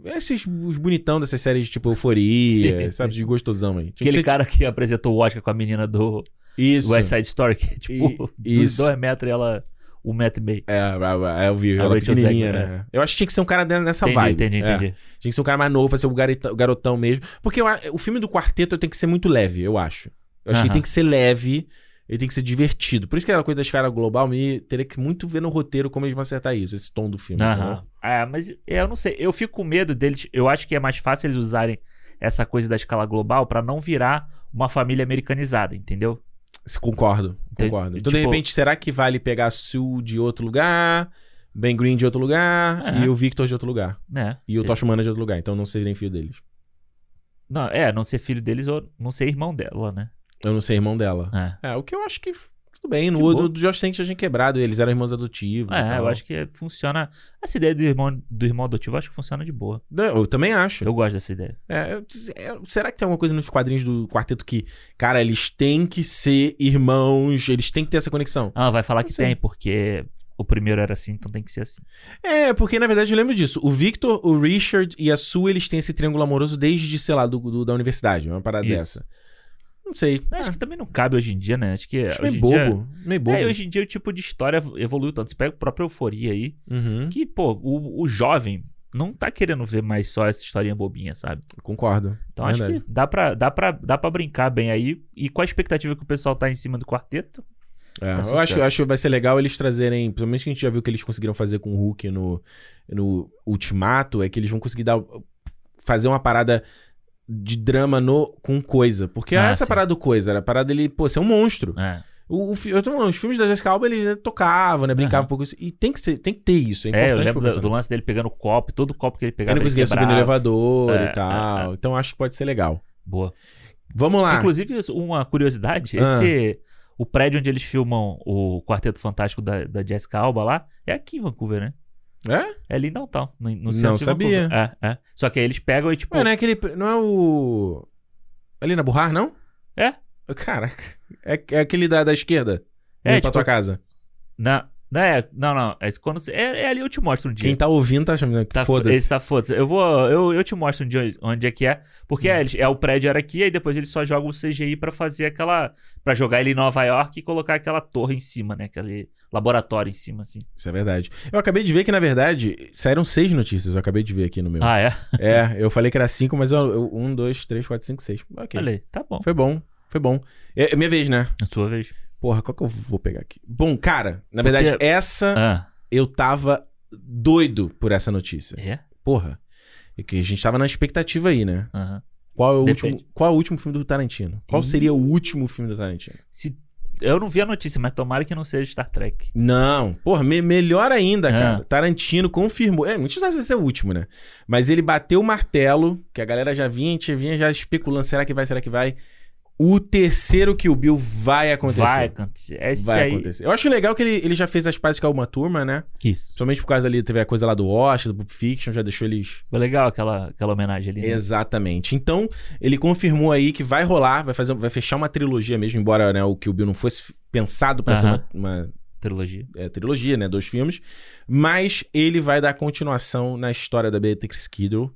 Speaker 1: Esses os bonitão dessas séries, tipo, euforia,
Speaker 2: Sim,
Speaker 1: sabe?
Speaker 2: sim.
Speaker 1: De gostosão aí. Tinha que
Speaker 2: Aquele
Speaker 1: ser,
Speaker 2: cara que apresentou o Oscar com a menina do
Speaker 1: tipo, Isso.
Speaker 2: West Side Story, que é tipo
Speaker 1: E-
Speaker 2: dos
Speaker 1: isso.
Speaker 2: dois metros e ela um metro e meio.
Speaker 1: É, é, é, eu vi,
Speaker 2: A
Speaker 1: ela
Speaker 2: Rachel
Speaker 1: pequenininha,
Speaker 2: Zegler,
Speaker 1: né? Eu acho que tinha que ser um cara de- nessa
Speaker 2: Entendi,
Speaker 1: vibe.
Speaker 2: entendi,
Speaker 1: É.
Speaker 2: entendi.
Speaker 1: Tinha que ser um cara mais novo pra ser o garota- o garotão mesmo. Porque eu a- o filme do quarteto tem que ser muito leve, eu acho. Eu acho que ele
Speaker 2: Aham.
Speaker 1: tem que ser leve, ele tem que ser divertido. Por isso que aquela coisa das caras global me teria que muito ver no roteiro como eles vão acertar isso, esse tom do filme. entendeu?
Speaker 2: Aham. É, mas eu não sei. Eu fico com medo deles. Eu acho que é mais fácil eles usarem essa coisa da escala global pra não virar uma família americanizada, entendeu?
Speaker 1: Se- Concordo,
Speaker 2: Entendi.
Speaker 1: concordo. Então, de
Speaker 2: Tipo-
Speaker 1: repente, será que vale pegar Sue de outro lugar, Ben Green de outro lugar
Speaker 2: É.
Speaker 1: e o Victor de outro lugar?
Speaker 2: Né?
Speaker 1: E o
Speaker 2: Se-
Speaker 1: Tocha Humana de outro lugar, então não serem filho deles.
Speaker 2: Não, é, não ser filho deles ou não ser irmão dela, né?
Speaker 1: Eu não sei irmão dela.
Speaker 2: É.
Speaker 1: É, o que eu acho que f- tudo bem.
Speaker 2: De
Speaker 1: No
Speaker 2: boa.
Speaker 1: do, do Josh Tank já tinha quebrado, eles eram irmãos adotivos. e
Speaker 2: É,
Speaker 1: tal.
Speaker 2: eu acho que funciona. Essa ideia do irmão, do irmão adotivo, eu acho que funciona de boa.
Speaker 1: Não, Eu também acho.
Speaker 2: Eu gosto dessa ideia.
Speaker 1: É, eu- é, será que tem alguma coisa nos quadrinhos do quarteto que, cara, eles têm que ser irmãos, eles têm que ter essa conexão?
Speaker 2: Ah, vai falar
Speaker 1: Não
Speaker 2: que
Speaker 1: sei.
Speaker 2: tem, porque o primeiro era assim, então tem que ser assim.
Speaker 1: É, porque na verdade eu lembro disso. O Victor, o Richard e a Sue, eles têm esse triângulo amoroso desde, sei lá, do, do- da universidade, uma parada
Speaker 2: Isso.
Speaker 1: dessa. Não sei. Ah,
Speaker 2: Eu Acho que também não cabe hoje em dia, né? Acho que.
Speaker 1: Acho
Speaker 2: hoje
Speaker 1: meio
Speaker 2: em
Speaker 1: bobo.
Speaker 2: Dia...
Speaker 1: Meio bobo.
Speaker 2: É, hoje em dia o tipo de história evoluiu tanto. Você pega a própria euforia aí,
Speaker 1: Uhum,
Speaker 2: que, pô, o, o jovem não tá querendo ver mais só essa historinha bobinha, sabe?
Speaker 1: Concordo.
Speaker 2: Então
Speaker 1: Verdade.
Speaker 2: acho que dá pra, dá, pra, dá pra brincar bem aí. E com a expectativa que o pessoal tá em cima do quarteto.
Speaker 1: É,
Speaker 2: É um
Speaker 1: eu, acho, eu
Speaker 2: sucesso.
Speaker 1: acho que vai ser legal eles trazerem. Principalmente que a gente já viu que eles conseguiram fazer com o Hulk no, no Ultimato, é que eles vão conseguir dar, fazer uma parada de drama no, com coisa. Porque
Speaker 2: Ah,
Speaker 1: essa
Speaker 2: sim.
Speaker 1: parada do coisa, era a parada dele, pô, ser um monstro.
Speaker 2: É,
Speaker 1: O, o fi- eu tô falando, os filmes da Jessica Alba, eles né, tocavam, né? Brincavam
Speaker 2: Aham.
Speaker 1: um pouco isso. E tem que, ser- tem que ter isso. É,
Speaker 2: eu
Speaker 1: importante
Speaker 2: lembro
Speaker 1: pro
Speaker 2: do,
Speaker 1: personagem.
Speaker 2: do lance dele pegando o copo, todo copo que ele pegava.
Speaker 1: Ele não conseguia subir no
Speaker 2: quebrava.
Speaker 1: elevador
Speaker 2: É, É
Speaker 1: e tal. Então acho que pode ser legal.
Speaker 2: Boa.
Speaker 1: Vamos lá.
Speaker 2: Inclusive, uma curiosidade:
Speaker 1: Ah.
Speaker 2: esse. O prédio onde eles filmam o Quarteto Fantástico da, da Jessica Alba lá é aqui em Vancouver, né?
Speaker 1: É?
Speaker 2: É ali em downtown, no, no
Speaker 1: Não
Speaker 2: centro de
Speaker 1: sabia.
Speaker 2: Vancouver. É, é. Só que aí eles pegam e tipo...
Speaker 1: Ué, não é aquele. Não é o. Ali na Burrar, não?
Speaker 2: É.
Speaker 1: Caraca. É, é aquele da, da esquerda.
Speaker 2: É,
Speaker 1: É, pra
Speaker 2: tipo-
Speaker 1: tua casa.
Speaker 2: na- não, é, não, não. É, quando, você- é, é ali eu te mostro um dia.
Speaker 1: Quem tá ouvindo tá achando. que
Speaker 2: Tá,
Speaker 1: Foda-se.
Speaker 2: Esse tá foda-se. Eu vou. Eu, eu te mostro um dia onde, é que é. Porque
Speaker 1: Hum.
Speaker 2: é, eles- é, o prédio era aqui, aí depois eles só jogam o CGI pra fazer aquela. Pra jogar ele em Nova York e colocar aquela torre em cima, né? Aquele laboratório em cima, assim.
Speaker 1: Isso é verdade. Eu acabei de ver que, na verdade, saíram seis notícias. Eu acabei de ver aqui no meu.
Speaker 2: Ah, é?
Speaker 1: É, eu falei que era cinco, mas eu, eu- um, dois, três, quatro, cinco, seis. Ok.
Speaker 2: Falei, tá bom.
Speaker 1: Foi bom. Foi bom. É, é minha vez, né?
Speaker 2: Na sua vez.
Speaker 1: Porra, qual que eu vou pegar aqui? Bom, cara, na verdade,
Speaker 2: Porque-
Speaker 1: essa
Speaker 2: Ah,
Speaker 1: eu tava doido por essa notícia.
Speaker 2: é?
Speaker 1: Porra. E que a gente tava na expectativa aí, né?
Speaker 2: Aham.
Speaker 1: Qual é o,
Speaker 2: Depende.
Speaker 1: último, qual é o último filme do Tarantino? Qual
Speaker 2: Ih.
Speaker 1: seria o último filme do Tarantino?
Speaker 2: Se, eu não vi a notícia, mas tomara que não seja Star Trek.
Speaker 1: Não, porra, me- melhor ainda,
Speaker 2: Ah.
Speaker 1: cara. Tarantino confirmou. É, muitos sabe se vai ser o último, né? Mas ele bateu o martelo, que a galera já vinha, tinha- vinha já especulando: será que vai, será que vai? O terceiro Kill Bill vai acontecer.
Speaker 2: Vai acontecer. É Esse
Speaker 1: Vai
Speaker 2: aí.
Speaker 1: acontecer. Eu acho legal que ele, ele já fez as pazes com a uma turma, né?
Speaker 2: Isso.
Speaker 1: Principalmente por causa ali, teve a coisa lá do Oscar, do Pulp Fiction, já deixou eles.
Speaker 2: Foi legal aquela, aquela homenagem ali. né?
Speaker 1: Exatamente. Então, ele confirmou aí que vai rolar, vai fazer, vai fechar uma trilogia mesmo, embora né, o Kill Bill não fosse pensado pra ser
Speaker 2: Aham.
Speaker 1: uma, uma
Speaker 2: Trilogia.
Speaker 1: é, trilogia, né? Dois filmes. Mas ele vai dar continuação na história da Beatrix Kiddo.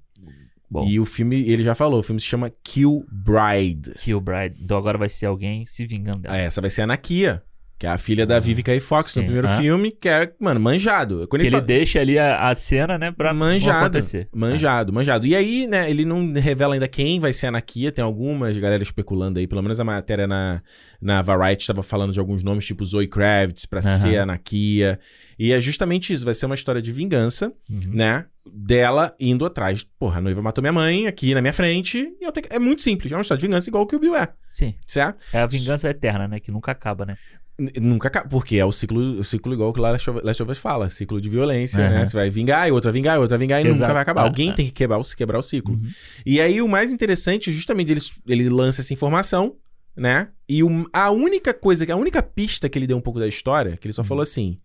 Speaker 2: Bom.
Speaker 1: E o filme, ele já falou, o filme se chama Kill Bride.
Speaker 2: Kill Bride. Então agora vai ser alguém se vingando dela.
Speaker 1: Ah, Essa vai ser a Nakia, que é a filha da Vivica e Fox
Speaker 2: É. Sim,
Speaker 1: no primeiro
Speaker 2: ah.
Speaker 1: filme, que é, mano, manjado. Quando
Speaker 2: que ele
Speaker 1: fala-
Speaker 2: deixa ali a, a cena, né, pra não
Speaker 1: Manjado.
Speaker 2: acontecer.
Speaker 1: Manjado, manjado. E aí, né, ele não revela ainda quem vai ser a Nakia, tem algumas galera especulando aí, pelo menos a matéria na, na Variety estava falando de alguns nomes, tipo Zoe Kravitz pra
Speaker 2: Aham.
Speaker 1: ser a Nakia. E é justamente isso, vai ser uma história de vingança,
Speaker 2: Uhum.
Speaker 1: né, dela indo atrás. Porra, a noiva matou minha mãe aqui na minha frente, e eu tenho que... é muito simples, é uma história de vingança igual que o Bill é,
Speaker 2: Sim.
Speaker 1: certo?
Speaker 2: É a vingança eterna, né? Que nunca acaba, né?
Speaker 1: N- nunca acaba, porque é o ciclo, o ciclo igual que lá Last of Last of Us fala, ciclo de violência,
Speaker 2: Aham.
Speaker 1: né? Você vai vingar, e outra vai vingar, e outra vai vingar, e nunca
Speaker 2: Exato.
Speaker 1: vai acabar.
Speaker 2: Ah,
Speaker 1: Alguém
Speaker 2: ah.
Speaker 1: tem que quebrar, o- quebrar o ciclo.
Speaker 2: Uhum.
Speaker 1: E aí o mais interessante, é justamente, ele, ele lança essa informação, né? E o- a única coisa, a única pista que ele deu um pouco da história, que ele só
Speaker 2: Uhum.
Speaker 1: falou assim: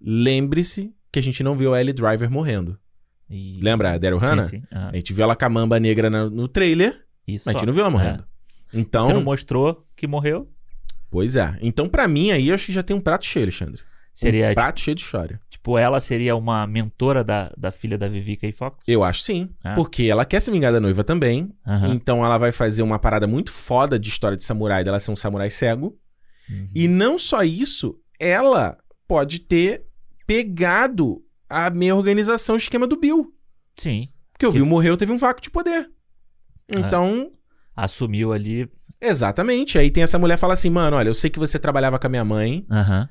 Speaker 1: lembre-se que a gente não viu a Ellie Driver morrendo.
Speaker 2: E-
Speaker 1: Lembra a Daryl Hannah?
Speaker 2: Sim, sim. aham.
Speaker 1: A gente viu ela com a mamba negra na- no trailer,
Speaker 2: Isso.
Speaker 1: mas a gente não viu ela morrendo. Então,
Speaker 2: É. Você não mostrou que morreu?
Speaker 1: pois é. Então, pra mim, aí eu acho que já tem um prato cheio, Alexandre.
Speaker 2: Seria,
Speaker 1: um prato cheio de história.
Speaker 2: tipo, ela seria uma mentora da, da filha da Vivica e Fox?
Speaker 1: Eu acho sim.
Speaker 2: Ah.
Speaker 1: Porque ela quer se vingar da noiva também.
Speaker 2: Aham.
Speaker 1: Então ela vai fazer uma parada muito foda de história de samurai, dela ser um samurai cego.
Speaker 2: Uhum.
Speaker 1: E não só isso, ela pode ter pegado a minha organização, o esquema do Bill.
Speaker 2: Sim.
Speaker 1: Porque o
Speaker 2: Que- Ah.
Speaker 1: Bill morreu, teve um vácuo de poder. Então,
Speaker 2: Assumiu ali.
Speaker 1: exatamente. Aí tem essa mulher que fala assim: mano, olha, eu sei que você trabalhava com a minha mãe,
Speaker 2: Aham.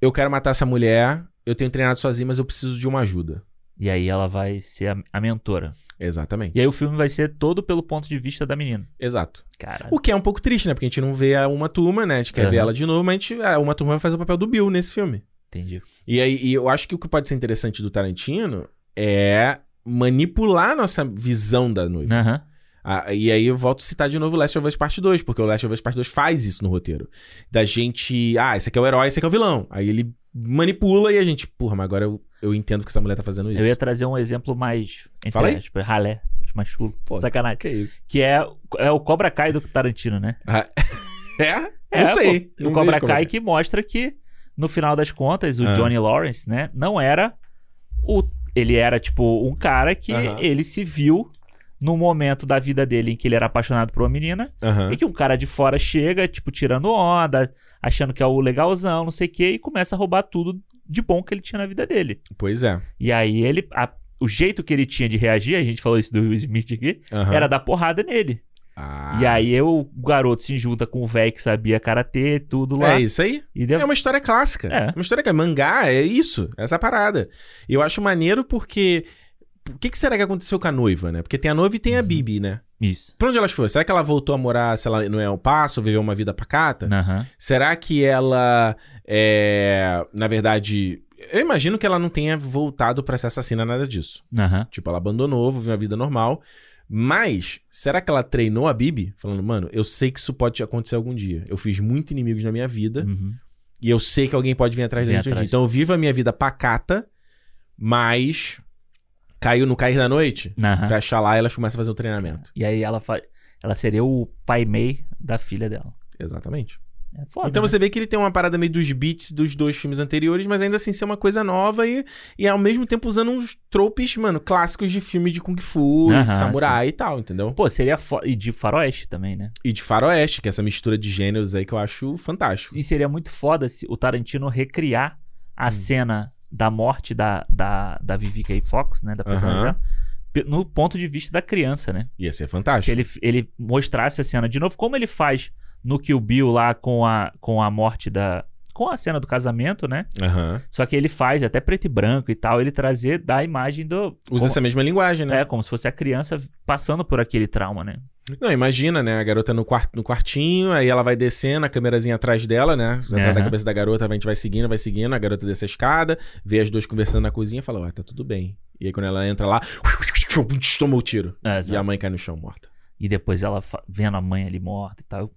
Speaker 1: eu quero matar essa mulher, eu tenho treinado sozinha, mas eu preciso de uma ajuda.
Speaker 2: E aí ela vai ser a, a mentora.
Speaker 1: Exatamente.
Speaker 2: E aí o filme vai ser todo pelo ponto de vista da menina.
Speaker 1: Exato.
Speaker 2: Caralho.
Speaker 1: O que é um pouco triste, né? Porque a gente não vê a Uma Turma, né? A gente quer
Speaker 2: Aham.
Speaker 1: ver ela de novo, mas a, gente, a Uma Turma vai fazer o papel do Bill nesse filme.
Speaker 2: Entendi.
Speaker 1: E aí, e eu acho que o que pode ser interessante do Tarantino é manipular a nossa visão da noiva.
Speaker 2: Aham.
Speaker 1: Ah, e aí eu volto a citar de novo o Last of Us Part 2, porque o Last of Us Part 2 faz isso no roteiro. Da gente, ah, esse aqui é o herói, esse aqui é o vilão. Aí ele manipula e a gente, porra, mas agora eu, eu entendo que essa mulher tá fazendo isso.
Speaker 2: Eu ia trazer um exemplo mais. Entre
Speaker 1: Fala aí.
Speaker 2: aspas, ralé. tipo, Mais chulo.
Speaker 1: Pô,
Speaker 2: Sacanagem.
Speaker 1: Que isso?
Speaker 2: Que é, é o Cobra Kai do Tarantino, né?
Speaker 1: É?
Speaker 2: É,
Speaker 1: não sei.
Speaker 2: pô,
Speaker 1: não vejo
Speaker 2: o Cobra
Speaker 1: como é.
Speaker 2: Kai que mostra que, no final das contas, o
Speaker 1: Ah.
Speaker 2: Johnny Lawrence, né, não era o. Ele era, tipo, um cara que
Speaker 1: Aham.
Speaker 2: ele se viu num momento da vida dele em que ele era apaixonado por uma menina.
Speaker 1: Aham.
Speaker 2: E que um cara de fora chega, tipo, tirando onda, achando que é o legalzão, não sei o quê, e começa a roubar tudo de bom que ele tinha na vida dele.
Speaker 1: Pois é.
Speaker 2: E aí ele. a- o jeito que ele tinha de reagir, a gente falou isso do Will Smith aqui,
Speaker 1: Aham.
Speaker 2: era dar porrada nele.
Speaker 1: Ah.
Speaker 2: E aí eu, o garoto se junta com o velho que sabia karatê, tudo lá.
Speaker 1: É isso aí.
Speaker 2: E deu...
Speaker 1: É uma história clássica.
Speaker 2: É.
Speaker 1: Uma história que mangá é isso, essa parada. E eu acho maneiro porque o que, que será que aconteceu com a noiva, né? Porque tem a noiva e tem a Bibi, né?
Speaker 2: Isso.
Speaker 1: Pra onde elas foram? Será que ela voltou a morar, sei lá, no El Paso, viveu uma vida pacata?
Speaker 2: Aham.
Speaker 1: Será que ela é, na verdade, eu imagino que ela não tenha voltado pra ser assassina nada disso.
Speaker 2: Aham.
Speaker 1: Tipo, ela abandonou, viveu uma vida normal. Mas, será que ela treinou a Bibi? Falando, mano, eu sei que isso pode acontecer algum dia. Eu fiz muitos inimigos na minha vida.
Speaker 2: Uhum.
Speaker 1: E eu sei que alguém pode vir atrás da
Speaker 2: Vem
Speaker 1: gente um
Speaker 2: atrás.
Speaker 1: dia. Então eu vivo a minha vida pacata, mas caiu no cair da noite,
Speaker 2: Aham.
Speaker 1: fecha lá e elas começam a fazer o treinamento.
Speaker 2: E aí ela fa... ela seria o pai mei da filha dela.
Speaker 1: Exatamente.
Speaker 2: É foda.
Speaker 1: então
Speaker 2: né?
Speaker 1: você vê que ele tem uma parada meio dos beats dos dois filmes anteriores, mas ainda assim ser uma coisa nova e, e ao mesmo tempo usando uns tropes, mano, clássicos de filme de Kung Fu, e
Speaker 2: Aham,
Speaker 1: de samurai e tal, entendeu?
Speaker 2: Pô, seria fo... e de faroeste também, né?
Speaker 1: E de faroeste, que é essa mistura de gêneros aí que eu acho fantástico.
Speaker 2: E seria muito foda se o Tarantino recriar a
Speaker 1: Hum.
Speaker 2: cena da morte da, da, da Vivica e Fox, né? Da personagem
Speaker 1: Aham.
Speaker 2: dela, pe- no ponto de vista da criança, né?
Speaker 1: Ia ser
Speaker 2: Se
Speaker 1: fantástico.
Speaker 2: ele, ele mostrasse a cena de novo, como ele faz no Kill Bill lá com a, com a morte da. Com a cena do casamento, né?
Speaker 1: Aham.
Speaker 2: Só que ele faz até preto e branco e tal, ele trazer da imagem do.
Speaker 1: Usa essa mesma linguagem, né?
Speaker 2: É, como se fosse a criança passando por aquele trauma, né?
Speaker 1: Não, imagina, né? A garota no, quarto, no quartinho, aí ela vai descendo, a câmerazinha atrás dela, né? Atrás da
Speaker 2: Aham.
Speaker 1: cabeça da garota, a gente vai seguindo, vai seguindo, a garota desce a escada, vê as duas conversando na cozinha e fala, ué, tá tudo bem. E aí quando ela entra lá, toma o tiro.
Speaker 2: É,
Speaker 1: E a
Speaker 2: exato.
Speaker 1: mãe cai no chão morta.
Speaker 2: e depois ela fa- vendo a mãe ali morta e tal.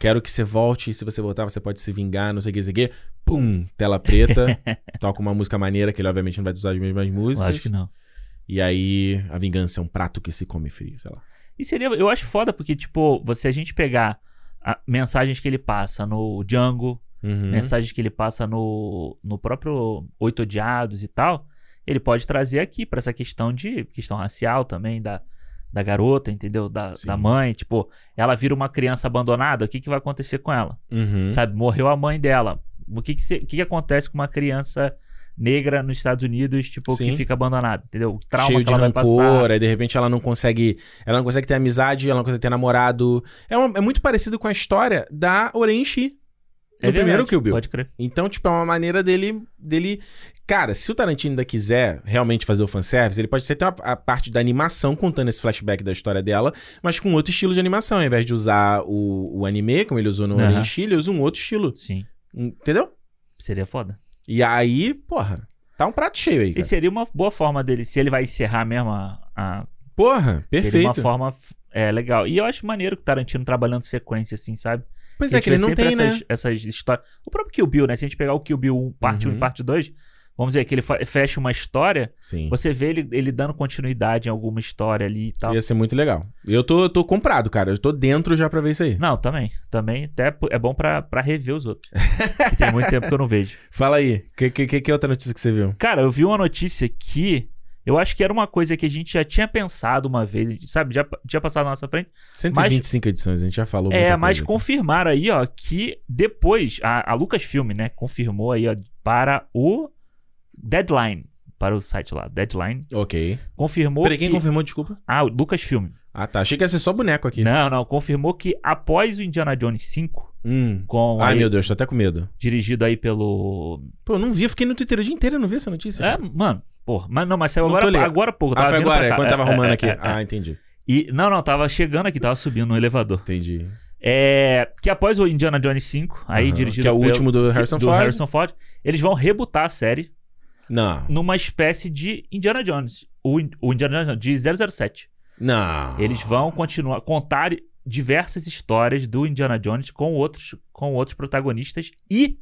Speaker 1: Quero que você volte, e se você voltar, você pode se vingar, não sei o que, não sei o que. Pum! Tela preta. toca uma música maneira, que ele obviamente não vai usar as mesmas músicas.
Speaker 2: Lógico que não.
Speaker 1: E aí, a vingança é um prato que se come frio, sei lá.
Speaker 2: E seria. Eu acho foda, porque, tipo, você a gente pegar a- mensagens que ele passa no Django,
Speaker 1: Uhum.
Speaker 2: mensagens que ele passa no, no próprio Oito Odiados e tal, ele pode trazer aqui pra essa questão de questão racial também da, da garota, entendeu? Da,
Speaker 1: Sim.
Speaker 2: da mãe, tipo, ela vira uma criança abandonada, o que, que vai acontecer com ela?
Speaker 1: Uhum.
Speaker 2: Sabe, morreu a mãe dela. O que que, se- o que que acontece com uma criança negra nos Estados Unidos, tipo,
Speaker 1: Sim.
Speaker 2: que fica abandonada, entendeu? O trauma
Speaker 1: Cheio
Speaker 2: que
Speaker 1: de
Speaker 2: ela vai
Speaker 1: rancor,
Speaker 2: passar.
Speaker 1: aí de repente ela não consegue. Ela não consegue ter amizade, ela não consegue ter namorado. É, uma- é muito parecido com a história da Orenchi.
Speaker 2: É
Speaker 1: É o primeiro
Speaker 2: verdade,
Speaker 1: que o Bill.
Speaker 2: Pode crer.
Speaker 1: Então, tipo, é uma maneira dele, dele. Cara, se o Tarantino ainda quiser realmente fazer o fanservice, ele pode ter até uma- a parte da animação contando esse flashback da história dela, mas com outro estilo de animação. Ao invés de usar o, o anime, como ele usou no
Speaker 2: Aham.
Speaker 1: Orange Chile, ele usa um outro estilo.
Speaker 2: Sim.
Speaker 1: Entendeu?
Speaker 2: Seria foda.
Speaker 1: E aí, porra, tá um prato cheio aí.
Speaker 2: E
Speaker 1: Cara.
Speaker 2: seria uma boa forma dele, se ele vai encerrar mesmo a- a
Speaker 1: Porra,
Speaker 2: Seria uma
Speaker 1: perfeito.
Speaker 2: forma f- é, legal. E eu acho maneiro que o Tarantino trabalhando sequência, assim, sabe?
Speaker 1: Pois é, que ele não tem,
Speaker 2: essas,
Speaker 1: né?
Speaker 2: essas histórias. O próprio Kill Bill, né? Se a gente pegar o Kill Bill 1, parte
Speaker 1: Uhum.
Speaker 2: 1 e parte 2, vamos dizer que ele fa- fecha uma história,
Speaker 1: Sim.
Speaker 2: você vê ele, ele dando continuidade em alguma história ali e tal.
Speaker 1: Ia ser muito legal. Eu tô, tô comprado, cara. Eu tô dentro já pra ver isso aí.
Speaker 2: Não, também. Também até po- é bom pra, pra rever os outros. que tem muito tempo que eu não vejo.
Speaker 1: Fala aí, que, que, que- que outra notícia que você viu?
Speaker 2: Cara, eu vi uma notícia que eu acho que era uma coisa que a gente já tinha pensado uma vez, a gente, sabe? Já, já passado na nossa frente.
Speaker 1: 125 edições, a gente já falou
Speaker 2: É,
Speaker 1: muita
Speaker 2: mas
Speaker 1: coisa.
Speaker 2: confirmaram aí, ó, que depois a, a Lucasfilm, né, confirmou aí, ó, para o Deadline, para o site lá, Deadline,
Speaker 1: Ok.
Speaker 2: confirmou
Speaker 1: Peraí,
Speaker 2: que...
Speaker 1: quem confirmou, desculpa?
Speaker 2: Ah, o Lucasfilm.
Speaker 1: Ah, tá. Achei que ia ser só boneco aqui.
Speaker 2: Não, não, confirmou que após o Indiana Jones 5,
Speaker 1: Hum.
Speaker 2: com
Speaker 1: Ai,
Speaker 2: aí,
Speaker 1: meu Deus, tô até com medo.
Speaker 2: dirigido aí pelo...
Speaker 1: Pô, eu não vi, eu fiquei no Twitter o dia inteiro, eu não vi essa notícia.
Speaker 2: É, mano, porra, mas não, mas saiu
Speaker 1: Não tô
Speaker 2: agora,
Speaker 1: ligado.
Speaker 2: agora pouco,
Speaker 1: ah,
Speaker 2: tava
Speaker 1: foi
Speaker 2: vindo
Speaker 1: agora,
Speaker 2: pra
Speaker 1: é,
Speaker 2: cá.
Speaker 1: quando tava
Speaker 2: É,
Speaker 1: arrumando
Speaker 2: é,
Speaker 1: aqui.
Speaker 2: é, é.
Speaker 1: Ah, entendi.
Speaker 2: E, não, não, tava chegando aqui, tava subindo no elevador.
Speaker 1: Entendi.
Speaker 2: É, que após o Indiana Jones 5, aí
Speaker 1: Aham.
Speaker 2: dirigido
Speaker 1: Que é o
Speaker 2: pelo-
Speaker 1: último do Harrison
Speaker 2: do
Speaker 1: Ford.
Speaker 2: Harrison Ford, eles vão rebutar a série
Speaker 1: Não.
Speaker 2: numa espécie de Indiana Jones. O, In- o Indiana Jones não, de 007.
Speaker 1: Não.
Speaker 2: Eles vão continuar contar diversas histórias do Indiana Jones com outros, com outros protagonistas e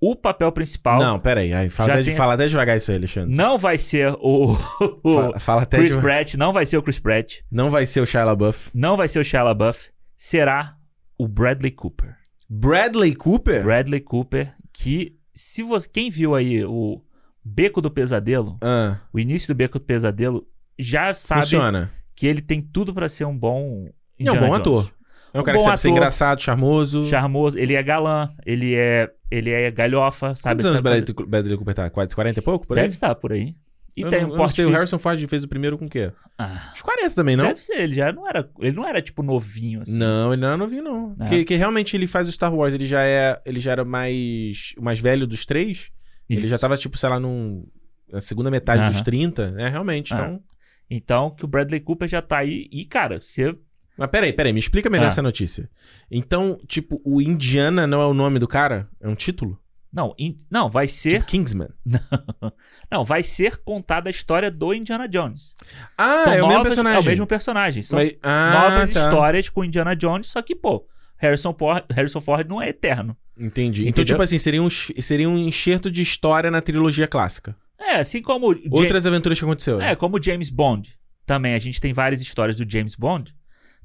Speaker 2: o papel principal
Speaker 1: Não, peraí. Aí, fala,
Speaker 2: Já
Speaker 1: até,
Speaker 2: tem-
Speaker 1: fala até devagar isso aí, Alexandre.
Speaker 2: não vai ser o, o
Speaker 1: Fala, fala até
Speaker 2: Chris
Speaker 1: deva-
Speaker 2: Pratt, não vai ser o Chris Pratt,
Speaker 1: Não vai ser o Shia LaBeouf.
Speaker 2: não vai ser o Shia LaBeouf, será o Bradley Cooper.
Speaker 1: Bradley Cooper?
Speaker 2: Bradley Cooper que se você quem viu aí o Beco do Pesadelo,
Speaker 1: Ah,
Speaker 2: o início do Beco do Pesadelo, já sabe
Speaker 1: funciona.
Speaker 2: que ele tem tudo pra ser um bom
Speaker 1: É um
Speaker 2: Indiana
Speaker 1: bom
Speaker 2: Jones.
Speaker 1: ator. É um
Speaker 2: Um
Speaker 1: cara que
Speaker 2: bom
Speaker 1: sabe ser
Speaker 2: ator.
Speaker 1: engraçado, charmoso.
Speaker 2: Charmoso, ele é galã, ele é ele é galhofa, sabe?
Speaker 1: Quantos anos
Speaker 2: Sabe fazer-
Speaker 1: Bradley, Bradley Cooper tá? Quase 40 e pouco, por aí?
Speaker 2: Deve estar por aí. E
Speaker 1: eu
Speaker 2: tem
Speaker 1: não,
Speaker 2: um
Speaker 1: eu não
Speaker 2: porte
Speaker 1: sei, o
Speaker 2: físico-
Speaker 1: Harrison Ford fez o primeiro com o quê?
Speaker 2: Ah,
Speaker 1: Uns 40 também, não?
Speaker 2: Deve ser, ele já não era, ele não era tipo novinho assim.
Speaker 1: Não, ele não era novinho, não.
Speaker 2: É.
Speaker 1: Que, que realmente ele faz o Star Wars, ele já é. Ele já era mais. o mais velho dos três. Ele
Speaker 2: Isso.
Speaker 1: já tava, tipo, sei lá, num. Na segunda metade
Speaker 2: Aham.
Speaker 1: dos 30, né? Realmente.
Speaker 2: É.
Speaker 1: Então.
Speaker 2: Então que o Bradley Cooper já tá aí e cara, você
Speaker 1: Mas peraí, peraí, me explica melhor
Speaker 2: Ah.
Speaker 1: essa notícia. Então, tipo, o Indiana não é o nome do cara? É um título?
Speaker 2: não, in- não vai ser,
Speaker 1: Tipo Kingsman. Tipo-
Speaker 2: não vai ser contada a história do Indiana Jones.
Speaker 1: Ah, é o mesmo
Speaker 2: novas-
Speaker 1: personagem.
Speaker 2: É o mesmo personagem. São
Speaker 1: Mas- ah,
Speaker 2: novas
Speaker 1: tá.
Speaker 2: histórias com Indiana Jones, só que pô, Harrison Ford, Harrison Ford não é eterno.
Speaker 1: Entendi. Então,
Speaker 2: Entendeu?
Speaker 1: tipo assim, seria um, seria um enxerto de história na trilogia clássica.
Speaker 2: É, assim como. o Ja-
Speaker 1: Outras aventuras que aconteceram.
Speaker 2: É, como o James Bond. Também a gente tem várias histórias do James Bond.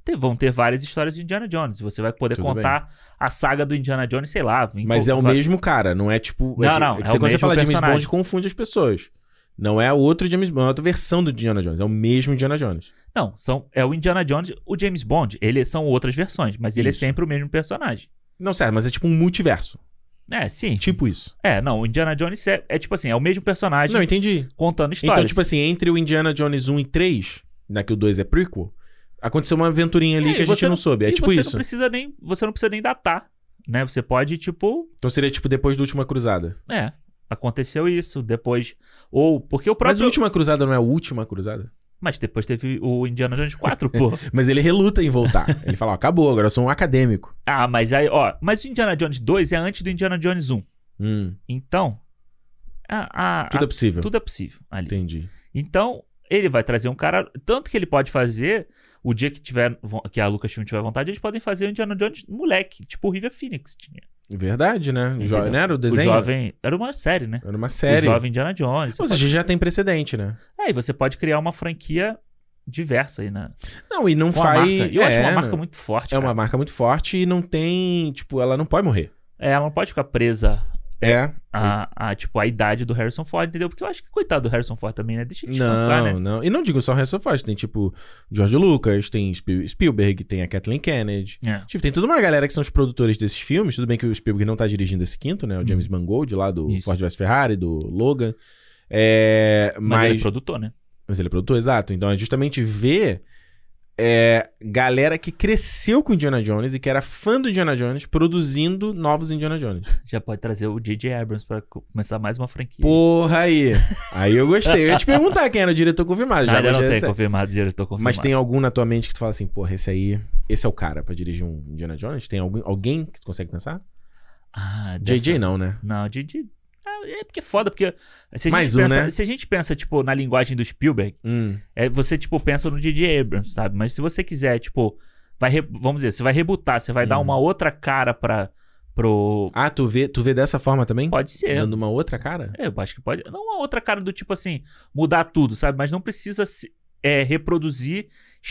Speaker 2: Te- vão ter várias histórias do Indiana Jones. Você vai poder
Speaker 1: Tudo
Speaker 2: contar a saga do Indiana Jones, sei lá. em
Speaker 1: Mas
Speaker 2: co-
Speaker 1: é o
Speaker 2: va-
Speaker 1: mesmo cara, não é tipo.
Speaker 2: Não,
Speaker 1: é que-
Speaker 2: não,
Speaker 1: é que
Speaker 2: é
Speaker 1: você-
Speaker 2: o
Speaker 1: quando você
Speaker 2: mesmo
Speaker 1: fala James
Speaker 2: personagem.
Speaker 1: Bond, confunde as pessoas. Não é o outro James Bond, é outra versão do Indiana Jones. É o mesmo Indiana Jones.
Speaker 2: Não, são, é o Indiana Jones. O James Bond, ele são outras versões, mas ele
Speaker 1: Isso.
Speaker 2: é sempre o mesmo personagem.
Speaker 1: Não, certo, mas é tipo um multiverso.
Speaker 2: É, sim.
Speaker 1: Tipo isso.
Speaker 2: É, não, o Indiana Jones é, é tipo assim, é o mesmo personagem
Speaker 1: Não, entendi.
Speaker 2: contando histórias.
Speaker 1: Então, tipo assim, entre o Indiana Jones 1 e 3, né, que o 2 é prequel, aconteceu uma aventurinha ali
Speaker 2: É,
Speaker 1: que a
Speaker 2: e
Speaker 1: gente
Speaker 2: você
Speaker 1: não
Speaker 2: não-
Speaker 1: soube. É
Speaker 2: E
Speaker 1: tipo
Speaker 2: você
Speaker 1: isso.
Speaker 2: Não precisa nem, você não precisa nem datar, né? Você pode, tipo,
Speaker 1: Então seria tipo depois da Última Cruzada.
Speaker 2: É, aconteceu isso depois. Ou porque o
Speaker 1: Mas a
Speaker 2: próprio.
Speaker 1: Última Cruzada não é a Última Cruzada?
Speaker 2: Mas depois teve o Indiana Jones 4, pô.
Speaker 1: Mas ele reluta em voltar. ele fala, ó, acabou, agora eu sou um acadêmico.
Speaker 2: ah, mas aí, ó. Mas o Indiana Jones 2 é antes do Indiana Jones 1.
Speaker 1: Hum,
Speaker 2: Então. a- a- a-
Speaker 1: tudo é possível.
Speaker 2: tudo é possível ali.
Speaker 1: Entendi.
Speaker 2: Então, ele vai trazer um cara. Tanto que ele pode fazer. O dia que tiver vo- que a Lucasfilm tiver vontade, eles podem fazer o Indiana Jones moleque, tipo o River Phoenix tinha.
Speaker 1: Verdade, né? Jo...
Speaker 2: Entendeu?
Speaker 1: Não era o desenho?
Speaker 2: O jovem. Era uma série, né?
Speaker 1: Era uma
Speaker 2: O
Speaker 1: série.
Speaker 2: jovem Indiana Jones.
Speaker 1: Ou seja, já tem precedente, né?
Speaker 2: Aí você pode criar uma franquia diversa aí, né?
Speaker 1: Não, e não
Speaker 2: com a
Speaker 1: faz.
Speaker 2: marca. Eu
Speaker 1: Um é,
Speaker 2: acho uma
Speaker 1: não-
Speaker 2: marca muito forte.
Speaker 1: É uma
Speaker 2: cara.
Speaker 1: marca muito forte e não tem. Tipo, ela não pode morrer.
Speaker 2: é, ela não pode ficar presa
Speaker 1: É.
Speaker 2: a, a, tipo, a idade do Harrison Ford, entendeu? Porque eu acho que, coitado do Harrison Ford também, né? Deixa ele descansar,
Speaker 1: Não,
Speaker 2: né?
Speaker 1: não. E não digo só Harrison Ford. Tem, tipo, George Lucas, tem Spiel- Spielberg, tem a Kathleen Kennedy.
Speaker 2: É.
Speaker 1: Tipo, tem toda uma galera que são os produtores desses filmes. Tudo bem que o Spielberg não tá dirigindo esse quinto, né? O James Mangold, lá do
Speaker 2: Uhum. Isso.
Speaker 1: Ford vs Ferrari, do Logan. É,
Speaker 2: Mas,
Speaker 1: mas,
Speaker 2: ele é produtor, né?
Speaker 1: mas ele é produtor, exato. Então é justamente ver é, galera que cresceu com Indiana Jones e que era fã do Indiana Jones produzindo novos Indiana Jones.
Speaker 2: Já pode trazer o J.J. Abrams pra co- começar mais uma franquia.
Speaker 1: Porra aí. Aí eu gostei. Eu ia te perguntar quem era o diretor confirmado.
Speaker 2: Ah,
Speaker 1: Já
Speaker 2: ainda não
Speaker 1: gostei
Speaker 2: tem
Speaker 1: dessa-
Speaker 2: confirmado, diretor confirmado.
Speaker 1: Mas tem algum na tua mente que tu fala assim, porra, esse aí, esse é o cara pra dirigir um Indiana Jones? Tem algum, alguém que tu consegue pensar?
Speaker 2: Ah,
Speaker 1: JJ
Speaker 2: dessa-
Speaker 1: não, né?
Speaker 2: Não, JJ... Ah, É porque é foda, porque se a,
Speaker 1: Mais
Speaker 2: gente
Speaker 1: um,
Speaker 2: pensa,
Speaker 1: né?
Speaker 2: se a gente pensa, tipo, na linguagem do Spielberg,
Speaker 1: Hum.
Speaker 2: é, você, tipo, pensa no J.J. Abrams, sabe? Mas se você quiser, tipo, vai re- vamos dizer, você vai rebutar, você vai dar
Speaker 1: Uhum.
Speaker 2: uma outra cara pra, pro...
Speaker 1: Ah, tu vê, tu vê dessa forma também?
Speaker 2: Pode ser,
Speaker 1: Dando uma outra cara?
Speaker 2: É, eu acho que pode. Não uma outra cara do tipo assim, mudar tudo, sabe? Mas não precisa se- é, reproduzir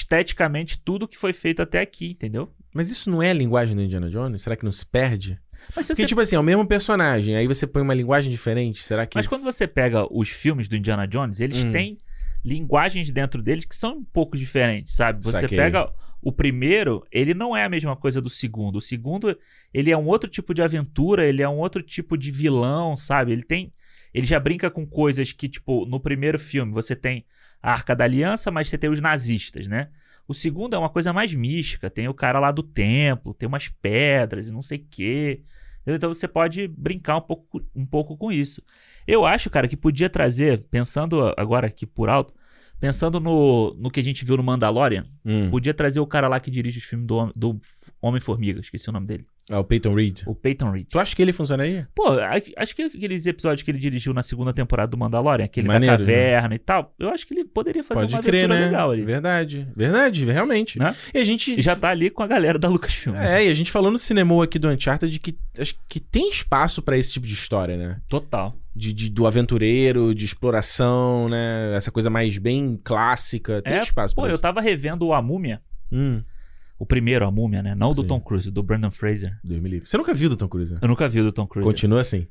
Speaker 2: esteticamente tudo que foi feito até aqui, entendeu?
Speaker 1: Mas isso não é a linguagem do Indiana Jones? Será que não se perde?
Speaker 2: Mas, se
Speaker 1: Porque,
Speaker 2: você-
Speaker 1: tipo assim, é o mesmo personagem, aí você põe uma linguagem diferente, será que...
Speaker 2: mas quando você pega os filmes do Indiana Jones, eles
Speaker 1: Hum.
Speaker 2: têm linguagens dentro deles que são um pouco diferentes, sabe? Você
Speaker 1: Saquei.
Speaker 2: pega o primeiro, ele não é a mesma coisa do segundo. O segundo, ele é um outro tipo de aventura, ele é um outro tipo de vilão, sabe? Ele tem Ele já brinca com coisas que, tipo, no primeiro filme você tem a Arca da Aliança, mas você tem os nazistas, né? O segundo é uma coisa mais mística, tem o cara lá do templo, tem umas pedras e não sei o quê. Entendeu? Então você pode brincar um pouco, um pouco com isso. Eu acho, cara, que podia trazer, pensando agora aqui por alto, pensando no, no que a gente viu no Mandalorian,
Speaker 1: Hum.
Speaker 2: podia trazer o cara lá que dirige os filmes do, Hom- do Homem-Formiga, esqueci o nome dele,
Speaker 1: Ah, o Peyton Reed.
Speaker 2: o Peyton Reed.
Speaker 1: Tu acha que ele funcionaria?
Speaker 2: Pô, a- acho que aqueles episódios que ele dirigiu na segunda temporada do Mandalorian, aquele
Speaker 1: Maneiro, né?
Speaker 2: da caverna e tal, eu acho que ele poderia fazer
Speaker 1: Pode
Speaker 2: uma
Speaker 1: crer,
Speaker 2: aventura
Speaker 1: né?
Speaker 2: legal ali.
Speaker 1: Verdade. Verdade, realmente.
Speaker 2: Né?
Speaker 1: E a gente...
Speaker 2: E já tá ali com a galera da Lucasfilm.
Speaker 1: É, e a gente falou no cinema aqui do Uncharted que, acho que tem espaço pra esse tipo de história, né?
Speaker 2: Total.
Speaker 1: de, de- do aventureiro, de exploração, né? Essa coisa mais bem clássica. Tem
Speaker 2: É,
Speaker 1: espaço
Speaker 2: Pô,
Speaker 1: pra
Speaker 2: eu
Speaker 1: isso.
Speaker 2: tava revendo A Múmia,
Speaker 1: Hum,
Speaker 2: o primeiro A Múmia, né? Não o do
Speaker 1: Sim.
Speaker 2: Tom Cruise, o do Brandon Fraser.
Speaker 1: Deus me livre. Você nunca viu do Tom Cruise, né?
Speaker 2: Eu nunca vi o do Tom Cruise.
Speaker 1: Continua assim.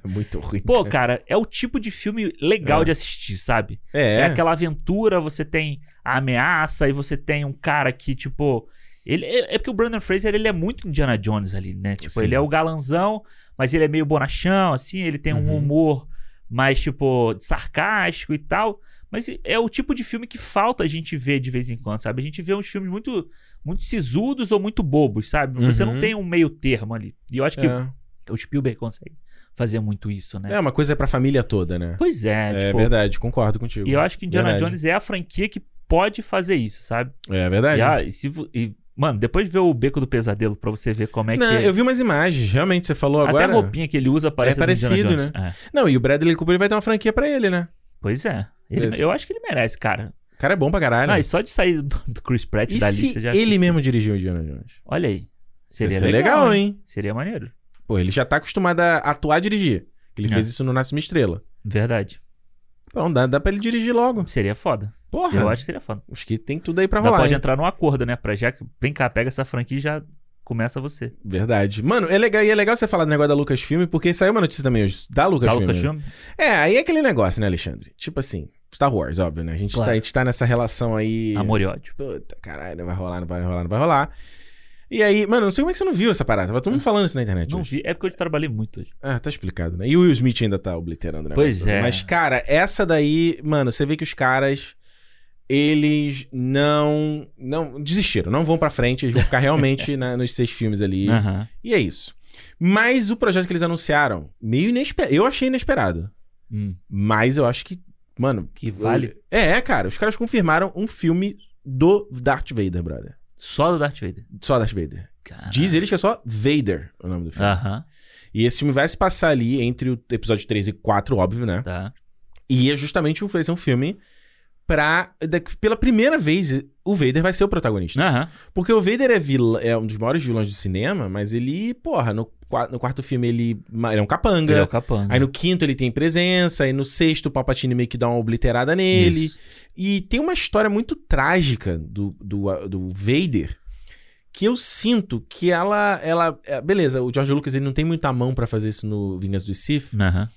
Speaker 1: é muito ruim.
Speaker 2: Pô, cara, é o tipo de filme legal
Speaker 1: É.
Speaker 2: de assistir, sabe?
Speaker 1: é,
Speaker 2: É. aquela aventura, você tem a ameaça e você tem um cara que, tipo. Ele, é, é porque o Brandon Fraser, ele é muito Indiana Jones ali, né? Tipo,
Speaker 1: Sim.
Speaker 2: ele é o galanzão, mas ele é meio bonachão, assim, ele tem um
Speaker 1: Uhum.
Speaker 2: humor mais, tipo, sarcástico e tal. Mas é o tipo de filme que falta a gente ver de vez em quando, sabe? A gente vê uns filmes muito, muito sisudos ou muito bobos, sabe? Você
Speaker 1: Uhum.
Speaker 2: não tem um meio termo ali. E eu acho que
Speaker 1: é.
Speaker 2: o Spielberg consegue fazer muito isso, né?
Speaker 1: É, uma coisa é pra família toda, né?
Speaker 2: Pois é,
Speaker 1: É,
Speaker 2: tipo,
Speaker 1: verdade, concordo contigo.
Speaker 2: e eu acho que Indiana
Speaker 1: Verdade.
Speaker 2: Jones é a franquia que pode fazer isso, sabe?
Speaker 1: É verdade.
Speaker 2: E, ah, e se vo- e, mano, depois vê o Beco do Pesadelo pra você ver como é
Speaker 1: Não,
Speaker 2: que é.
Speaker 1: eu vi umas imagens, realmente, você falou
Speaker 2: Até
Speaker 1: agora.
Speaker 2: a roupinha que ele usa parece
Speaker 1: É
Speaker 2: a do Indiana
Speaker 1: parecido,
Speaker 2: Jones. É.
Speaker 1: Não, e o Bradley Cooper ele vai ter uma franquia pra ele, né?
Speaker 2: Pois é. Ele-
Speaker 1: Esse.
Speaker 2: eu acho que ele merece, cara.
Speaker 1: O cara é bom pra caralho.
Speaker 2: Não, e só de sair do, do Chris Pratt
Speaker 1: e
Speaker 2: da
Speaker 1: se
Speaker 2: lista já.
Speaker 1: ele mesmo dirigiu o Indiana Jones?
Speaker 2: Olha aí.
Speaker 1: Seria
Speaker 2: Seria
Speaker 1: Isso é
Speaker 2: legal,
Speaker 1: legal,
Speaker 2: hein?
Speaker 1: hein?
Speaker 2: Seria maneiro.
Speaker 1: Pô, ele já tá acostumado a atuar e dirigir. Ele
Speaker 2: É.
Speaker 1: fez isso no Nasce Uma Estrela.
Speaker 2: Verdade.
Speaker 1: Então, dá, dá pra ele dirigir logo.
Speaker 2: Seria foda.
Speaker 1: Porra,
Speaker 2: Eu acho que seria foda.
Speaker 1: acho que tem tudo aí Ah. pra
Speaker 2: Ainda
Speaker 1: rolar.
Speaker 2: pode
Speaker 1: hein?
Speaker 2: entrar num acordo, né? Pra já. que- Vem cá, pega essa franquia e já começa você.
Speaker 1: Verdade. Mano, é legal, e é legal você falar do negócio da Lucasfilm, porque saiu uma notícia também hoje da
Speaker 2: Tá,
Speaker 1: Lucasfilm. né?
Speaker 2: Lucasfilm?
Speaker 1: É, aí é aquele negócio, né, Alexandre? Tipo assim, Star Wars, óbvio, né? A gente,
Speaker 2: Claro.
Speaker 1: tá, a gente tá nessa relação aí.
Speaker 2: Amor e ódio.
Speaker 1: Puta, caralho, não vai rolar, não vai rolar, não vai rolar. E aí, mano, não sei como é que você não viu essa parada. Tava todo mundo falando isso na internet.
Speaker 2: Ah, Não
Speaker 1: hoje.
Speaker 2: vi. É porque eu trabalhei muito hoje.
Speaker 1: Ah, tá explicado, né? E o Will Smith ainda tá obliterando o negócio.
Speaker 2: Pois é.
Speaker 1: Mas, cara, essa daí, mano, você vê que os caras. Eles não. Não. Desistiram, não vão pra frente, eles vão ficar realmente na- nos seis filmes ali.
Speaker 2: Aham.
Speaker 1: E é isso. Mas o projeto que eles anunciaram, meio inesperado. Eu achei inesperado.
Speaker 2: Hum.
Speaker 1: Mas eu acho que. Mano.
Speaker 2: Que vale.
Speaker 1: eu- É, cara. Os caras confirmaram um filme do Darth Vader, brother.
Speaker 2: Só do Darth Vader.
Speaker 1: Só Darth Vader.
Speaker 2: Cara.
Speaker 1: Diz eles que é só Vader o nome do filme.
Speaker 2: Aham,
Speaker 1: E esse filme vai se passar ali entre o episódio 3 e 4, óbvio, né?
Speaker 2: tá.
Speaker 1: E é justamente um, vai ser um filme pra. da- pela primeira vez, o Vader vai ser o protagonista.
Speaker 2: Aham.
Speaker 1: Porque o Vader é, vil- é um dos maiores vilões do cinema, mas ele, porra, no, qua- no quarto filme ele, ma- ele é um capanga.
Speaker 2: Ele é o capanga.
Speaker 1: Aí no quinto ele tem presença, aí no sexto o Palpatine meio que dá uma obliterada nele.
Speaker 2: Isso.
Speaker 1: E tem uma história muito trágica do, do, do Vader, que eu sinto que ela, ela, é, beleza, o George Lucas ele não tem muita mão pra fazer isso no Vingança do Sith,
Speaker 2: Aham.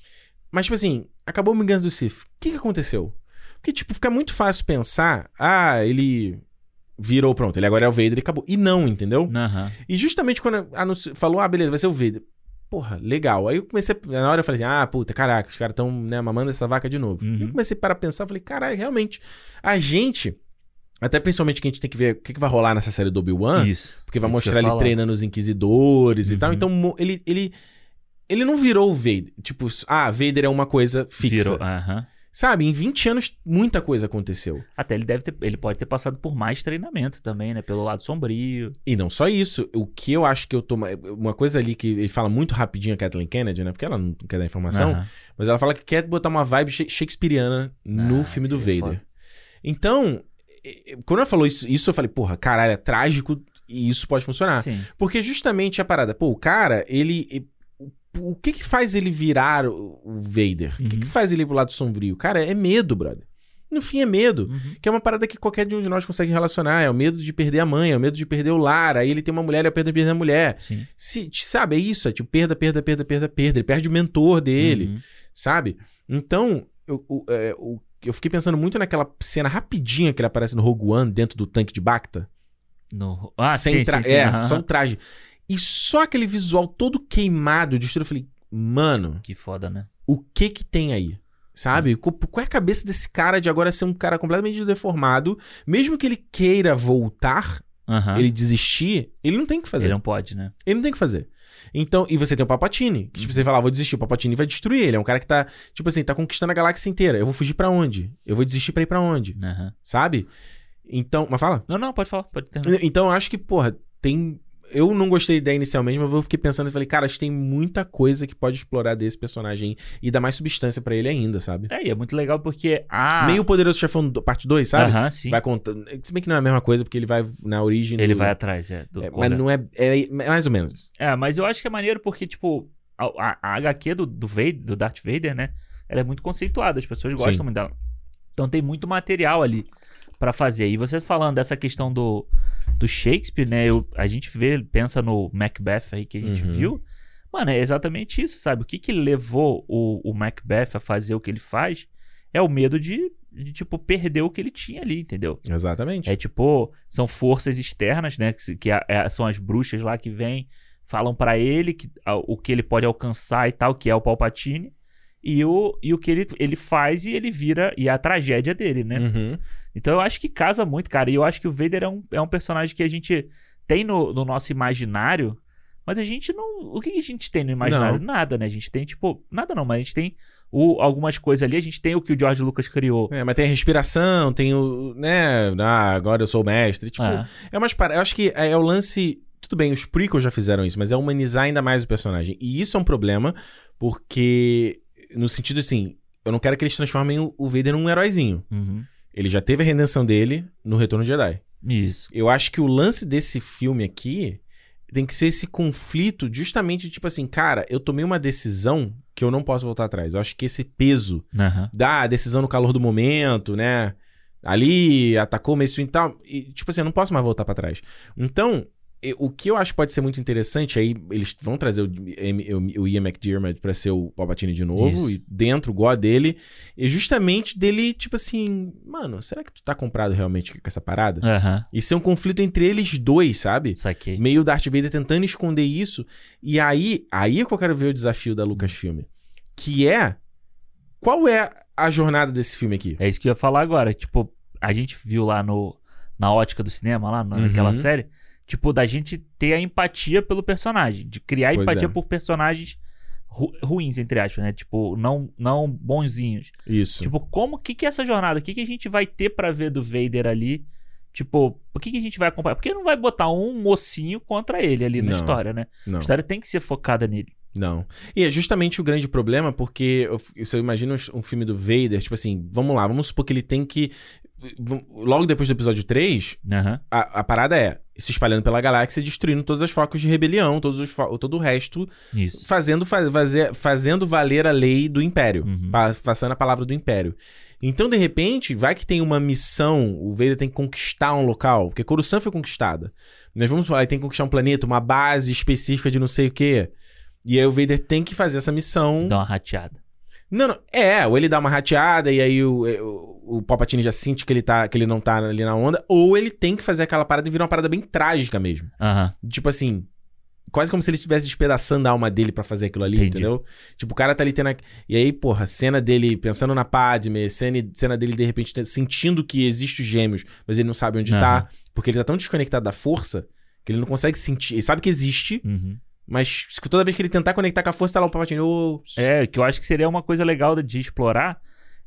Speaker 1: mas tipo assim, acabou o Vingança do Sith. O que, que aconteceu? Porque tipo, fica muito fácil pensar, ah, ele virou pronto, ele agora é o Vader e acabou. E não, entendeu?
Speaker 2: Aham.
Speaker 1: E justamente quando anunci- falou, ah, beleza, vai ser o Vader. Porra, legal. Aí eu comecei, a- na hora eu falei assim, ah, puta, caraca, os caras estão né, mamando essa vaca de novo.
Speaker 2: Uhum.
Speaker 1: E eu comecei para pensar, falei, caralho, realmente, a gente, até principalmente que a gente tem que ver o que, que vai rolar nessa série do Obi-Wan,
Speaker 2: Isso.
Speaker 1: porque vai
Speaker 2: isso que eu
Speaker 1: mostrar
Speaker 2: ia
Speaker 1: ele
Speaker 2: falar.
Speaker 1: treinando os inquisidores e
Speaker 2: Uhum.
Speaker 1: tal, então mo- ele, ele, ele não virou o Vader. Tipo, ah, Vader é uma coisa fixa.
Speaker 2: Virou. Aham.
Speaker 1: Sabe, em 20 anos muita coisa aconteceu.
Speaker 2: Até ele deve ter. Ele pode ter passado por mais treinamento também, né? Pelo lado sombrio.
Speaker 1: E não só isso, o que eu acho que eu tô. ma- Uma coisa ali que ele fala muito rapidinho a Kathleen Kennedy, né? Porque ela não quer dar informação,
Speaker 2: Aham.
Speaker 1: mas ela fala que quer botar uma vibe sha- shakespeariana no
Speaker 2: Ah,
Speaker 1: filme do
Speaker 2: seria
Speaker 1: Vader.
Speaker 2: foda.
Speaker 1: Então, e- e- quando ela falou isso, isso, eu falei, porra, caralho, é trágico e isso pode funcionar.
Speaker 2: Sim.
Speaker 1: Porque justamente a parada, pô, o cara, ele. e- o- O que que faz ele virar o o Vader? O que
Speaker 2: Uhum.
Speaker 1: que faz ele ir pro lado sombrio? Cara, é medo, brother. No fim, é medo.
Speaker 2: Uhum.
Speaker 1: Que é uma parada que qualquer de um de nós consegue relacionar. É o medo de perder a mãe, é o medo de perder o lar. Aí ele tem uma mulher, ele perde perder a mulher.
Speaker 2: Sim.
Speaker 1: Se, te- sabe, é isso. É tipo perda, perda, perda, perda, perda. Ele perde o mentor dele,
Speaker 2: Uhum.
Speaker 1: sabe? Então, eu, o- é, o- eu fiquei pensando muito naquela cena rapidinha que ele aparece no Rogue One dentro do tanque de Bacta.
Speaker 2: No... Ah,
Speaker 1: sem
Speaker 2: sim,
Speaker 1: tra-
Speaker 2: sim, sim.
Speaker 1: É,
Speaker 2: aham.
Speaker 1: só um traje. E só aquele visual todo queimado, destruído. Eu falei, mano
Speaker 2: Que foda, né?
Speaker 1: o que que tem aí? Sabe? Co- Qual é a cabeça desse cara de agora ser um cara completamente deformado? Mesmo que ele queira voltar,
Speaker 2: Aham.
Speaker 1: ele desistir, ele não tem o que fazer.
Speaker 2: Ah. Ele
Speaker 1: Ele,
Speaker 2: não pode, né?
Speaker 1: não tem o que fazer. Então, e você tem o Papatini, que tipo, você fala, ah, vou desistir, o Papatini vai destruir ele. É um cara que tá, tipo assim, tá conquistando a galáxia inteira. Eu vou fugir pra onde? Eu vou desistir pra ir pra onde?
Speaker 2: Aham.
Speaker 1: Sabe? Então, mas fala.
Speaker 2: Não, não, pode falar, pode terminar.
Speaker 1: Então, eu acho que, porra, tem. Eu não gostei da ideia inicialmente, mas eu fiquei pensando e falei, cara, acho que tem muita coisa que pode explorar desse personagem e dar mais substância pra ele ainda, sabe?
Speaker 2: É, e é muito legal porque a.
Speaker 1: Meio Poderoso Chefão do- parte 2, sabe?
Speaker 2: Ah. Aham, sim.
Speaker 1: vai contando. Se bem que não é a mesma coisa, porque ele vai na origem
Speaker 2: Ele
Speaker 1: do-
Speaker 2: vai atrás, é. do-
Speaker 1: É, mas
Speaker 2: olha.
Speaker 1: não é, é. é mais ou menos.
Speaker 2: É, mas eu acho que é maneiro porque, tipo, a, a- a HQ do, do, Vader, do Darth Vader, né? Ela é muito conceituada, as pessoas gostam
Speaker 1: Sim.
Speaker 2: muito dela. Então tem muito material ali pra fazer. E você falando dessa questão do, do Shakespeare, né? eu- a gente vê, pensa no Macbeth aí que a gente
Speaker 1: Uhum.
Speaker 2: viu. Mano, é exatamente isso, sabe? O que que levou o, o Macbeth a fazer o que ele faz é o medo de, de, tipo, perder o que ele tinha ali, entendeu?
Speaker 1: Exatamente.
Speaker 2: É tipo, são forças externas, né? Que, se- que a- é- são as bruxas lá que vêm, falam pra ele que, a- o que ele pode alcançar e tal, que é o Palpatine. E o, e o que ele, ele faz e ele vira. E é a tragédia dele, né?
Speaker 1: Uhum.
Speaker 2: Então eu acho que casa muito, cara. E eu acho que o Vader é um, é um personagem que a gente tem no, no nosso imaginário, mas a gente não. O que que a gente tem no imaginário? Nada, né? A gente tem, tipo. Nada não, mas a gente tem o, algumas coisas ali. A gente tem o que o George Lucas criou.
Speaker 1: É, mas tem a respiração, tem o. né? Ah, agora eu sou o mestre. Tipo,
Speaker 2: Ah,
Speaker 1: É umas paradas. Eu acho que é, é o lance. Tudo bem, os prequels já fizeram isso, mas é humanizar ainda mais o personagem. E isso é um problema, porque. No sentido assim, eu não quero que eles transformem o o Vader num heróizinho.
Speaker 2: uhum.
Speaker 1: Ele já teve a redenção dele no Retorno de Jedi.
Speaker 2: Isso.
Speaker 1: Eu acho que o lance desse filme aqui tem que ser esse conflito, justamente tipo assim, cara, eu tomei uma decisão que eu não posso voltar atrás. Eu acho que esse peso
Speaker 2: Aham.
Speaker 1: dá a decisão no calor do momento, né? Ali, atacou o e tal. E, tipo assim, eu não posso mais voltar pra trás. Então, e- o que eu acho que pode ser muito interessante, aí eles vão trazer o, M- o, o Ian McDiarmid pra ser o Palpatine de novo,
Speaker 2: Isso.
Speaker 1: e dentro, o God dele, e justamente dele, tipo assim, mano, será que tu tá comprado realmente com essa parada?
Speaker 2: Aham.
Speaker 1: E ser um conflito entre eles dois, sabe?
Speaker 2: Saquei.
Speaker 1: Meio Darth Vader tentando esconder isso. E aí, aí é que eu quero ver o desafio da Lucasfilm. Que é. Qual é a jornada desse filme aqui?
Speaker 2: É isso que eu ia falar agora. Tipo, a gente viu lá no na ótica do cinema, lá na-
Speaker 1: Uhum.
Speaker 2: naquela série, tipo, da gente ter a empatia pelo personagem, de criar
Speaker 1: Pois
Speaker 2: empatia
Speaker 1: é.
Speaker 2: por personagens ru- ruins, entre aspas, né? Tipo, não, não bonzinhos.
Speaker 1: Isso.
Speaker 2: Tipo, como que, que é essa jornada? O que, que a gente vai ter pra ver do Vader ali? Tipo, o que, que a gente vai acompanhar? Porque não vai botar um mocinho contra ele ali na
Speaker 1: Não.
Speaker 2: história, né?
Speaker 1: não,
Speaker 2: A história tem que ser focada nele.
Speaker 1: não. E é justamente o grande problema, porque eu, f- se eu imagino um- um filme do Vader, tipo assim, vamos lá, vamos supor que ele tem que. v- Logo depois do episódio 3,
Speaker 2: Aham.
Speaker 1: a, a parada é se espalhando pela galáxia e destruindo todas as focos de rebelião, todos os fo- todo o resto,
Speaker 2: Isso.
Speaker 1: fazendo, fa- fazer- fazendo valer a lei do Império.
Speaker 2: Uhum.
Speaker 1: Pa- passando a palavra do Império. Então, de repente, vai que tem uma missão, o Vader tem que conquistar um local, porque Coruscant foi conquistada. Nós vamos falar, tem que conquistar um planeta, uma base específica de não sei o quê. E aí o Vader tem que fazer essa missão.
Speaker 2: Dá um uma rateada.
Speaker 1: Não, não, é, ou ele dá uma rateada e aí o, é, o, o Palpatine já sente que ele, tá, que ele não tá ali na onda, ou ele tem que fazer aquela parada e virar uma parada bem trágica mesmo.
Speaker 2: Aham.
Speaker 1: Tipo assim, quase como se ele estivesse despedaçando a alma dele pra fazer aquilo ali,
Speaker 2: Entendi.
Speaker 1: entendeu? Tipo, o cara tá ali tendo. a- E aí, porra, cena dele pensando na Padme, cena, cena dele de repente te- sentindo que existe os gêmeos, mas ele não sabe onde tá, porque ele tá tão desconectado da força que ele não consegue sentir. Ele sabe que existe,
Speaker 2: Uhum.
Speaker 1: mas toda vez que ele tentar conectar com a força, tá lá o Palpatine. ô,
Speaker 2: É, que eu acho que seria uma coisa legal de explorar.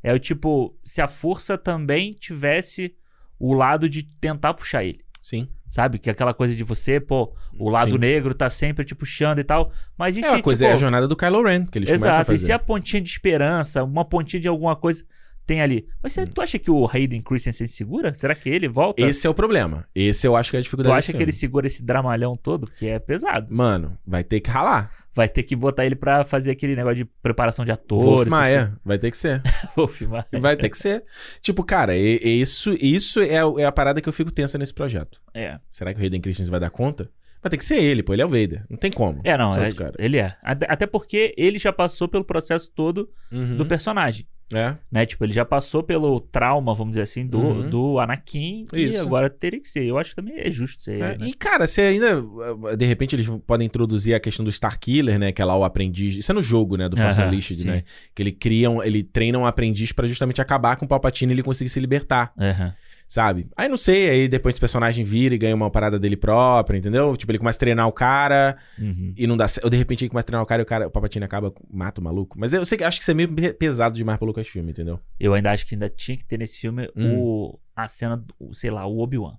Speaker 2: É o tipo, se a força também tivesse o lado de tentar puxar ele.
Speaker 1: Sim.
Speaker 2: Sabe? Que é aquela coisa de você, pô, o lado
Speaker 1: Hum, Sim.
Speaker 2: negro tá sempre te puxando e tal. Mas e
Speaker 1: É
Speaker 2: se,
Speaker 1: uma coisa,
Speaker 2: tipo,
Speaker 1: é a jornada do Kylo Ren, que eles começam a
Speaker 2: Exato, e
Speaker 1: fazer.
Speaker 2: se a pontinha de esperança, uma pontinha de alguma coisa tem ali. Mas será, tu acha que o Hayden Christensen segura? Será que ele volta?
Speaker 1: Hum. Esse é o problema. Esse eu acho que é a
Speaker 2: tu
Speaker 1: dificuldade.
Speaker 2: acha
Speaker 1: desse
Speaker 2: que ele
Speaker 1: filme.
Speaker 2: segura esse dramalhão todo? Que é pesado.
Speaker 1: Mano, vai ter que ralar.
Speaker 2: Vai ter que botar ele pra fazer aquele negócio de preparação de
Speaker 1: Wolf
Speaker 2: atores.
Speaker 1: Maia, vai ter que ser.
Speaker 2: essas- Wolf Maia.
Speaker 1: Vai ter que ser. Tipo, cara, e- e isso, isso é, o- é a parada que eu fico tensa nesse projeto.
Speaker 2: É.
Speaker 1: Será que o Hayden Christensen vai dar conta? Vai ter que ser ele, pô. Ele é o Vader. Não tem como.
Speaker 2: É, não,
Speaker 1: Sabe,
Speaker 2: é-
Speaker 1: cara?
Speaker 2: ele é. Até até porque ele já passou pelo processo todo
Speaker 1: Uhum.
Speaker 2: do personagem.
Speaker 1: É.
Speaker 2: Né? Tipo, ele já passou pelo trauma, vamos dizer assim, do,
Speaker 1: Uhum.
Speaker 2: do Anakin. E
Speaker 1: Isso.
Speaker 2: agora teria que ser. Eu acho que também é justo ser.
Speaker 1: É,
Speaker 2: ele, né?
Speaker 1: E, cara, você ainda. uh, De repente, eles podem introduzir a questão do Star Killer, né? Que é lá o aprendiz. Isso é no jogo, né? Do Force
Speaker 2: Aham,
Speaker 1: Unleashed,
Speaker 2: sim.
Speaker 1: né? Que ele criam, ele treinam um aprendiz pra justamente acabar com o Palpatine e ele conseguir se libertar.
Speaker 2: Aham.
Speaker 1: Sabe? Aí não sei, aí depois esse personagem vira e ganha uma parada dele própria, entendeu? Tipo, ele começa a treinar o cara.
Speaker 2: Uhum.
Speaker 1: e não dá certo. Ou de repente ele começa a treinar o cara e o cara, o Papatini acaba, mata o maluco. Mas eu sei que acho que isso é meio pe- pesado demais pro Lucasfilm, entendeu?
Speaker 2: Eu ainda acho que ainda tinha que ter nesse filme
Speaker 1: Hum.
Speaker 2: o, a cena, do, sei lá, o Obi-Wan.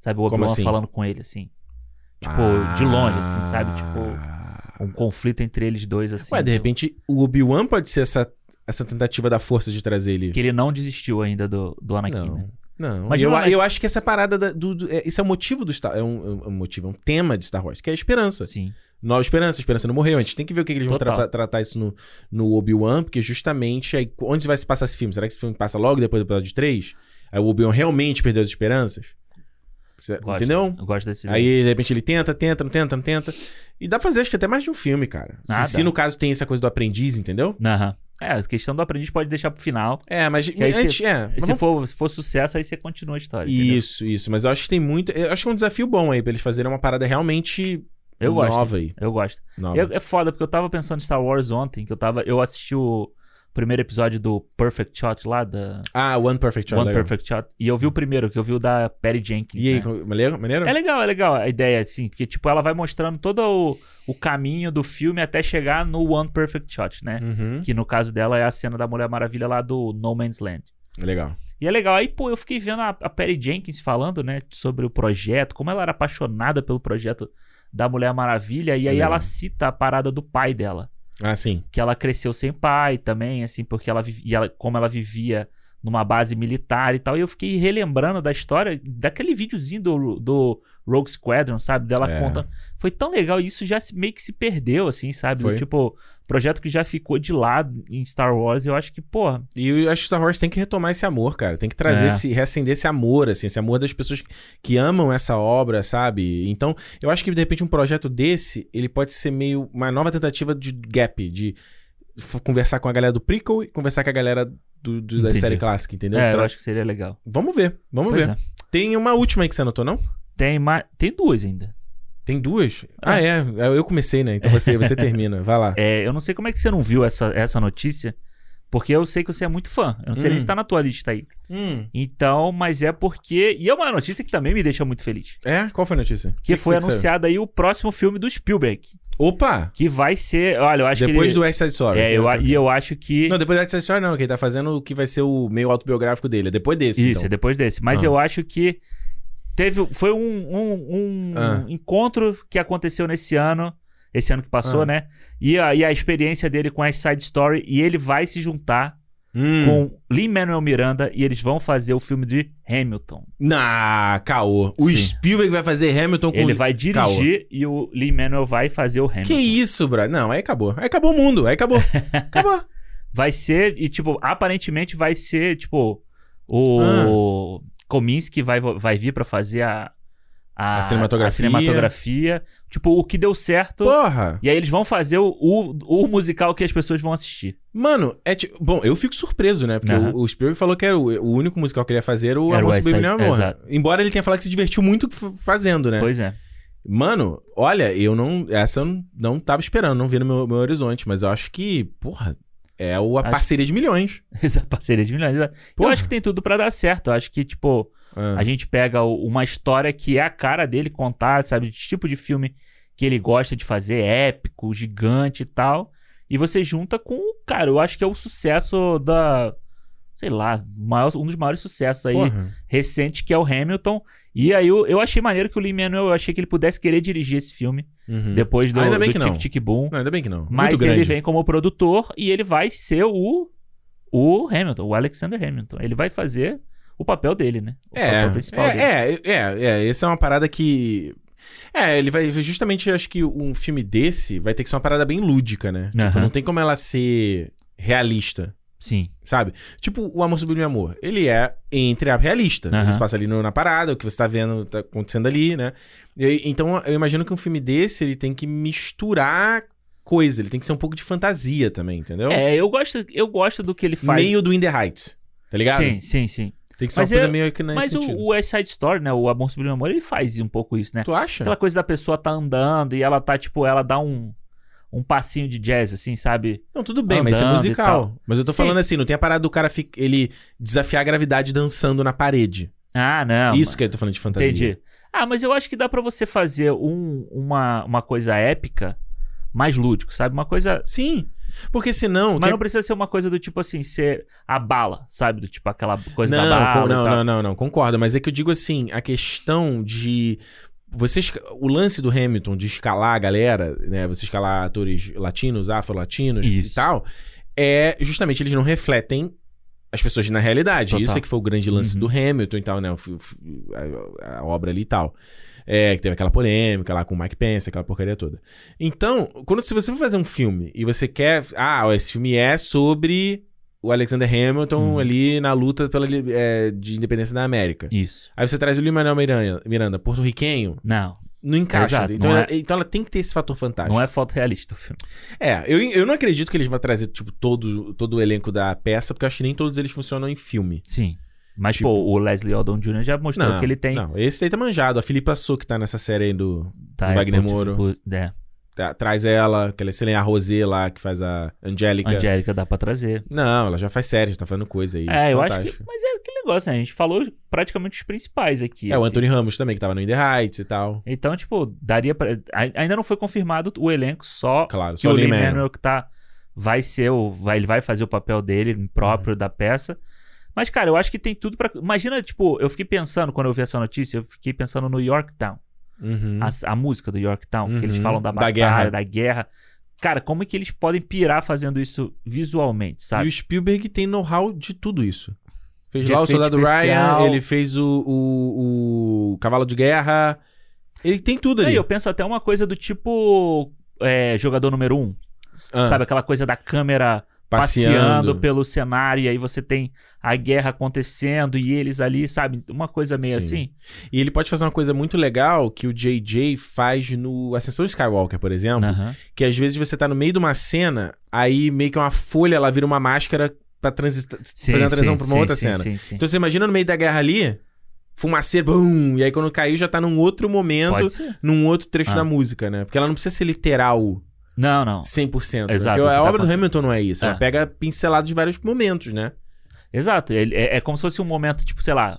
Speaker 2: Sabe, o
Speaker 1: Como
Speaker 2: Obi-Wan
Speaker 1: assim?
Speaker 2: falando com ele, assim. Tipo, de longe, assim, sabe? Tipo, um conflito entre eles dois, assim.
Speaker 1: Ah. Ué, de
Speaker 2: do-
Speaker 1: repente o Obi-Wan pode ser essa, essa tentativa da força de trazer ele.
Speaker 2: Que ele não desistiu ainda do, do Anakin,
Speaker 1: Não.
Speaker 2: né?
Speaker 1: Não,
Speaker 2: Mas
Speaker 1: eu,
Speaker 2: não, mas-
Speaker 1: eu acho que essa parada da- do. do- é, isso é um motivo do Star é um, é um motivo, é um tema de Star Wars, que é a esperança.
Speaker 2: Sim.
Speaker 1: Nova Esperança, a Esperança não morreu. A gente tem que ver o que que eles vão
Speaker 2: Total.
Speaker 1: tra- tratar isso no, no Obi-Wan, porque justamente aí, onde vai se passar esse filme? Será que esse filme passa logo depois do episódio 3? Aí o Obi-Wan realmente perdeu as esperanças? Você-
Speaker 2: Gosto.
Speaker 1: entendeu?
Speaker 2: Eu gosto desse.
Speaker 1: Aí, de repente, ele tenta, tenta, não tenta, não tenta. E dá pra fazer, acho que até mais de um filme, cara. Se,
Speaker 2: Ah,
Speaker 1: se
Speaker 2: dá.
Speaker 1: no caso tem essa coisa do aprendiz, entendeu?
Speaker 2: Aham. É, a questão do aprendiz pode deixar pro final.
Speaker 1: É, mas
Speaker 2: aí
Speaker 1: antes. é,
Speaker 2: E
Speaker 1: mas
Speaker 2: Se
Speaker 1: vamos-
Speaker 2: for, se for sucesso, aí você continua a história. entendeu?
Speaker 1: Isso, isso. Mas eu acho que tem muito. Eu acho que é um desafio bom aí pra eles fazerem uma parada realmente
Speaker 2: Eu gosto.
Speaker 1: nova aí.
Speaker 2: Eu gosto.
Speaker 1: Nova.
Speaker 2: É, é foda, porque eu tava pensando em Star Wars ontem, que eu tava. Eu assisti o primeiro episódio do Perfect Shot lá da.
Speaker 1: Ah, One Perfect Shot.
Speaker 2: One
Speaker 1: legal.
Speaker 2: Perfect Shot. E eu vi o primeiro, que eu vi o da Perry Jenkins.
Speaker 1: E aí,
Speaker 2: né?
Speaker 1: como- maneiro? maneiro?
Speaker 2: É legal, é legal a ideia, assim, porque, tipo, ela vai mostrando todo o, o caminho do filme até chegar no One Perfect Shot, né?
Speaker 1: Uhum.
Speaker 2: Que no caso dela é a cena da Mulher Maravilha lá do No Man's Land.
Speaker 1: Legal.
Speaker 2: E é legal. Aí, pô, eu fiquei vendo a, a Perry Jenkins falando, né, sobre o projeto, como ela era apaixonada pelo projeto da Mulher Maravilha, e aí
Speaker 1: Legal.
Speaker 2: ela cita a parada do pai dela
Speaker 1: Ah, sim.
Speaker 2: que ela cresceu sem pai também, assim, porque ela vivia, e ela- como ela vivia numa base militar e tal. E eu fiquei relembrando da história, daquele videozinho do, do Rogue Squadron, sabe? Dela
Speaker 1: É.
Speaker 2: conta. Foi tão legal, e isso já se- meio que se perdeu, assim, sabe?
Speaker 1: Foi.
Speaker 2: Tipo, projeto que já ficou de lado em Star Wars. Eu acho que, porra,
Speaker 1: E eu acho que Star Wars tem que retomar esse amor, cara. Tem que trazer
Speaker 2: É.
Speaker 1: esse, reacender esse amor, assim, esse amor das pessoas que amam essa obra, sabe? Então, eu acho que de repente um projeto desse, ele pode ser meio uma nova tentativa de gap, de f- conversar com a galera do prequel e conversar com a galera do, do- da
Speaker 2: Entendi.
Speaker 1: série clássica, entendeu?
Speaker 2: é, eu
Speaker 1: Tra-
Speaker 2: acho que seria legal.
Speaker 1: Vamos ver, vamos
Speaker 2: Pois
Speaker 1: ver.
Speaker 2: é.
Speaker 1: Tem uma última aí que você anotou, não?
Speaker 2: Tem, mais, tem duas ainda.
Speaker 1: Tem duas? Ah, é. Eu comecei, né? Então você, você termina. Vai lá.
Speaker 2: É, eu não sei como é que você não viu essa, essa notícia, porque eu sei que você é muito fã. Eu não sei
Speaker 1: Hum.
Speaker 2: nem se tá na tua lista aí.
Speaker 1: Hum.
Speaker 2: Então, mas é porque. E é uma notícia que também me deixa muito feliz.
Speaker 1: É? Qual foi a notícia?
Speaker 2: Que foi
Speaker 1: saiu?
Speaker 2: anunciado aí o próximo filme do Spielberg.
Speaker 1: Opa!
Speaker 2: Que vai ser. Olha, eu acho
Speaker 1: Depois
Speaker 2: que.
Speaker 1: do West Side Story.
Speaker 2: É, eu, a- e eu acho que.
Speaker 1: Não, depois do West Side Story não, que ele tá fazendo o que vai ser o meio autobiográfico dele. É depois desse,
Speaker 2: Isso, é
Speaker 1: então.
Speaker 2: depois desse. Mas
Speaker 1: Ah.
Speaker 2: eu acho que. Teve, foi um, um, um
Speaker 1: Ah.
Speaker 2: encontro que aconteceu nesse ano. Esse ano que passou,
Speaker 1: Ah.
Speaker 2: né? E a, e a experiência dele com a Side Story. E ele vai se juntar
Speaker 1: Hum.
Speaker 2: com Lin-Manuel Miranda. E eles vão fazer o filme de Hamilton.
Speaker 1: Na, caô. O
Speaker 2: Sim.
Speaker 1: Spielberg vai fazer Hamilton com...
Speaker 2: Ele vai dirigir e o Lin-Manuel vai fazer o Hamilton.
Speaker 1: Que isso, bro? Não, aí acabou. Aí acabou o mundo, aí acabou. acabou.
Speaker 2: Vai ser, e tipo, aparentemente vai ser, tipo, o Kominsky vai, vai vir pra fazer a, a,
Speaker 1: Ah. A cinematografia.
Speaker 2: a cinematografia. Tipo, o que deu certo.
Speaker 1: Porra!
Speaker 2: E aí eles vão fazer o, o, o musical que as pessoas vão assistir.
Speaker 1: Mano, é tipo. Bom, eu fico surpreso, né? Porque
Speaker 2: Aham.
Speaker 1: o, o Spielberg falou que era o, o único musical que ele ia fazer era o
Speaker 2: Era o
Speaker 1: Amor
Speaker 2: West
Speaker 1: Sublime
Speaker 2: Side-
Speaker 1: Amor.
Speaker 2: exato.
Speaker 1: Embora ele tenha falado que se divertiu muito f- fazendo, né?
Speaker 2: Pois é.
Speaker 1: Mano, olha, eu não. Essa eu não- não tava esperando, não vi no meu, meu horizonte, mas eu acho que, porra, é o- a
Speaker 2: Acho-
Speaker 1: parceria de milhões.
Speaker 2: Essa parceria de milhões. exato. Eu
Speaker 1: Porra.
Speaker 2: acho que tem tudo pra dar certo. Eu acho que, tipo,
Speaker 1: Ah,
Speaker 2: A gente pega o- uma história que é a cara dele contar, sabe? De tipo de filme que ele gosta de fazer, épico, gigante e tal. E você junta com, cara, eu acho que é o sucesso da. Sei lá, maior- um dos maiores sucessos aí
Speaker 1: porra.
Speaker 2: recente, que é o Hamilton. E aí eu, eu achei maneiro que o Lee Manuel, eu achei que ele pudesse querer dirigir esse filme
Speaker 1: Uhum.
Speaker 2: depois do,
Speaker 1: Ah, ainda bem
Speaker 2: do
Speaker 1: que não.
Speaker 2: Tic Tic Boom.
Speaker 1: Não, ainda bem que não.
Speaker 2: Mas
Speaker 1: Muito
Speaker 2: ele
Speaker 1: grande.
Speaker 2: vem como produtor e ele vai ser o, o Hamilton, o Alexander Hamilton. Ele vai fazer o papel dele, né? O papel principal dele.
Speaker 1: É, é, é, é, essa é uma parada que. É, ele vai. Justamente acho que um filme desse vai ter que ser uma parada bem lúdica, né? Tipo,
Speaker 2: Aham.
Speaker 1: não tem como ela ser realista,
Speaker 2: Sim.
Speaker 1: sabe? Tipo, o Amor Sublime Amor. Ele é, entre a realista.
Speaker 2: Aham.
Speaker 1: Ele se passa ali no- na parada, o que você tá vendo tá acontecendo ali, né? E- então, eu imagino que um filme desse ele tem que misturar coisa, ele tem que ser um pouco de fantasia também, entendeu?
Speaker 2: É, eu gosto, eu gosto do que ele faz.
Speaker 1: Então? Meio do In the Heights, tá ligado?
Speaker 2: Sim, sim, sim.
Speaker 1: Tem que ser
Speaker 2: Mas
Speaker 1: uma coisa
Speaker 2: é-
Speaker 1: meio que nesse
Speaker 2: Mas o,
Speaker 1: sentido.
Speaker 2: o West Side Story, né? O Amor Sublime Amor, ele faz um pouco isso, né?
Speaker 1: Tu acha?
Speaker 2: Aquela coisa da pessoa tá andando e ela tá, tipo, ela dá um, um passinho de jazz, assim, sabe?
Speaker 1: Não, tudo bem, mas isso é
Speaker 2: Andando e
Speaker 1: musical. Mas eu tô
Speaker 2: Sim.
Speaker 1: falando assim, não tem a parada do cara fi- ele desafiar a gravidade dançando na parede.
Speaker 2: Ah, não.
Speaker 1: isso que eu tô falando de fantasia.
Speaker 2: Entendi. Ah, mas eu acho que dá pra você fazer um, uma, uma coisa épica mais lúdico, sabe? Uma coisa.
Speaker 1: Sim. Porque senão. o
Speaker 2: Mas
Speaker 1: que-
Speaker 2: não precisa ser uma coisa do tipo assim, ser a bala, sabe? Do tipo aquela coisa
Speaker 1: não,
Speaker 2: da bala.
Speaker 1: con-
Speaker 2: e
Speaker 1: não,
Speaker 2: tal.
Speaker 1: não, não, não, concordo. Mas é que eu digo assim, a questão de. Você, esca- o lance do Hamilton de escalar a galera, né? Você escalar atores latinos, afro-latinos e
Speaker 2: Isso.
Speaker 1: tal, é justamente eles não refletem as pessoas na realidade.
Speaker 2: Total.
Speaker 1: Isso é que foi o grande lance
Speaker 2: Uhum.
Speaker 1: do Hamilton e tal, né? o f- f- a, a obra ali e tal. É, que teve aquela polêmica lá com o Mike Pence, aquela porcaria toda. Então, quando se você for fazer um filme e você quer. Ah, ó, esse filme é sobre o Alexander Hamilton
Speaker 2: Hum.
Speaker 1: ali na luta pela, li- é, de independência da América.
Speaker 2: Isso.
Speaker 1: Aí você traz o Lin-Manuel Miranda, Miranda porto-riquenho,
Speaker 2: Não,
Speaker 1: não encaixa.
Speaker 2: Exato,
Speaker 1: então,
Speaker 2: não é-
Speaker 1: ela, então ela tem que ter esse fator fantástico.
Speaker 2: não é foto realista o filme.
Speaker 1: É, eu, eu não acredito que eles vão trazer, tipo, todo, todo o elenco da peça, porque eu acho que nem todos eles funcionam em filme.
Speaker 2: Sim. Mas,
Speaker 1: Tipo-
Speaker 2: pô, o Leslie Odom Jr. já mostrou que ele tem.
Speaker 1: Não, esse aí tá manjado. A Filipa Su, que tá nessa série aí do.
Speaker 2: tá,
Speaker 1: o Wagner
Speaker 2: muito-
Speaker 1: Moura.
Speaker 2: muito- É,
Speaker 1: tá- traz ela, que ela é excelente, a Rosé lá, que faz a Angélica.
Speaker 2: Angélica dá pra trazer.
Speaker 1: Não, ela já faz série, já tá fazendo coisa aí.
Speaker 2: É, eu acho
Speaker 1: fantástico.
Speaker 2: que. Mas é que negócio, né? A gente falou praticamente os principais aqui.
Speaker 1: É, o
Speaker 2: assim.
Speaker 1: Anthony Ramos também, que tava no In The Heights e tal.
Speaker 2: Então, tipo, daria pra. ai- Ainda não foi confirmado o elenco, só
Speaker 1: Claro,
Speaker 2: que
Speaker 1: só
Speaker 2: o
Speaker 1: o
Speaker 2: Lee
Speaker 1: Lin-Manuel.
Speaker 2: Manuel que tá. Vai ser o. Vai, ele vai fazer o papel dele próprio
Speaker 1: Uhum.
Speaker 2: da peça. Mas, cara, eu acho que tem tudo pra. Imagina, tipo, eu fiquei pensando, quando eu vi essa notícia, eu fiquei pensando no Yorktown.
Speaker 1: Uhum.
Speaker 2: a, a música do Yorktown, que eles
Speaker 1: Uhum.
Speaker 2: falam da
Speaker 1: Da
Speaker 2: batalha,
Speaker 1: guerra.
Speaker 2: da guerra. Cara, como é que eles podem pirar fazendo isso visualmente,
Speaker 1: E
Speaker 2: sabe?
Speaker 1: o Spielberg tem know-how de tudo isso. Fez
Speaker 2: De
Speaker 1: lá o
Speaker 2: efeito
Speaker 1: Soldado
Speaker 2: especial.
Speaker 1: Ryan, ele fez o, o, o Cavalo de Guerra. Ele tem tudo
Speaker 2: E aí
Speaker 1: ali.
Speaker 2: eu penso até uma coisa do tipo é, jogador número um,
Speaker 1: Ah,
Speaker 2: sabe? Aquela coisa da câmera passeando. pelo cenário e aí você tem a guerra acontecendo e eles ali, sabe? Uma coisa meio
Speaker 1: Sim.
Speaker 2: assim.
Speaker 1: E ele pode fazer uma coisa muito legal que o JJ faz no Ascensão Skywalker, por exemplo.
Speaker 2: Aham.
Speaker 1: Que às vezes você tá no meio de uma cena, aí meio que uma folha, ela vira uma máscara pra transita,
Speaker 2: Sim,
Speaker 1: fazer uma transição
Speaker 2: sim,
Speaker 1: pra uma
Speaker 2: sim,
Speaker 1: outra
Speaker 2: sim,
Speaker 1: cena.
Speaker 2: sim, sim.
Speaker 1: Então você imagina no meio da guerra ali, fumaceiro, bum, e aí quando caiu já tá num outro momento,
Speaker 2: Pode ser.
Speaker 1: num outro trecho
Speaker 2: Ah.
Speaker 1: da música, né? Porque ela não precisa ser literal
Speaker 2: Não, não.
Speaker 1: 100%. né?
Speaker 2: Exato,
Speaker 1: Porque
Speaker 2: o que
Speaker 1: a
Speaker 2: tá
Speaker 1: obra do
Speaker 2: acontecendo.
Speaker 1: Hamilton não é isso.
Speaker 2: É.
Speaker 1: Ela pega pincelado de vários momentos, né?
Speaker 2: Exato. Ele- É, é como se fosse um momento, tipo, sei lá,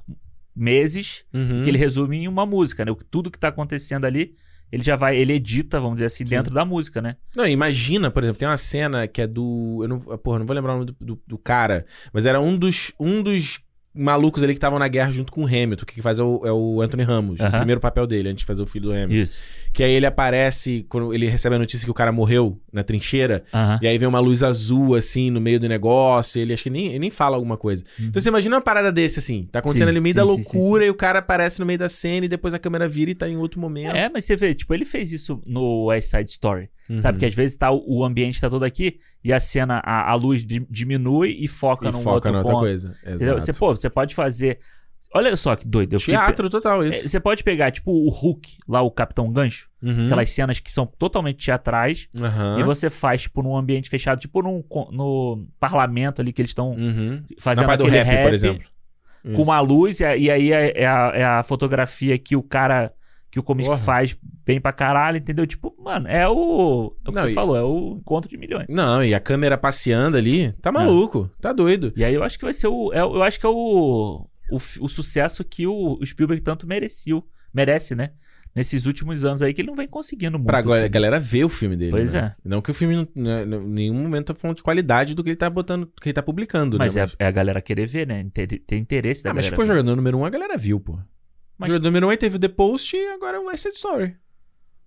Speaker 2: meses
Speaker 1: Uhum.
Speaker 2: que ele resume em uma música, né? O- Tudo que tá acontecendo ali, ele já vai, ele edita, vamos dizer assim,
Speaker 1: Sim.
Speaker 2: dentro da música, né?
Speaker 1: Não, imagina, por exemplo, tem uma cena que é do. Eu não, porra, não vou lembrar o nome do, do- do cara, mas era um dos, um dos malucos ali que estavam na guerra junto com o Hamilton, que faz é o, é o Anthony Ramos, o
Speaker 2: Aham.
Speaker 1: primeiro papel dele antes de fazer o filho do Hamilton.
Speaker 2: Isso.
Speaker 1: Que aí ele aparece, quando ele recebe a notícia que o cara morreu na trincheira, e aí vem uma luz azul, assim, no meio do negócio. e Ele acho que nem, ele nem fala alguma coisa.
Speaker 2: Uhum.
Speaker 1: Então você imagina uma parada desse, assim. Tá acontecendo
Speaker 2: Sim,
Speaker 1: ali no meio
Speaker 2: sim,
Speaker 1: da
Speaker 2: sim, sim,
Speaker 1: loucura e o cara aparece no meio da cena e depois a câmera vira e tá em outro momento.
Speaker 2: É, mas você vê, tipo, ele fez isso no West Side Story.
Speaker 1: Uhum.
Speaker 2: Sabe? Que às vezes tá, o- o ambiente tá todo aqui, e a cena, a, a luz di- diminui e foca
Speaker 1: E
Speaker 2: num
Speaker 1: foca
Speaker 2: outro
Speaker 1: na outra
Speaker 2: ponto.
Speaker 1: coisa.
Speaker 2: Entendeu?
Speaker 1: Exato.
Speaker 2: Você, pô, você pode fazer. Olha só que doido. Eu fiquei pe-
Speaker 1: Teatro total,
Speaker 2: É,
Speaker 1: isso.
Speaker 2: Você pode pegar, tipo, o Hulk, lá o Capitão Gancho,
Speaker 1: Uhum.
Speaker 2: aquelas cenas que são totalmente teatrais,
Speaker 1: Aham.
Speaker 2: assim, e você faz, tipo, num ambiente fechado, tipo, num, con- no parlamento ali que eles estão
Speaker 1: Uhum.
Speaker 2: fazendo
Speaker 1: Na parte do
Speaker 2: aquele
Speaker 1: rap, por exemplo.
Speaker 2: com uma luz, e a- e aí é, é a, é a fotografia que o cara, que o comediante
Speaker 1: Porra.
Speaker 2: faz bem pra caralho, entendeu? Tipo, mano, é o. É o que
Speaker 1: Não,
Speaker 2: você
Speaker 1: e-
Speaker 2: falou, é o encontro de milhões.
Speaker 1: Não, e a câmera passeando ali,
Speaker 2: É.
Speaker 1: tá maluco, tá doido.
Speaker 2: E aí eu acho que vai ser o. é o- eu acho que é o. O, fi- o sucesso que o, o Spielberg tanto mereceu. Merece, né? Nesses últimos anos aí que ele não vem conseguindo muito.
Speaker 1: Pra agora, a
Speaker 2: assim.
Speaker 1: galera ver o filme dele.
Speaker 2: Pois é.
Speaker 1: né? Não que o filme, não- né, em nenhum momento, tá falando de qualidade do que ele tá botando, do que ele tá publicando.
Speaker 2: Mas
Speaker 1: né?
Speaker 2: é, é a galera querer ver, né? Inter- Tem interesse da
Speaker 1: Ah, mas
Speaker 2: galera.
Speaker 1: tipo, o
Speaker 2: ver.
Speaker 1: jogador número 1, um, a galera viu, pô. O
Speaker 2: Mas-
Speaker 1: Jogador número 1 um, aí teve o The Post e agora é o West Side Story.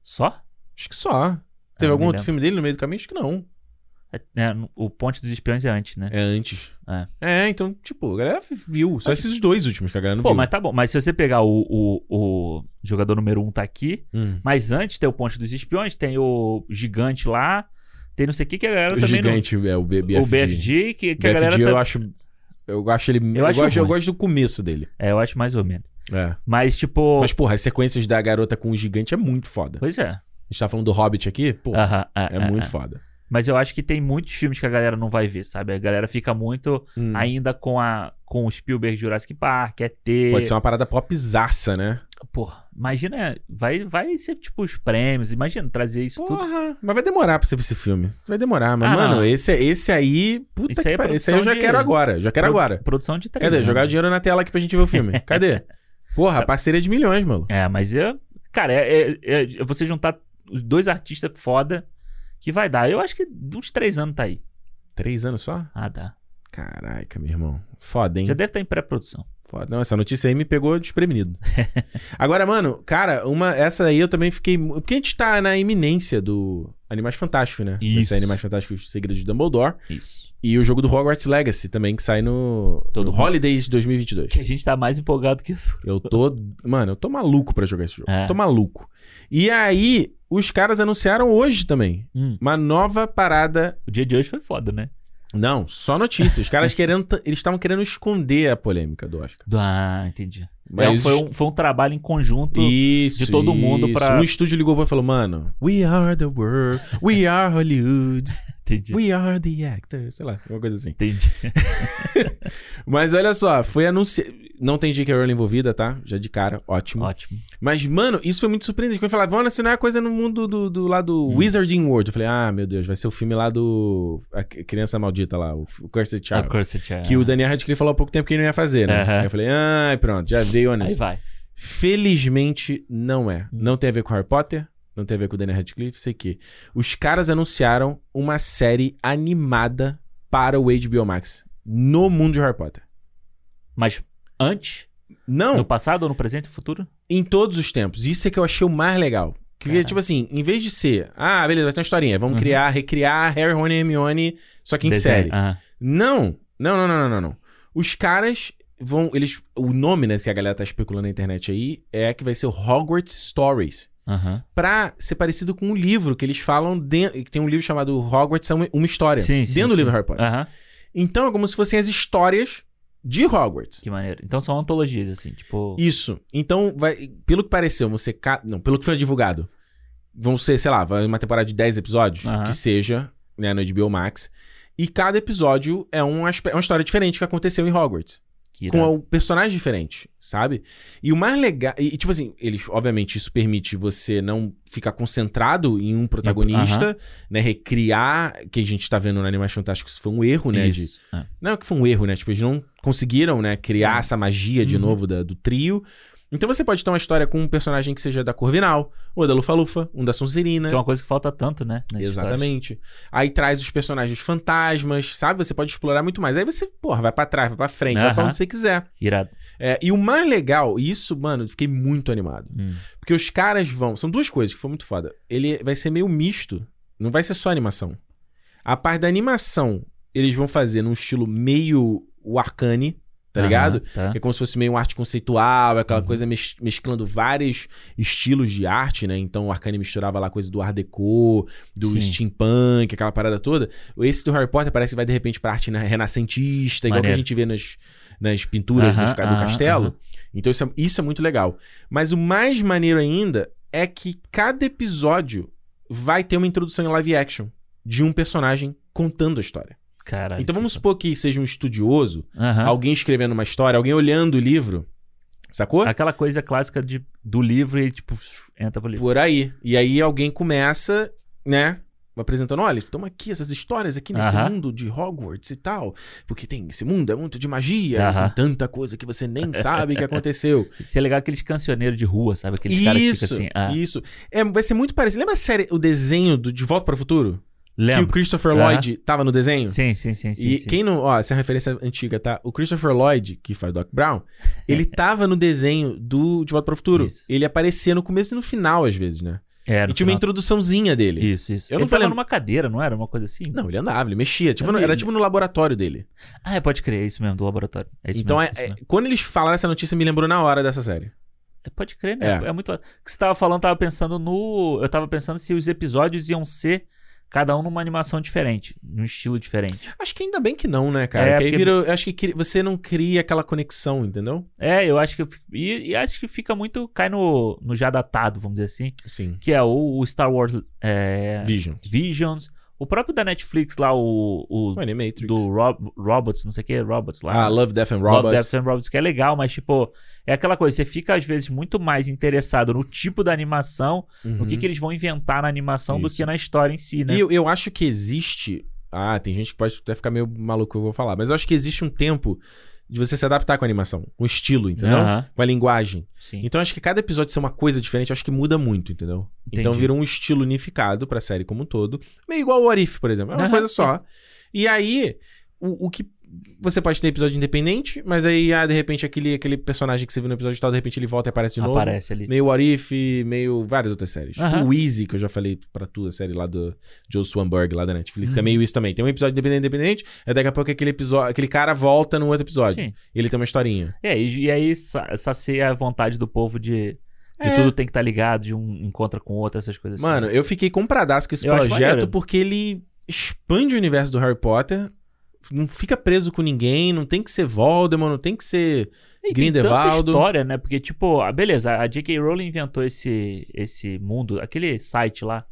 Speaker 2: Só?
Speaker 1: Acho que só. Teve
Speaker 2: não
Speaker 1: algum
Speaker 2: me
Speaker 1: outro
Speaker 2: lembro.
Speaker 1: filme dele no meio do caminho? Acho que não.
Speaker 2: É, é, no- o Ponte dos Espiões é antes, né?
Speaker 1: É antes.
Speaker 2: É.
Speaker 1: É, então, tipo, a galera viu. Só esses dois últimos que a galera não
Speaker 2: Pô,
Speaker 1: viu.
Speaker 2: mas tá bom. Mas se você pegar o, o, o jogador número 1 um tá aqui,
Speaker 1: Hum.
Speaker 2: mas antes tem o Ponte dos Espiões, tem o Gigante lá, tem não sei o que que a galera
Speaker 1: O
Speaker 2: também
Speaker 1: gigante é o B-
Speaker 2: não.
Speaker 1: BFG.
Speaker 2: O BFG, que, que a
Speaker 1: BFG
Speaker 2: galera.
Speaker 1: eu
Speaker 2: tá-
Speaker 1: acho... Eu acho ele... Eu,
Speaker 2: acho
Speaker 1: gosto, eu
Speaker 2: ruim.
Speaker 1: gosto do começo dele.
Speaker 2: É, eu acho mais ou menos.
Speaker 1: É.
Speaker 2: Mas, tipo.
Speaker 1: Mas, porra, as sequências da garota com o gigante é muito foda.
Speaker 2: Pois é.
Speaker 1: A gente tá falando do Hobbit aqui, pô,
Speaker 2: Aham, ah,
Speaker 1: é
Speaker 2: ah,
Speaker 1: muito
Speaker 2: ah.
Speaker 1: foda.
Speaker 2: Mas eu acho que tem muitos filmes que a galera não vai ver, sabe? A galera fica muito
Speaker 1: Hum.
Speaker 2: ainda com a com o Spielberg Jurassic Park, é ET.
Speaker 1: Pode ser uma parada popzaça, né?
Speaker 2: Porra, imagina, vai vai ser tipo os prêmios, imagina trazer isso tudo.
Speaker 1: Porra, mas vai demorar pra você ver esse filme. Vai demorar, mas,
Speaker 2: Ah,
Speaker 1: mano,
Speaker 2: não.
Speaker 1: esse, esse aí. Puta
Speaker 2: Isso
Speaker 1: que
Speaker 2: aí é
Speaker 1: pariu. Esse aí eu já
Speaker 2: produção de-
Speaker 1: quero agora. Já quero
Speaker 2: Pro-
Speaker 1: agora.
Speaker 2: Produção de três. né?
Speaker 1: Cadê?
Speaker 2: anos. Tá.
Speaker 1: Jogar o dinheiro na tela aqui pra gente ver o filme. Cadê? Porra, parceria de milhões, mano.
Speaker 2: É, mas eu, cara, é, é- é você juntar os dois artistas foda que vai dar. Eu acho que uns três anos tá aí.
Speaker 1: Três anos só?
Speaker 2: Ah, tá.
Speaker 1: Caraca, meu irmão. Foda, hein?
Speaker 2: Já deve estar em pré-produção.
Speaker 1: Foda. Não, essa notícia aí me pegou desprevenido. Agora, mano, cara, uma, essa aí eu também fiquei. mu- Porque a gente tá na iminência do Animais Fantásticos, né? Vai
Speaker 2: Isso.
Speaker 1: sair Animais Fantásticos Segredos de Dumbledore.
Speaker 2: Isso.
Speaker 1: E o jogo do Hogwarts Legacy também, que sai no,
Speaker 2: Todo
Speaker 1: no
Speaker 2: mundo.
Speaker 1: Holidays 2022.
Speaker 2: Que a gente tá mais empolgado que
Speaker 1: Eu tô. Mano, eu tô maluco pra jogar esse jogo.
Speaker 2: É.
Speaker 1: Tô maluco. E aí, os caras anunciaram hoje também
Speaker 2: Hum,
Speaker 1: uma nova parada.
Speaker 2: o dia de hoje foi foda, né?
Speaker 1: Não, só notícia. Os caras querendo. t- Eles estavam querendo esconder a polêmica do Oscar.
Speaker 2: Ah, entendi. É,
Speaker 1: Mas
Speaker 2: foi, um, foi um trabalho em conjunto.
Speaker 1: Isso,
Speaker 2: de todo mundo
Speaker 1: isso.
Speaker 2: pra-
Speaker 1: Um estúdio ligou pra e falou, mano, we are the world, we are Hollywood,
Speaker 2: Entendi.
Speaker 1: we are the actors, sei lá, uma coisa assim.
Speaker 2: Entendi.
Speaker 1: Mas olha só, foi anunciado... Não tem J.K. Rowling envolvida, tá? Já de cara, ótimo.
Speaker 2: Ótimo.
Speaker 1: Mas, mano, isso foi muito surpreendente. Quando falaram, vamos assinar é a coisa no mundo do, do lado
Speaker 2: Hum.
Speaker 1: Wizarding World. Eu falei, ah, meu Deus, vai ser o filme lá do... A Criança Maldita lá, o F- o Cursed Child.
Speaker 2: Of course it is.
Speaker 1: Que o Daniel Radcliffe falou há pouco tempo que ele não ia fazer, né?
Speaker 2: é. Aham.
Speaker 1: Aí eu falei, ai, pronto, já dei o
Speaker 2: Aí vai. Hum.
Speaker 1: Felizmente não é. Não tem a ver com Harry Potter, não tem a ver com Daniel Radcliffe, sei que. Os caras anunciaram uma série animada para o HBO Max no mundo de Harry Potter.
Speaker 2: Mas antes,
Speaker 1: Não,
Speaker 2: no passado, ou no presente, no futuro?
Speaker 1: em todos os tempos. Isso é que eu achei o mais legal. Que,
Speaker 2: Caralho.
Speaker 1: tipo assim, em vez de ser, ah, beleza, vai ter uma historinha, vamos
Speaker 2: Uhum.
Speaker 1: criar, recriar Harry, Rony e Hermione, só que em
Speaker 2: Desenho.
Speaker 1: série.
Speaker 2: Ah,
Speaker 1: Não, não, não, não, não, não, não. Os caras vão, eles, o nome, né, que a galera tá especulando na internet aí, é que vai ser o Hogwarts Stories.
Speaker 2: aham.
Speaker 1: pra ser parecido com um livro que eles falam dentro. Tem um livro chamado Hogwarts é uma, uma história.
Speaker 2: Sim,
Speaker 1: dentro
Speaker 2: sim,
Speaker 1: do
Speaker 2: sim. Ah.
Speaker 1: livro Harry Potter.
Speaker 2: Aham.
Speaker 1: Então é como se fossem as histórias de Hogwarts.
Speaker 2: Que maneiro. Então são antologias, assim, tipo.
Speaker 1: Isso. Então, vai, pelo que pareceu, você. Ca... Não, pelo que foi divulgado. Vão ser, sei lá, vai uma temporada de 10 episódios,
Speaker 2: Aham.
Speaker 1: que seja, né, no HBO Max. E cada episódio é um aspe- é uma história diferente que aconteceu em Hogwarts
Speaker 2: que
Speaker 1: com
Speaker 2: irado.
Speaker 1: o personagem diferente, sabe? E o mais legal. E, e, tipo assim, eles, obviamente, isso permite você não ficar concentrado em um protagonista, né? Recriar, que a gente tá vendo no Animais Fantásticos foi um erro, né? de-
Speaker 2: Isso. Ah.
Speaker 1: não, que foi um erro, né? Tipo, eles não conseguiram, né, criar essa magia de
Speaker 2: Uhum.
Speaker 1: novo da- do trio. Então você pode ter uma história com um personagem que seja da Corvinal, ou da Lufa-Lufa, um da Sonserina.
Speaker 2: Que é uma coisa que falta tanto, né? nas
Speaker 1: Exatamente. Aí traz os personagens fantasmas, sabe? Você pode explorar muito mais. Aí você, porra, vai pra trás, vai pra frente, vai pra
Speaker 2: Aham.
Speaker 1: onde você quiser.
Speaker 2: histórias. Irado.
Speaker 1: É, e o mais legal, e isso, mano, eu fiquei muito animado.
Speaker 2: Hum.
Speaker 1: Porque os caras vão. São duas coisas que foi muito foda. Ele vai ser meio misto. Não vai ser só animação. A parte da animação, eles vão fazer num estilo meio Arcane, Tá ligado?
Speaker 2: Tá.
Speaker 1: É como se fosse meio um arte conceitual, aquela
Speaker 2: Uhum.
Speaker 1: coisa mes- mesclando vários estilos de arte, né? Então o Arcane misturava lá coisa do Art Deco, do
Speaker 2: Sim.
Speaker 1: steampunk, aquela parada toda. Esse do Harry Potter parece que vai de repente pra arte né, renascentista, igual que a
Speaker 2: Maneiro.
Speaker 1: gente vê nas, nas pinturas
Speaker 2: Aham,
Speaker 1: nos ca- do
Speaker 2: aham,
Speaker 1: castelo.
Speaker 2: aham.
Speaker 1: Então isso é, isso é muito legal. Mas o mais maneiro ainda é que cada episódio vai ter uma introdução em live action de um personagem contando a história.
Speaker 2: Caralho.
Speaker 1: Então vamos supor que seja um estudioso
Speaker 2: Aham.
Speaker 1: alguém escrevendo uma história, alguém olhando o livro, sacou?
Speaker 2: Aquela coisa clássica de, do livro e tipo, entra pro livro.
Speaker 1: Por aí. E aí alguém começa, né? Apresentando, olha, estamos aqui, essas histórias aqui nesse
Speaker 2: Aham.
Speaker 1: mundo de Hogwarts e tal. Porque tem esse mundo, é muito de magia,
Speaker 2: Aham.
Speaker 1: tem tanta coisa que você nem sabe que aconteceu.
Speaker 2: Isso é legal aqueles cancioneiros de rua, sabe? Aqueles caras que
Speaker 1: Tipo, isso,
Speaker 2: ficam assim. Ah,
Speaker 1: isso. É, vai ser muito parecido. Lembra a série, o desenho do De Volta para o Futuro? Que o
Speaker 2: lembra?
Speaker 1: Christopher
Speaker 2: Aham.
Speaker 1: Lloyd tava no desenho?
Speaker 2: Sim, sim, sim, sim.
Speaker 1: e
Speaker 2: sim.
Speaker 1: quem não. Ó, essa é uma referência antiga, tá? O Christopher Lloyd, que faz Doc Brown, ele tava no desenho do De Volta para o Futuro.
Speaker 2: Isso.
Speaker 1: Ele aparecia no começo e no final, às vezes, né?
Speaker 2: É,
Speaker 1: e
Speaker 2: no
Speaker 1: tinha uma
Speaker 2: final-
Speaker 1: introduçãozinha dele.
Speaker 2: Isso, isso.
Speaker 1: Eu
Speaker 2: ele
Speaker 1: não vou
Speaker 2: tava
Speaker 1: lembrar-
Speaker 2: numa cadeira, não era? Uma coisa assim?
Speaker 1: Não, ele andava, ele mexia. Tipo,
Speaker 2: Eu
Speaker 1: no-
Speaker 2: me-
Speaker 1: era tipo no laboratório dele.
Speaker 2: Ah, é, pode crer, é isso mesmo, do laboratório. É isso
Speaker 1: então,
Speaker 2: mesmo,
Speaker 1: é-
Speaker 2: isso mesmo.
Speaker 1: é- quando eles falaram essa notícia, me lembrou na hora dessa série.
Speaker 2: É, Pode crer, né? É, muito. O que você tava falando, tava pensando no. Eu tava pensando se os episódios iam ser cada um numa animação diferente, num estilo diferente.
Speaker 1: Acho que ainda bem que não, né, cara?
Speaker 2: É,
Speaker 1: Porque aí
Speaker 2: porque-
Speaker 1: vira. Eu acho que cri- você não cria aquela conexão, entendeu?
Speaker 2: É, eu acho que. eu fi- E, e acho que fica muito. Cai no, no já datado, vamos dizer assim.
Speaker 1: Sim.
Speaker 2: Que é o, o Star Wars é,
Speaker 1: Vision.
Speaker 2: Visions. O próprio da Netflix lá, o. o
Speaker 1: O Animatrix.
Speaker 2: do Rob, Robots, não sei o que, Robots lá.
Speaker 1: Ah, Love, Death and Robots.
Speaker 2: Love, Death and Robots, que é legal, mas, tipo, é aquela coisa, você fica, às vezes, muito mais interessado no tipo da animação, no que, que eles vão inventar na animação do
Speaker 1: Uhum. Isso.
Speaker 2: que na história em si, né?
Speaker 1: E eu, eu acho que existe. Ah, tem gente que pode até ficar meio maluco que eu vou falar, mas eu acho que existe um tempo de você se adaptar com a animação, com o estilo, entendeu?
Speaker 2: Aham,
Speaker 1: Com a linguagem.
Speaker 2: sim.
Speaker 1: Então eu acho que cada episódio ser uma coisa diferente, eu acho que muda muito, entendeu? Então
Speaker 2: Entendi.
Speaker 1: vira um estilo unificado pra série como um todo, meio igual o Orif, por exemplo, é uma
Speaker 2: Aham,
Speaker 1: coisa
Speaker 2: sim.
Speaker 1: só. E aí, o, o que você pode ter episódio independente, mas aí ah, de repente aquele, aquele personagem que você viu no episódio tal, de repente ele volta e aparece de novo.
Speaker 2: Aparece ali.
Speaker 1: Meio What If, meio várias outras séries. Tipo
Speaker 2: Aham.
Speaker 1: o Easy, que eu já falei pra tu, a série lá do Joe Swanberg, lá da Netflix.
Speaker 2: Uhum.
Speaker 1: É meio isso também. Tem um episódio independente, independente, aí daqui a pouco aquele, episódio, aquele cara volta num outro episódio.
Speaker 2: Sim.
Speaker 1: E ele tem uma historinha.
Speaker 2: É, e, e aí sa- sacia a vontade do povo de, de
Speaker 1: É.
Speaker 2: tudo tem que estar ligado, de um encontra com o outro, essas coisas
Speaker 1: Mano,
Speaker 2: assim.
Speaker 1: eu fiquei compradaço com esse
Speaker 2: Eu acho
Speaker 1: projeto
Speaker 2: maneiro.
Speaker 1: porque ele expande o universo do Harry Potter. Não fica preso com ninguém, não tem que ser Voldemort, não tem que ser.
Speaker 2: E tem
Speaker 1: Grindelwald.
Speaker 2: tanta história, né? Porque, tipo, ah, beleza, a J.K. Rowling inventou esse, esse mundo, aquele site lá,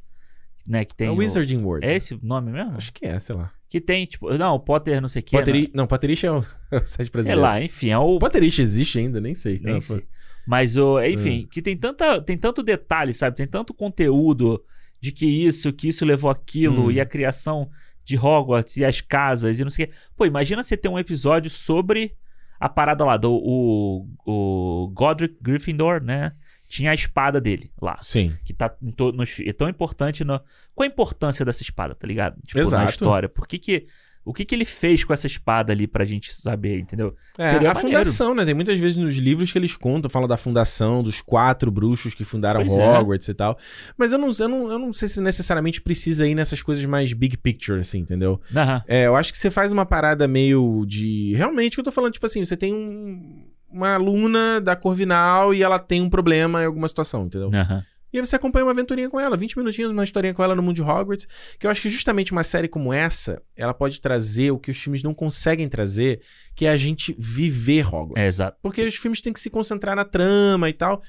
Speaker 2: né, que tem...
Speaker 1: é
Speaker 2: o-
Speaker 1: Wizarding World.
Speaker 2: É esse nome mesmo?
Speaker 1: Acho que é, sei lá.
Speaker 2: Que tem, tipo, não, o Potter não sei o que. né?
Speaker 1: Potterish- Não, Potterish é o, é o site
Speaker 2: Sei
Speaker 1: brasileiro.
Speaker 2: lá, enfim, é o.
Speaker 1: O Potterish existe ainda, nem sei.
Speaker 2: Nem
Speaker 1: Ah,
Speaker 2: sei. Mas, o, enfim,
Speaker 1: É.
Speaker 2: que tem, tanta, tem tanto detalhe, sabe? Tem tanto conteúdo de que isso, que isso levou aquilo,
Speaker 1: Hum.
Speaker 2: e a criação de Hogwarts, e as casas, e não sei o quê. Pô, imagina você ter um episódio sobre a parada lá do o, o Godric Gryffindor, né? Tinha a espada dele lá.
Speaker 1: Sim.
Speaker 2: Que tá em to- nos, é tão importante. No, qual a importância dessa espada, tá ligado? Tipo, na
Speaker 1: Exato.
Speaker 2: história. Por que que. O que, que ele fez com essa espada ali pra gente saber, entendeu?
Speaker 1: É,
Speaker 2: Seria
Speaker 1: a
Speaker 2: maneiro.
Speaker 1: fundação, né? Tem muitas vezes nos livros que eles contam, falam da fundação, dos quatro bruxos que fundaram
Speaker 2: Pois é.
Speaker 1: Hogwarts e tal. Mas eu não, eu, não, eu não sei se necessariamente precisa ir nessas coisas mais big picture, assim, entendeu?
Speaker 2: Aham.
Speaker 1: É, eu acho que você faz uma parada meio de. Realmente, o que eu tô falando, tipo assim, você tem um- uma aluna da Corvinal e ela tem um problema em alguma situação, entendeu?
Speaker 2: Aham.
Speaker 1: E aí você acompanha uma aventurinha com ela, 20 minutinhos, uma historinha com ela no mundo de Hogwarts. Que eu acho que justamente uma série como essa, ela pode trazer o que os filmes não conseguem trazer, que é a gente viver Hogwarts.
Speaker 2: É, exato.
Speaker 1: Porque os filmes têm que se concentrar na trama e tal.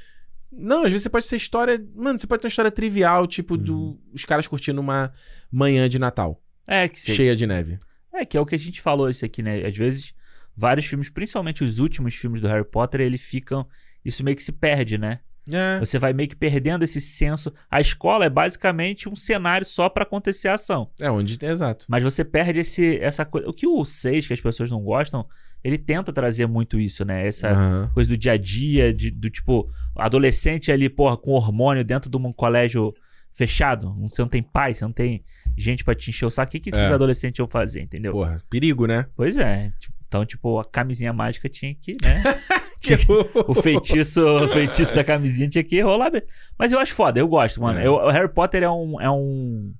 Speaker 1: Não, às vezes você pode ser história. Mano, você pode ter uma história trivial, tipo, do
Speaker 2: Uhum.
Speaker 1: os caras curtindo uma manhã de Natal,
Speaker 2: É que, se-
Speaker 1: cheia de neve.
Speaker 2: é que é o que a gente falou isso aqui, né? Às vezes, vários filmes, principalmente os últimos filmes do Harry Potter, eles ficam. Isso meio que se perde, né?
Speaker 1: É.
Speaker 2: Você vai meio que perdendo esse senso. A escola é basicamente um cenário só pra acontecer a ação.
Speaker 1: É onde. Exato.
Speaker 2: Mas você perde esse, essa coisa. O que o 6, que as pessoas não gostam, ele tenta trazer muito isso, né? Essa
Speaker 1: Aham.
Speaker 2: coisa do dia a dia, de- do tipo, adolescente ali, porra, com hormônio dentro de um colégio fechado. Você não tem pai, você não tem gente pra te encher o saco. O que, que esses
Speaker 1: É.
Speaker 2: adolescentes iam fazer, entendeu?
Speaker 1: Porra, perigo, né?
Speaker 2: Pois é. tipo, Então, tipo, a camisinha mágica tinha que, né? Tinha que- o feitiço, o feitiço da camisinha tinha que rolar. mesmo. Mas eu acho foda, eu gosto, mano.
Speaker 1: É.
Speaker 2: Eu- o Harry Potter é um, é um,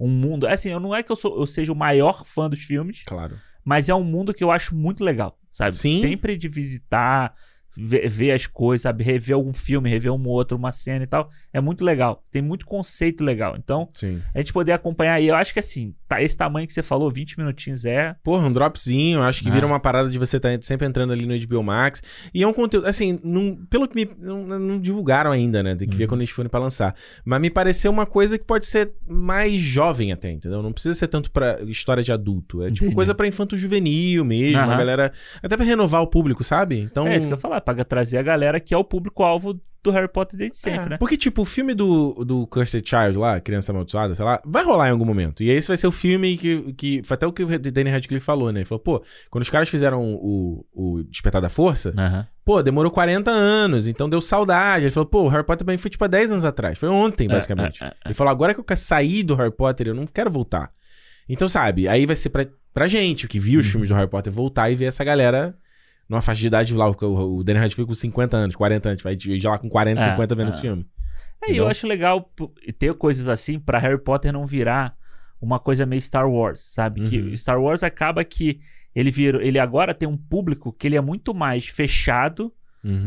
Speaker 2: um mundo. Assim, eu não é que eu, sou, eu seja o maior fã dos filmes,
Speaker 1: Claro.
Speaker 2: mas é um mundo que eu acho muito legal, sabe?
Speaker 1: Sim.
Speaker 2: Sempre de visitar, ver, ver as coisas, sabe? Rever algum filme, rever um outro, uma cena e tal. É muito legal. Tem muito conceito legal. Então,
Speaker 1: Sim.
Speaker 2: a gente poder acompanhar. E eu acho que assim, tá, esse tamanho que você falou, 20 minutinhos é.
Speaker 1: Porra, um dropzinho, acho que
Speaker 2: Ah.
Speaker 1: vira uma parada de você tá sempre entrando ali no HBO Max. E é um conteúdo, assim, não- pelo que me. Não, não divulgaram ainda, né? Tem que
Speaker 2: Uhum.
Speaker 1: ver quando eles forem pra lançar. Mas me pareceu uma coisa que pode ser mais jovem até, entendeu? Não precisa ser tanto pra história de adulto. É tipo
Speaker 2: Entendi.
Speaker 1: coisa pra infanto-juvenil mesmo, a
Speaker 2: Aham.
Speaker 1: galera. Até pra renovar o público, sabe? Então.
Speaker 2: É isso que eu ia falar, pra trazer a galera que é o público-alvo do Harry Potter desde
Speaker 1: É,
Speaker 2: sempre, né?
Speaker 1: Porque, tipo, o filme do, do Cursed Child lá, Criança Amaldiçoada, sei lá, vai rolar em algum momento. E esse vai ser o filme que. que foi até o que o Danny Radcliffe falou, né? Ele falou, pô, quando os caras fizeram o, o Despertar da Força,
Speaker 2: Aham.
Speaker 1: pô, demorou 40 anos, então deu saudade. Ele falou, pô, o Harry Potter também foi tipo há 10 anos atrás. Foi ontem, basicamente.
Speaker 2: é, é,
Speaker 1: Ele falou, agora que eu ca- saí do Harry Potter, eu não quero voltar. Então, sabe, aí vai ser pra, pra gente, que viu os
Speaker 2: Uhum.
Speaker 1: filmes do Harry Potter, voltar e ver essa galera numa faixa de idade lá. O, o Daniel Radcliffe com 50 anos, 40 anos, vai de- já lá com 40,
Speaker 2: É,
Speaker 1: 50 vendo
Speaker 2: é.
Speaker 1: esse filme.
Speaker 2: É, e eu acho legal pô, ter coisas assim pra Harry Potter não virar uma coisa meio Star Wars, sabe?
Speaker 1: Uhum.
Speaker 2: Que Star Wars acaba que ele virou, ele agora tem um público que ele é muito mais fechado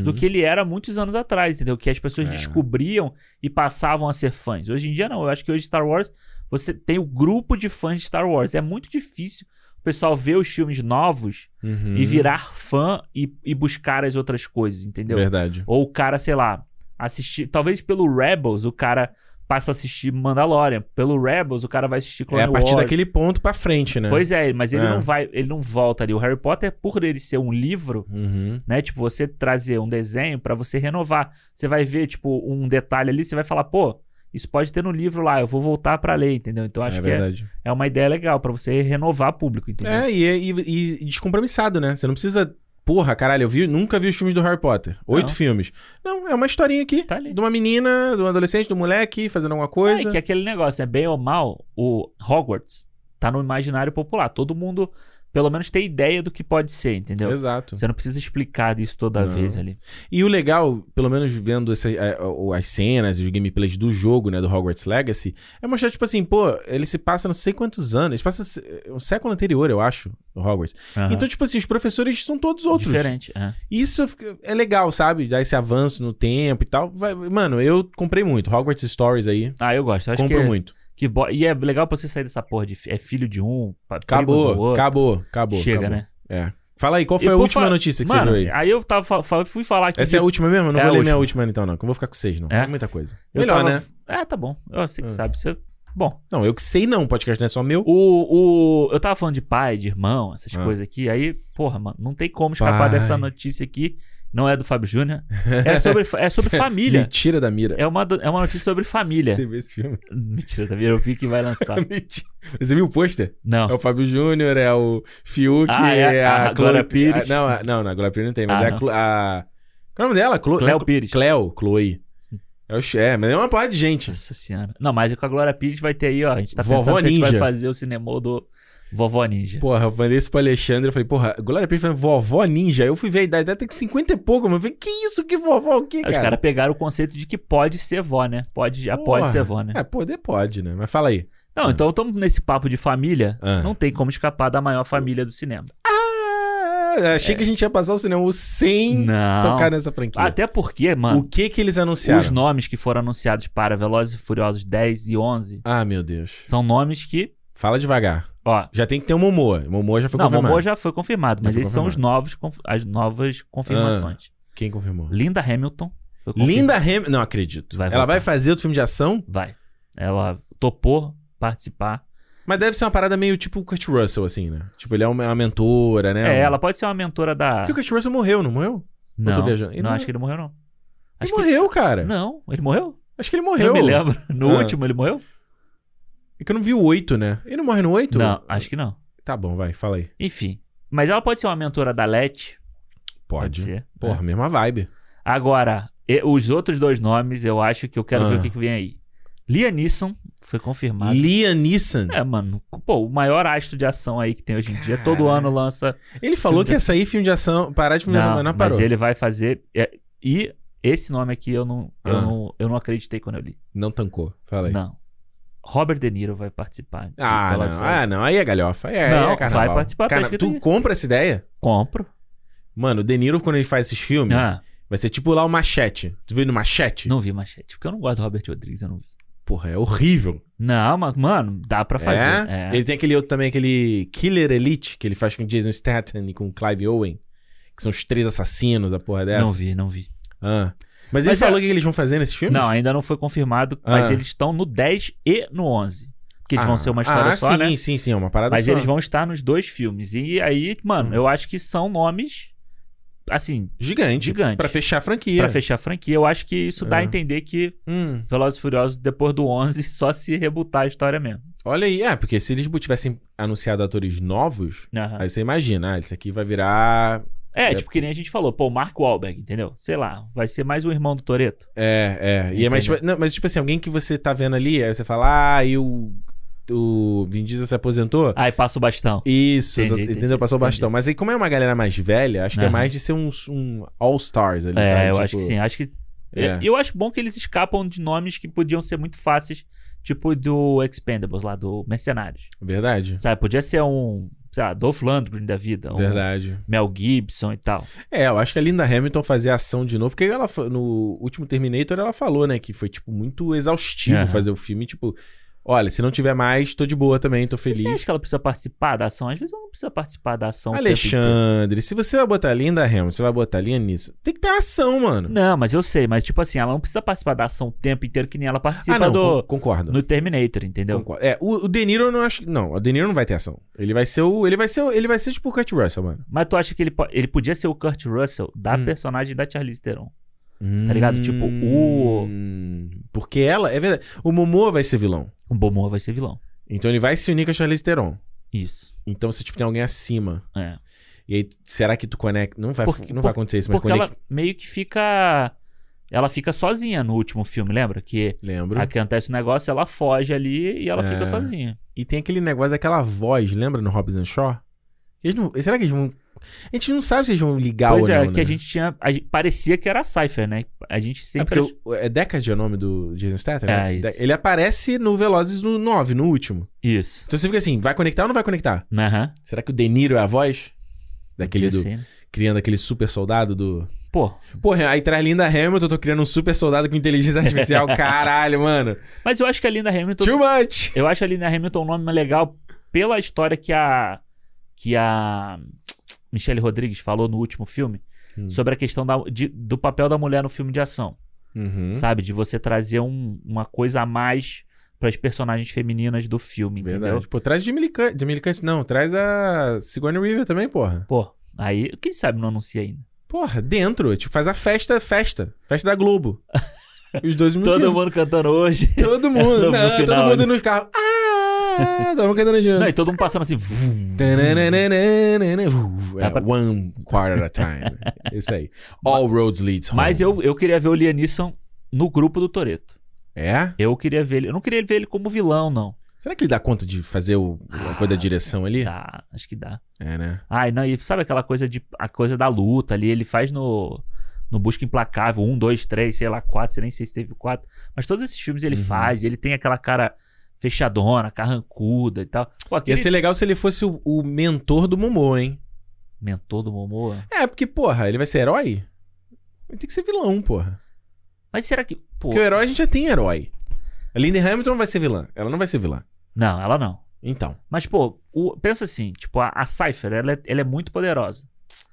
Speaker 2: do que ele era muitos anos atrás, entendeu? Que as pessoas
Speaker 1: Uhum. É.
Speaker 2: descobriam e passavam a ser fãs. Hoje em dia não, eu acho que hoje Star Wars você tem o grupo de fãs de Star Wars. É muito difícil o pessoal ver os filmes novos
Speaker 1: Uhum.
Speaker 2: e virar fã e, e buscar as outras coisas, entendeu?
Speaker 1: Verdade.
Speaker 2: Ou o cara, sei lá, assistir. Talvez pelo Rebels o cara passa a assistir Mandalorian. Pelo Rebels o cara vai assistir Clone
Speaker 1: é a partir
Speaker 2: Wars.
Speaker 1: daquele ponto pra frente, né?
Speaker 2: Pois é, mas ele
Speaker 1: É.
Speaker 2: não vai, ele não volta ali. O Harry Potter, por ele ser um livro,
Speaker 1: Uhum.
Speaker 2: né? Tipo, você trazer um desenho pra você renovar. Você vai ver, tipo, um detalhe ali, você vai falar, pô, isso pode ter no livro lá, eu vou voltar pra ler, entendeu? Então acho
Speaker 1: é
Speaker 2: que é,
Speaker 1: verdade.
Speaker 2: é uma ideia legal pra você renovar público, entendeu?
Speaker 1: É, e, e- e descompromissado, né? Você não precisa. Porra, caralho, eu vi, nunca vi os filmes do Harry Potter. Oito
Speaker 2: Não.
Speaker 1: filmes. Não, é uma historinha aqui.
Speaker 2: Tá ali.
Speaker 1: De uma menina, de um adolescente, de um moleque fazendo alguma coisa.
Speaker 2: É que aquele negócio, é bem ou mal, o Hogwarts tá no imaginário popular. Todo mundo, pelo menos, tem ideia do que pode ser, entendeu?
Speaker 1: Exato.
Speaker 2: Você não precisa explicar isso toda
Speaker 1: Não.
Speaker 2: vez ali.
Speaker 1: E o legal, pelo menos vendo essa- é, o- as cenas e os gameplays do jogo, né, do Hogwarts Legacy, é mostrar, tipo assim, pô, ele se passa não sei quantos anos, ele se passa se- um século anterior, eu acho, o Hogwarts.
Speaker 2: Aham.
Speaker 1: Então, tipo assim, os professores são todos outros.
Speaker 2: Diferente. é.
Speaker 1: Isso é legal, sabe? Dar esse avanço no tempo e tal. Vai- mano, eu comprei muito. Hogwarts Stories aí,
Speaker 2: Ah, eu gosto. Eu acho
Speaker 1: compro
Speaker 2: que,
Speaker 1: muito.
Speaker 2: que bo- E é legal pra você sair dessa porra de. fi- É filho de um, pa- primo do
Speaker 1: Acabou,
Speaker 2: outro.
Speaker 1: acabou, acabou.
Speaker 2: Chega,
Speaker 1: acabou.
Speaker 2: né?
Speaker 1: É. Fala aí, qual foi
Speaker 2: E
Speaker 1: a
Speaker 2: por
Speaker 1: última
Speaker 2: fa-
Speaker 1: notícia que
Speaker 2: Mano,
Speaker 1: você viu aí?
Speaker 2: eu tava, fa- fa- fui falar aqui.
Speaker 1: Essa é a
Speaker 2: de-
Speaker 1: última mesmo? Eu não
Speaker 2: É
Speaker 1: vou
Speaker 2: a
Speaker 1: ler minha
Speaker 2: última.
Speaker 1: última então, não. Que eu vou ficar com vocês, não.
Speaker 2: É?
Speaker 1: É muita coisa.
Speaker 2: eu
Speaker 1: Melhor,
Speaker 2: tava-
Speaker 1: né?
Speaker 2: É, tá bom. Eu sei que
Speaker 1: Ah.
Speaker 2: sabe. Você... Bom,
Speaker 1: Não, eu que sei não, o podcast não é só meu.
Speaker 2: o, o... eu tava falando de pai, de irmão, essas
Speaker 1: Ah.
Speaker 2: coisas aqui. Aí, porra, mano, não tem como escapar
Speaker 1: Pai.
Speaker 2: dessa notícia aqui. Não é do Fábio Júnior. É sobre, é sobre
Speaker 1: Me
Speaker 2: família.
Speaker 1: tira da mira.
Speaker 2: É uma, do- é uma notícia sobre família.
Speaker 1: Você viu esse filme? é
Speaker 2: Mentira, também eu vi que vai lançar.
Speaker 1: Mentira. Você viu o pôster?
Speaker 2: Não.
Speaker 1: É o Fábio Júnior, é o Fiuk,
Speaker 2: Ah,
Speaker 1: é,
Speaker 2: é
Speaker 1: a,
Speaker 2: a- a Glória
Speaker 1: Chloe-
Speaker 2: Pires.
Speaker 1: a- não, a- não, não, a Glória Pires não tem, mas
Speaker 2: Ah,
Speaker 1: é a,
Speaker 2: não.
Speaker 1: Clo- a... Qual é o nome dela? Clo...
Speaker 2: Cléo Pires.
Speaker 1: Cleo, Chloe. É, o... che- é, mas é uma porra de gente.
Speaker 2: Nossa senhora. Não, mas com a Glória Pires vai ter aí, ó. A gente tá
Speaker 1: Vovó
Speaker 2: pensando se a gente vai
Speaker 1: Ninja.
Speaker 2: fazer o cinema do Vovó Ninja.
Speaker 1: Porra, eu mandei isso pro Alexandre, eu falei, porra, a Glória Pires falando vovó ninja. Eu fui ver a idade dela, tem que 50 e pouco, mas eu falei, que isso, que vovó, o que,
Speaker 2: Aí os
Speaker 1: cara?
Speaker 2: caras pegaram o conceito de que pode ser vó, né? Pode, já pode
Speaker 1: Porra.
Speaker 2: ser vó, né?
Speaker 1: É, poder pode, né? Mas fala aí.
Speaker 2: Não, então estamos nesse papo de família.
Speaker 1: Ah.
Speaker 2: Não tem como escapar da maior família do cinema.
Speaker 1: Ah, achei que a gente ia passar o cinema sem
Speaker 2: é. Não. Ah,
Speaker 1: tocar nessa franquia.
Speaker 2: Até porque,
Speaker 1: o
Speaker 2: mano,
Speaker 1: que que eles
Speaker 2: os
Speaker 1: anunciaram?
Speaker 2: nomes que foram anunciados para Velozes e Furiosos 10 e 11
Speaker 1: Ah, meu Deus.
Speaker 2: são nomes que,
Speaker 1: Fala devagar.
Speaker 2: ó,
Speaker 1: Já tem que ter o Momoa. O Momoa já foi
Speaker 2: não,
Speaker 1: confirmado.
Speaker 2: Momoa já foi confirmado, mas
Speaker 1: Já foi
Speaker 2: esses são os novos, conf- as novas confirmações.
Speaker 1: Quem confirmou?
Speaker 2: Linda Hamilton. foi confirmada.
Speaker 1: Linda Hamilton. Não acredito.
Speaker 2: Vai
Speaker 1: Ela
Speaker 2: voltar.
Speaker 1: vai fazer outro filme de ação,
Speaker 2: Vai. Ela topou participar.
Speaker 1: mas deve ser uma parada meio tipo o Kurt Russell, assim, né? Tipo, ele é uma, é uma mentora, né?
Speaker 2: É,
Speaker 1: Um-
Speaker 2: ela pode ser uma mentora da.
Speaker 1: Porque o Kurt Russell morreu, não morreu?
Speaker 2: Não,
Speaker 1: tô viajando. Ele
Speaker 2: não,
Speaker 1: não- é?
Speaker 2: acho que ele morreu, não.
Speaker 1: Ele
Speaker 2: Acho que-
Speaker 1: morreu, cara.
Speaker 2: Não, ele morreu?
Speaker 1: Acho que ele
Speaker 2: Eu
Speaker 1: morreu.
Speaker 2: Não me lembro. No
Speaker 1: Ah.
Speaker 2: último ele morreu?
Speaker 1: É que eu não vi o 8, né? Ele não morre no 8?
Speaker 2: Não, acho que não.
Speaker 1: Tá bom, vai, fala aí.
Speaker 2: Enfim. Mas ela pode ser uma mentora da Let.
Speaker 1: Pode.
Speaker 2: ser.
Speaker 1: Porra,
Speaker 2: né?
Speaker 1: mesma vibe.
Speaker 2: Agora, e- os outros dois nomes eu acho que eu quero ver
Speaker 1: Ah.
Speaker 2: o que, que vem aí. Liam Neeson foi confirmado.
Speaker 1: Liam Neeson.
Speaker 2: É, mano. Pô, o maior astro de ação aí que tem hoje em dia. Todo
Speaker 1: Caralho.
Speaker 2: ano lança.
Speaker 1: Ele falou
Speaker 2: Filme
Speaker 1: que
Speaker 2: de
Speaker 1: ia sair filme de ação, parar de filme de ação, mas não parou.
Speaker 2: mas ele vai fazer. é, E esse nome aqui eu não, eu,
Speaker 1: Ah.
Speaker 2: não, eu não acreditei quando eu li.
Speaker 1: Não tancou. Fala aí.
Speaker 2: Não. Robert De Niro vai participar. de
Speaker 1: Ah,
Speaker 2: Velozes e
Speaker 1: não.
Speaker 2: Furiosos.
Speaker 1: ah, não. Aí é galhofa. Aí é,
Speaker 2: Tipo, Não,
Speaker 1: aí é
Speaker 2: vai
Speaker 1: carnaval.
Speaker 2: participar, tá
Speaker 1: Carna-
Speaker 2: escrito
Speaker 1: Tu
Speaker 2: aí.
Speaker 1: compra essa ideia?
Speaker 2: Compro.
Speaker 1: Mano, o De Niro, quando ele faz esses filmes,
Speaker 2: Ah,
Speaker 1: vai ser tipo lá o Machete. Tu viu no Machete?
Speaker 2: não vi Machete, porque eu não gosto do Robert Rodrigues, eu não vi.
Speaker 1: Porra, é horrível.
Speaker 2: Não, mas, mano, dá pra fazer.
Speaker 1: É?
Speaker 2: É.
Speaker 1: Ele tem aquele outro também, aquele Killer Elite, que ele faz com Jason Statham e com Clive Owen. Que são os três assassinos, a porra é dessa.
Speaker 2: Não vi, não vi.
Speaker 1: Ah. Mas ele
Speaker 2: Mas é-
Speaker 1: falou o que eles vão fazer nesses filmes?
Speaker 2: Não, é ainda não foi confirmado, mas
Speaker 1: Ah.
Speaker 2: eles estão no 10 e no 11. Porque eles vão ser uma história
Speaker 1: ah,
Speaker 2: só,
Speaker 1: sim,
Speaker 2: né?
Speaker 1: Sim, sim, sim, é uma parada
Speaker 2: Mas
Speaker 1: só.
Speaker 2: eles vão estar nos dois filmes. E aí, mano,
Speaker 1: Hum.
Speaker 2: eu acho que são nomes, assim,
Speaker 1: Gigante.
Speaker 2: Gigante.
Speaker 1: Pra fechar a franquia.
Speaker 2: pra fechar a franquia. Eu acho que isso dá a
Speaker 1: É.
Speaker 2: entender que
Speaker 1: Hum,
Speaker 2: Velozes e Furiosos, depois do 11, só se rebutar a história mesmo.
Speaker 1: olha aí, é, porque se eles tivessem anunciado atores novos,
Speaker 2: Aham.
Speaker 1: aí você imagina, ah, isso aqui vai virar.
Speaker 2: É,
Speaker 1: É.
Speaker 2: tipo que nem a gente falou, pô, o Mark Wahlberg, entendeu? Sei lá, vai ser mais um irmão do Toreto.
Speaker 1: É, é. E é mais,
Speaker 2: Entendeu?
Speaker 1: tipo, não, mas, tipo assim, alguém que você tá vendo ali, aí você fala, ah, e o, o Vin Diesel se aposentou.
Speaker 2: Aí passa o bastão.
Speaker 1: Isso,
Speaker 2: Ah, Entendi,
Speaker 1: exa-
Speaker 2: entendi,
Speaker 1: entendeu? Passou o
Speaker 2: entendi.
Speaker 1: bastão. Mas aí, como é uma galera mais velha, acho que é
Speaker 2: Aham.
Speaker 1: mais de ser um, um All-Stars ali,
Speaker 2: É,
Speaker 1: sabe?
Speaker 2: eu
Speaker 1: Tipo,
Speaker 2: acho que sim. Acho que.
Speaker 1: É.
Speaker 2: E Eu acho bom que eles escapam de nomes que podiam ser muito fáceis, tipo do Expendables lá, do Mercenários.
Speaker 1: Verdade.
Speaker 2: Sabe, podia ser um, sei lá, Dolph Lundgren da vida, um
Speaker 1: Verdade.
Speaker 2: Mel Gibson e tal.
Speaker 1: É, eu acho que a Linda Hamilton fazia ação de novo, porque ela fa- no último Terminator ela falou, né, que foi tipo muito exaustivo
Speaker 2: Aham.
Speaker 1: fazer o filme, tipo, olha, se não tiver mais, tô de boa também, tô
Speaker 2: Você
Speaker 1: feliz.
Speaker 2: acha que ela precisa participar da ação? Às vezes ela não precisa participar da ação. o um tempo inteiro.
Speaker 1: Alexandre, se você vai botar Linda Hamilton, você vai botar Linha Nissa, tem que ter ação, mano.
Speaker 2: Não, mas eu sei, mas tipo assim, ela não precisa participar da ação o tempo inteiro que nem ela participa
Speaker 1: ah, não,
Speaker 2: do,
Speaker 1: con- concordo.
Speaker 2: no Terminator, entendeu?
Speaker 1: Concordo. É, o, o De Niro eu não acho, não, o De Niro não vai ter ação. Ele vai ser o, ele vai ser, o- ele vai ser tipo o Kurt Russell, mano.
Speaker 2: Mas tu acha que ele, po- ele podia ser o Kurt Russell da
Speaker 1: Hum.
Speaker 2: personagem da Charlize Theron? ligado? Tipo, o-
Speaker 1: Hum, Porque ela, é verdade, o Momoa vai ser vilão.
Speaker 2: O Bomoa vai ser vilão.
Speaker 1: Então ele vai se unir com a Charlize Theron.
Speaker 2: Isso.
Speaker 1: Então você tipo, tem alguém acima.
Speaker 2: É.
Speaker 1: E aí, será que tu conecta? Não vai,
Speaker 2: Porque-
Speaker 1: não
Speaker 2: por-
Speaker 1: vai acontecer isso, mas é
Speaker 2: Porque
Speaker 1: conecta.
Speaker 2: ela meio que fica. Ela fica sozinha no último filme, lembra? Que
Speaker 1: Lembro.
Speaker 2: acontece o negócio, ela foge ali e ela
Speaker 1: É.
Speaker 2: fica sozinha.
Speaker 1: E tem aquele negócio daquela voz, lembra no Hobbs and Shaw? Eles não- será que eles vão. A gente não sabe se eles vão ligar
Speaker 2: pois
Speaker 1: ou
Speaker 2: é,
Speaker 1: não.
Speaker 2: que a
Speaker 1: né?
Speaker 2: gente tinha. a gente- parecia que era a Cypher, né? A gente
Speaker 1: É,
Speaker 2: sempre.
Speaker 1: porque o- é Decade é o nome do Jason Statham? né?
Speaker 2: É, isso.
Speaker 1: Ele aparece no Velozes no 9, no último.
Speaker 2: Isso.
Speaker 1: Então você fica assim, vai conectar ou não vai conectar?
Speaker 2: Aham.
Speaker 1: Será que o De Niro é a voz? Daquele
Speaker 2: Podia
Speaker 1: do,
Speaker 2: ser, né?
Speaker 1: criando aquele super soldado do.
Speaker 2: Pô.
Speaker 1: Porra, aí traz Linda Hamilton, eu tô criando um super soldado com inteligência artificial. caralho, mano.
Speaker 2: Mas eu acho que a Linda Hamilton.
Speaker 1: Too much!
Speaker 2: Eu acho a Linda Hamilton um nome legal pela história que a. Que a. Michelle Rodrigues falou no último filme
Speaker 1: Hum.
Speaker 2: sobre a questão da- de- do papel da mulher no filme de ação.
Speaker 1: Uhum.
Speaker 2: sabe? De você trazer um- uma coisa a mais pras personagens femininas do filme, entendeu?
Speaker 1: Verdade. Pô, traz Jamie Lee Curtis. Jamie Lee Curtis não, traz a Sigourney Weaver também, porra.
Speaker 2: Pô, aí, quem sabe não anuncia ainda.
Speaker 1: Porra, dentro. Tipo, faz a festa, festa. Festa da Globo. E Os dois no
Speaker 2: Todo
Speaker 1: filme.
Speaker 2: mundo cantando hoje.
Speaker 1: Todo mundo.
Speaker 2: No
Speaker 1: não, todo
Speaker 2: final, né?
Speaker 1: mundo nos carros. Ah! Todo mundo cantando junto.
Speaker 2: Não, e todo mundo passando assim. vum.
Speaker 1: Tananana, uh,
Speaker 2: Dá
Speaker 1: é,
Speaker 2: pra-
Speaker 1: One quarter at a time. Isso aí. All roads leads home.
Speaker 2: Mas eu, eu queria ver o Liam Neeson no grupo do Toreto.
Speaker 1: É?
Speaker 2: Eu queria ver ele. Eu não queria ver ele como vilão, não.
Speaker 1: Será que ele dá conta de fazer o, a coisa da
Speaker 2: Ah,
Speaker 1: direção ali?
Speaker 2: Dá, Tá, acho que dá.
Speaker 1: É, né?
Speaker 2: Ai, não, e sabe aquela coisa de. A coisa da luta ali, ele faz no. No Busca Implacável, um, dois, três, sei lá, quatro, sei nem sei se teve o quatro. Mas todos esses filmes ele
Speaker 1: Uhum.
Speaker 2: faz, ele tem aquela cara fechadona, carrancuda e tal. Pô,
Speaker 1: Ia
Speaker 2: aquele
Speaker 1: ser legal se ele fosse o, o mentor do Momoa, hein?
Speaker 2: mentor do Momoa.
Speaker 1: É, porque, porra, ele vai ser herói? Ele tem que ser vilão, porra.
Speaker 2: Mas será que. Pô,
Speaker 1: Porque o herói a gente já tem herói. A Linda Hamilton vai ser vilã. Ela não vai ser vilã.
Speaker 2: Não, ela não.
Speaker 1: Então.
Speaker 2: Mas, pô, o- pensa assim, tipo, a, a Cypher, ela é, ela é muito poderosa.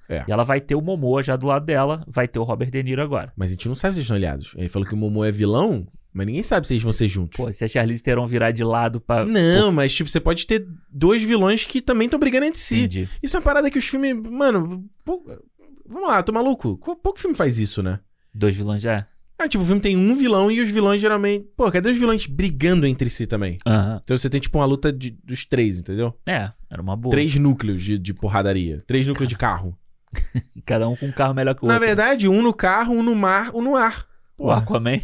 Speaker 1: É.
Speaker 2: E ela vai ter o Momoa já do lado dela, vai ter o Robert De Niro agora.
Speaker 1: Mas a gente não sabe se eles estão aliados. Ele falou que o Momoa é vilão, mas ninguém sabe se eles vão ser juntos.
Speaker 2: Pô, é, se a Charlize Theron virar de lado pra...
Speaker 1: Não, mas tipo, você pode ter dois vilões que também estão brigando entre si.
Speaker 2: Entendi.
Speaker 1: Isso é uma parada que os filmes. Mano, pou- vamos lá, tô maluco. Qu- Pouco filme faz isso, né?
Speaker 2: Dois vilões já é?
Speaker 1: Ah, tipo, o filme tem um vilão e os vilões geralmente. Pô, cadê os vilões brigando entre si também?
Speaker 2: Aham.
Speaker 1: Então você tem, tipo, uma luta de- dos três, entendeu?
Speaker 2: É, era uma boa.
Speaker 1: Três núcleos de, de porradaria. Três núcleos de carro.
Speaker 2: Cada um com um carro melhor que o
Speaker 1: Na
Speaker 2: outro.
Speaker 1: verdade, um no carro, um no mar, um no ar.
Speaker 2: o
Speaker 1: Porra,
Speaker 2: Aquaman,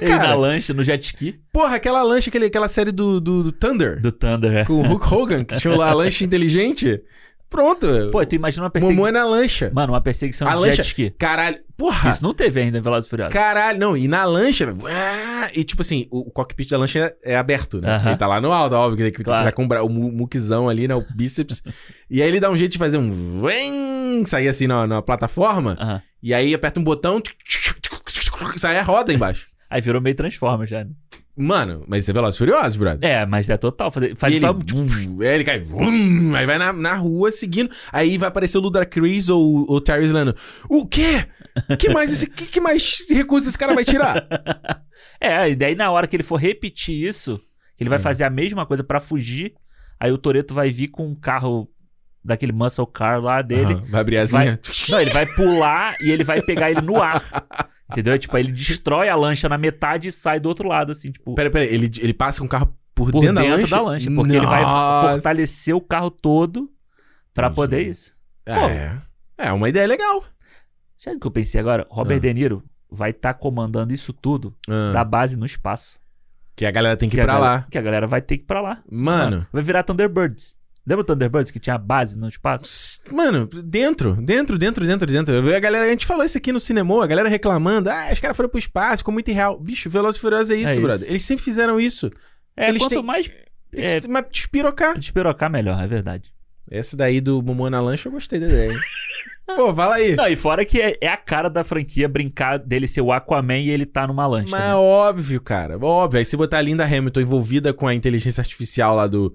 Speaker 2: ele na
Speaker 1: É, cara.
Speaker 2: lancha, no jet ski
Speaker 1: Porra, aquela lancha, aquele- aquela série do, do, do Thunder.
Speaker 2: do Thunder. é.
Speaker 1: Com o Hulk Hogan, que tinha lá a lancha inteligente. Pronto.
Speaker 2: Pô, tu imagina uma
Speaker 1: Momô é
Speaker 2: perseguição...
Speaker 1: na lancha.
Speaker 2: Mano, uma perseguição
Speaker 1: A
Speaker 2: de
Speaker 1: lancha-
Speaker 2: jet ski.
Speaker 1: Caralho. Porra.
Speaker 2: Isso não teve ainda em Velozes e Furiosos.
Speaker 1: Caralho. Não, e na lancha. né? uá, E tipo assim, o, o cockpit da lancha é, é aberto, né?
Speaker 2: Aham.
Speaker 1: Ele tá lá no alto, óbvio, que ele que
Speaker 2: Claro.
Speaker 1: tá com o bra- o mu- muquizão ali, né? O bíceps. e aí ele dá um jeito de fazer um. vem, tchim, sair assim na, na plataforma.
Speaker 2: Aham.
Speaker 1: E aí aperta um botão, tchic, tchic, tchic, tchic, tchic, sai a roda embaixo.
Speaker 2: Aí virou meio Transformers já. né?
Speaker 1: Mano, mas isso é Velozes e Furiosos, brother.
Speaker 2: É, mas é total. Fazer, faz
Speaker 1: E
Speaker 2: só.
Speaker 1: ele, vum, aí ele cai, vum, aí vai na, na rua seguindo. Aí vai aparecer o Luda Chris ou o Terry Slano. O quê? Que mais, esse, que, que mais recurso esse cara vai tirar?
Speaker 2: É, e daí na hora que ele for repetir isso, que ele vai
Speaker 1: Hum.
Speaker 2: fazer a mesma coisa pra fugir, aí o Toreto vai vir com um carro daquele muscle car lá dele.
Speaker 1: Aham, vai abrir a asinha.
Speaker 2: Não, ele vai pular e ele vai pegar ele no ar. Entendeu? Tipo, aí ele destrói a lancha na metade e sai do outro lado, assim, tipo,
Speaker 1: Pera, pera, ele, ele passa com o carro por,
Speaker 2: por
Speaker 1: dentro,
Speaker 2: dentro
Speaker 1: da lancha?
Speaker 2: porque ele vai
Speaker 1: Nossa.
Speaker 2: fortalecer o carro todo pra
Speaker 1: Entendi.
Speaker 2: poder isso. Pô.
Speaker 1: É, é uma ideia legal.
Speaker 2: Sabe o que eu pensei agora? Robert
Speaker 1: Ah.
Speaker 2: De Niro vai estar comandando isso tudo
Speaker 1: Ah,
Speaker 2: da base no espaço.
Speaker 1: Que a galera tem que ir
Speaker 2: a
Speaker 1: pra
Speaker 2: galera-
Speaker 1: lá.
Speaker 2: Que a galera vai ter que ir pra lá.
Speaker 1: Mano,
Speaker 2: Vai virar Thunderbirds. Lembra o Thunderbirds que tinha a base no espaço?
Speaker 1: s- mano, dentro, dentro, dentro, dentro, dentro. Eu vi a galera, a gente falou isso aqui no cinema, a galera reclamando. Ah, os caras foram pro espaço, ficou muito irreal. Bicho, Velozes e Furiosos é isso,
Speaker 2: isso.
Speaker 1: brother. Eles sempre fizeram isso.
Speaker 2: É,
Speaker 1: Eles
Speaker 2: quanto
Speaker 1: têm-
Speaker 2: mais é,
Speaker 1: Tem que se- mas despirocar.
Speaker 2: despirocar, melhor, é verdade.
Speaker 1: É. Essa daí do Momô na lancha, eu gostei da ideia. hein? Pô, fala aí.
Speaker 2: Não, e fora que é, é a cara da franquia brincar dele ser o Aquaman e ele tá numa lancha.
Speaker 1: Mas
Speaker 2: né?
Speaker 1: óbvio, cara. Óbvio. Aí se botar a Linda Hamilton envolvida com a inteligência artificial lá do.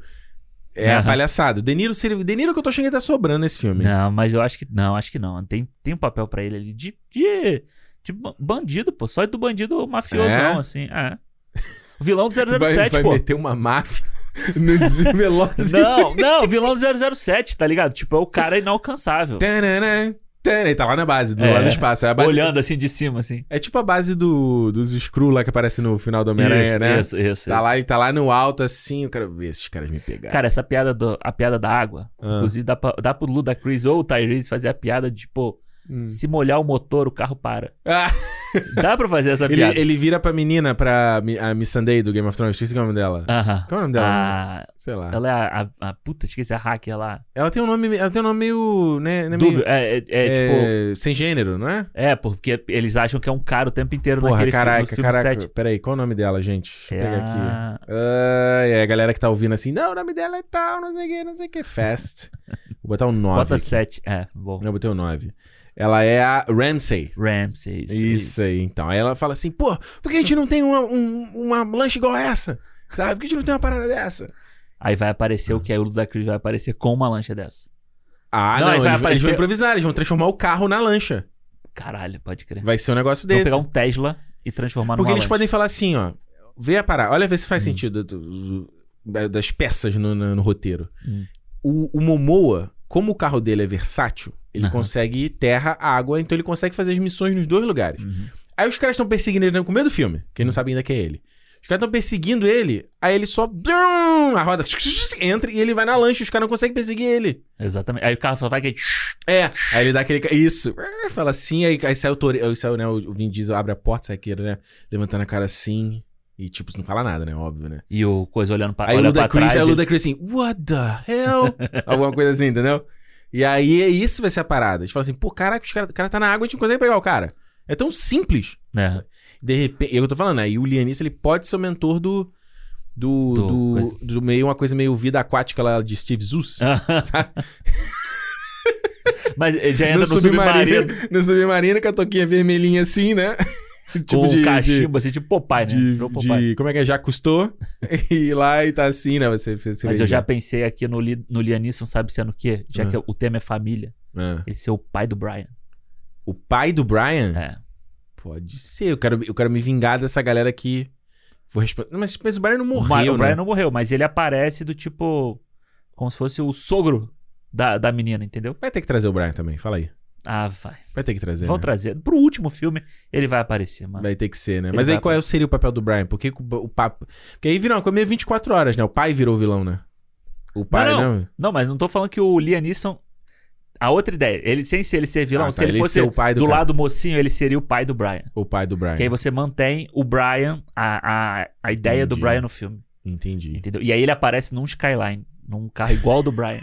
Speaker 1: É a
Speaker 2: Aham.
Speaker 1: palhaçada. O De Niro, seria- De Niro que eu tô achando que tá sobrando nesse filme.
Speaker 2: né? Não, mas eu acho que não, acho que não. Tem, tem um papel pra ele ali de, de, de ba- bandido, pô. Só do bandido mafiosão,
Speaker 1: É?
Speaker 2: assim. É. O vilão do
Speaker 1: vai
Speaker 2: 007,
Speaker 1: vai
Speaker 2: pô.
Speaker 1: meter assim. uma máfia nos velozes.
Speaker 2: Não, não, o vilão do 007, tá ligado? Tipo, é o cara inalcançável.
Speaker 1: Tanana, tanana. Ele tá lá na base, do,
Speaker 2: É.
Speaker 1: lá no espaço. É, a base-
Speaker 2: Olhando assim de cima, assim.
Speaker 1: é tipo a base do, dos Screw lá que aparece no final do Homem-Aranha,
Speaker 2: isso,
Speaker 1: né?
Speaker 2: isso, isso,
Speaker 1: Tá
Speaker 2: isso.
Speaker 1: lá, ele tá lá no alto assim. Eu quero ver esses caras me pegar.
Speaker 2: Cara, essa piada, do, a piada da água,
Speaker 1: Ah.
Speaker 2: inclusive dá, pra, dá pro Luda Chris ou o Tyrese fazer a piada de, pô,
Speaker 1: Hum.
Speaker 2: se molhar o motor, o carro para.
Speaker 1: Ah,
Speaker 2: Dá pra fazer essa
Speaker 1: ele,
Speaker 2: piada.
Speaker 1: ele vira pra menina, pra mi- a Miss Sunday do Game of Thrones. Esqueci o nome dela.
Speaker 2: Aham.
Speaker 1: Qual é o nome dela?
Speaker 2: Ah,
Speaker 1: Sei lá.
Speaker 2: ela é a, a- a- Puta, esqueci a hacker lá.
Speaker 1: Ela tem um nome, ela tem um nome meio, né, né, meio-
Speaker 2: Dúbio. É, é, é, tipo.
Speaker 1: é, sem gênero, não é?
Speaker 2: É, porque eles acham que é um cara o tempo inteiro
Speaker 1: Porra,
Speaker 2: naquele filme-
Speaker 1: caraca,
Speaker 2: no filme
Speaker 1: caraca.
Speaker 2: 7.
Speaker 1: Peraí, qual é o nome dela, gente? Deixa eu
Speaker 2: É
Speaker 1: pegar aqui.
Speaker 2: a-
Speaker 1: Ah, é a galera que tá ouvindo assim, não, o nome dela é tal, não sei o que, não sei o que, Fast. Vou botar um 9.
Speaker 2: Bota 7. É, bom.
Speaker 1: Não, eu botei um 9. Ela é a Ramsey.
Speaker 2: Ramsey.
Speaker 1: Isso, aí, então. Aí ela fala assim, pô, por que a gente não tem uma, um- uma lanche igual essa? Sabe? Por que a gente não tem uma parada dessa?
Speaker 2: Aí vai aparecer o que? Aí o Luda Chris vai aparecer com uma lancha dessa.
Speaker 1: Ah,
Speaker 2: Não,
Speaker 1: não,
Speaker 2: aí vai
Speaker 1: eles, vão- eles
Speaker 2: aparecer-
Speaker 1: vão improvisar, eles vão transformar o carro na lancha.
Speaker 2: Caralho, pode crer.
Speaker 1: Vai ser um negócio
Speaker 2: Vou
Speaker 1: desse.
Speaker 2: pegar um Tesla e transformar
Speaker 1: Porque
Speaker 2: numa
Speaker 1: eles
Speaker 2: lancha.
Speaker 1: podem falar assim, ó. Vê a parada. Olha, vê se
Speaker 2: Hum.
Speaker 1: faz sentido do- do- da- das peças no, no- no roteiro.
Speaker 2: Hum.
Speaker 1: O, o Momoa, como o carro dele é versátil, ele
Speaker 2: Aham.
Speaker 1: consegue terra, água, então ele consegue fazer as missões nos dois lugares.
Speaker 2: Uhum.
Speaker 1: Aí os caras estão perseguindo ele com medo do filme. Quem não sabe ainda que é ele. Os caras estão perseguindo ele, aí ele só. A roda entra e ele vai na lancha, os caras não conseguem perseguir ele.
Speaker 2: Exatamente. Aí o carro só vai que.
Speaker 1: É, aí ele dá aquele. ca- Isso. É, Fala assim, aí, aí sai o Tore. Aí sai, né, o Vin Diesel abre a porta, sai aquele, né? Levantando a cara assim. E, tipo, não fala nada, né? Óbvio, né?
Speaker 2: E o coisa olhando pra,
Speaker 1: aí o
Speaker 2: olha pra
Speaker 1: Ludacris,
Speaker 2: trás.
Speaker 1: aí o
Speaker 2: e-
Speaker 1: Ludacris assim, what the hell? Alguma coisa assim, entendeu? E aí, é isso vai ser a parada. A gente fala assim, pô, caraca, os cara, o cara tá na água, a gente não consegue pegar o cara. É tão simples.
Speaker 2: né?
Speaker 1: De repente, eu tô falando, aí o Lianis, ele pode ser o mentor do. Do,
Speaker 2: Do-
Speaker 1: do,
Speaker 2: coisa.
Speaker 1: do meio, uma coisa meio vida aquática lá de Steve Zeus.
Speaker 2: Mas ele já entra no, submarino,
Speaker 1: No submarino com a toquinha vermelhinha assim, né?
Speaker 2: com um cachimbo, assim, tipo Popeye, né?
Speaker 1: de-
Speaker 2: Virou
Speaker 1: de-
Speaker 2: Popeye.
Speaker 1: Como é que é? Já custou? e lá e tá assim, né? Você, você, você
Speaker 2: Mas
Speaker 1: vê
Speaker 2: eu já pensei aqui no, Li- no Lianisson, sabe sendo o quê? Já
Speaker 1: Hum.
Speaker 2: que o tema é família,
Speaker 1: Ah.
Speaker 2: ele ser o pai do Brian.
Speaker 1: O pai do Brian?
Speaker 2: É.
Speaker 1: Pode ser. Eu quero, eu quero me vingar dessa galera que... Vou responder... Mas, mas o Brian não
Speaker 2: O
Speaker 1: morreu,
Speaker 2: Ma- o Brian
Speaker 1: né?
Speaker 2: não morreu, mas ele aparece do tipo. Como se fosse o sogro da, da menina, entendeu?
Speaker 1: Vai ter que trazer o Brian também, fala aí.
Speaker 2: Ah, vai.
Speaker 1: Vai ter que trazer,
Speaker 2: Vão
Speaker 1: né?
Speaker 2: trazer. Pro último filme, ele vai aparecer, mano.
Speaker 1: Vai ter que ser, né?
Speaker 2: Ele
Speaker 1: Mas
Speaker 2: vai
Speaker 1: aí qual é, seria o papel do Brian? Por que que o, o papo... Porque aí virou uma coisa meio 24 horas, né? O pai virou o vilão, né? O pai,
Speaker 2: Não,
Speaker 1: não...
Speaker 2: Não, mas não tô falando que o Lianisson. A outra ideia, ele, sem ser ele ser vilão,
Speaker 1: Ah, tá,
Speaker 2: se ele,
Speaker 1: ele
Speaker 2: fosse
Speaker 1: ser o pai do
Speaker 2: do
Speaker 1: cara. É.
Speaker 2: lado mocinho, ele seria o pai do Brian.
Speaker 1: O pai do Brian.
Speaker 2: Que aí você mantém o Brian, a, a, a ideia do
Speaker 1: Entendi.
Speaker 2: Brian no filme.
Speaker 1: Entendi.
Speaker 2: Entendeu? E aí ele aparece num Skyline, num carro igual ao do Brian.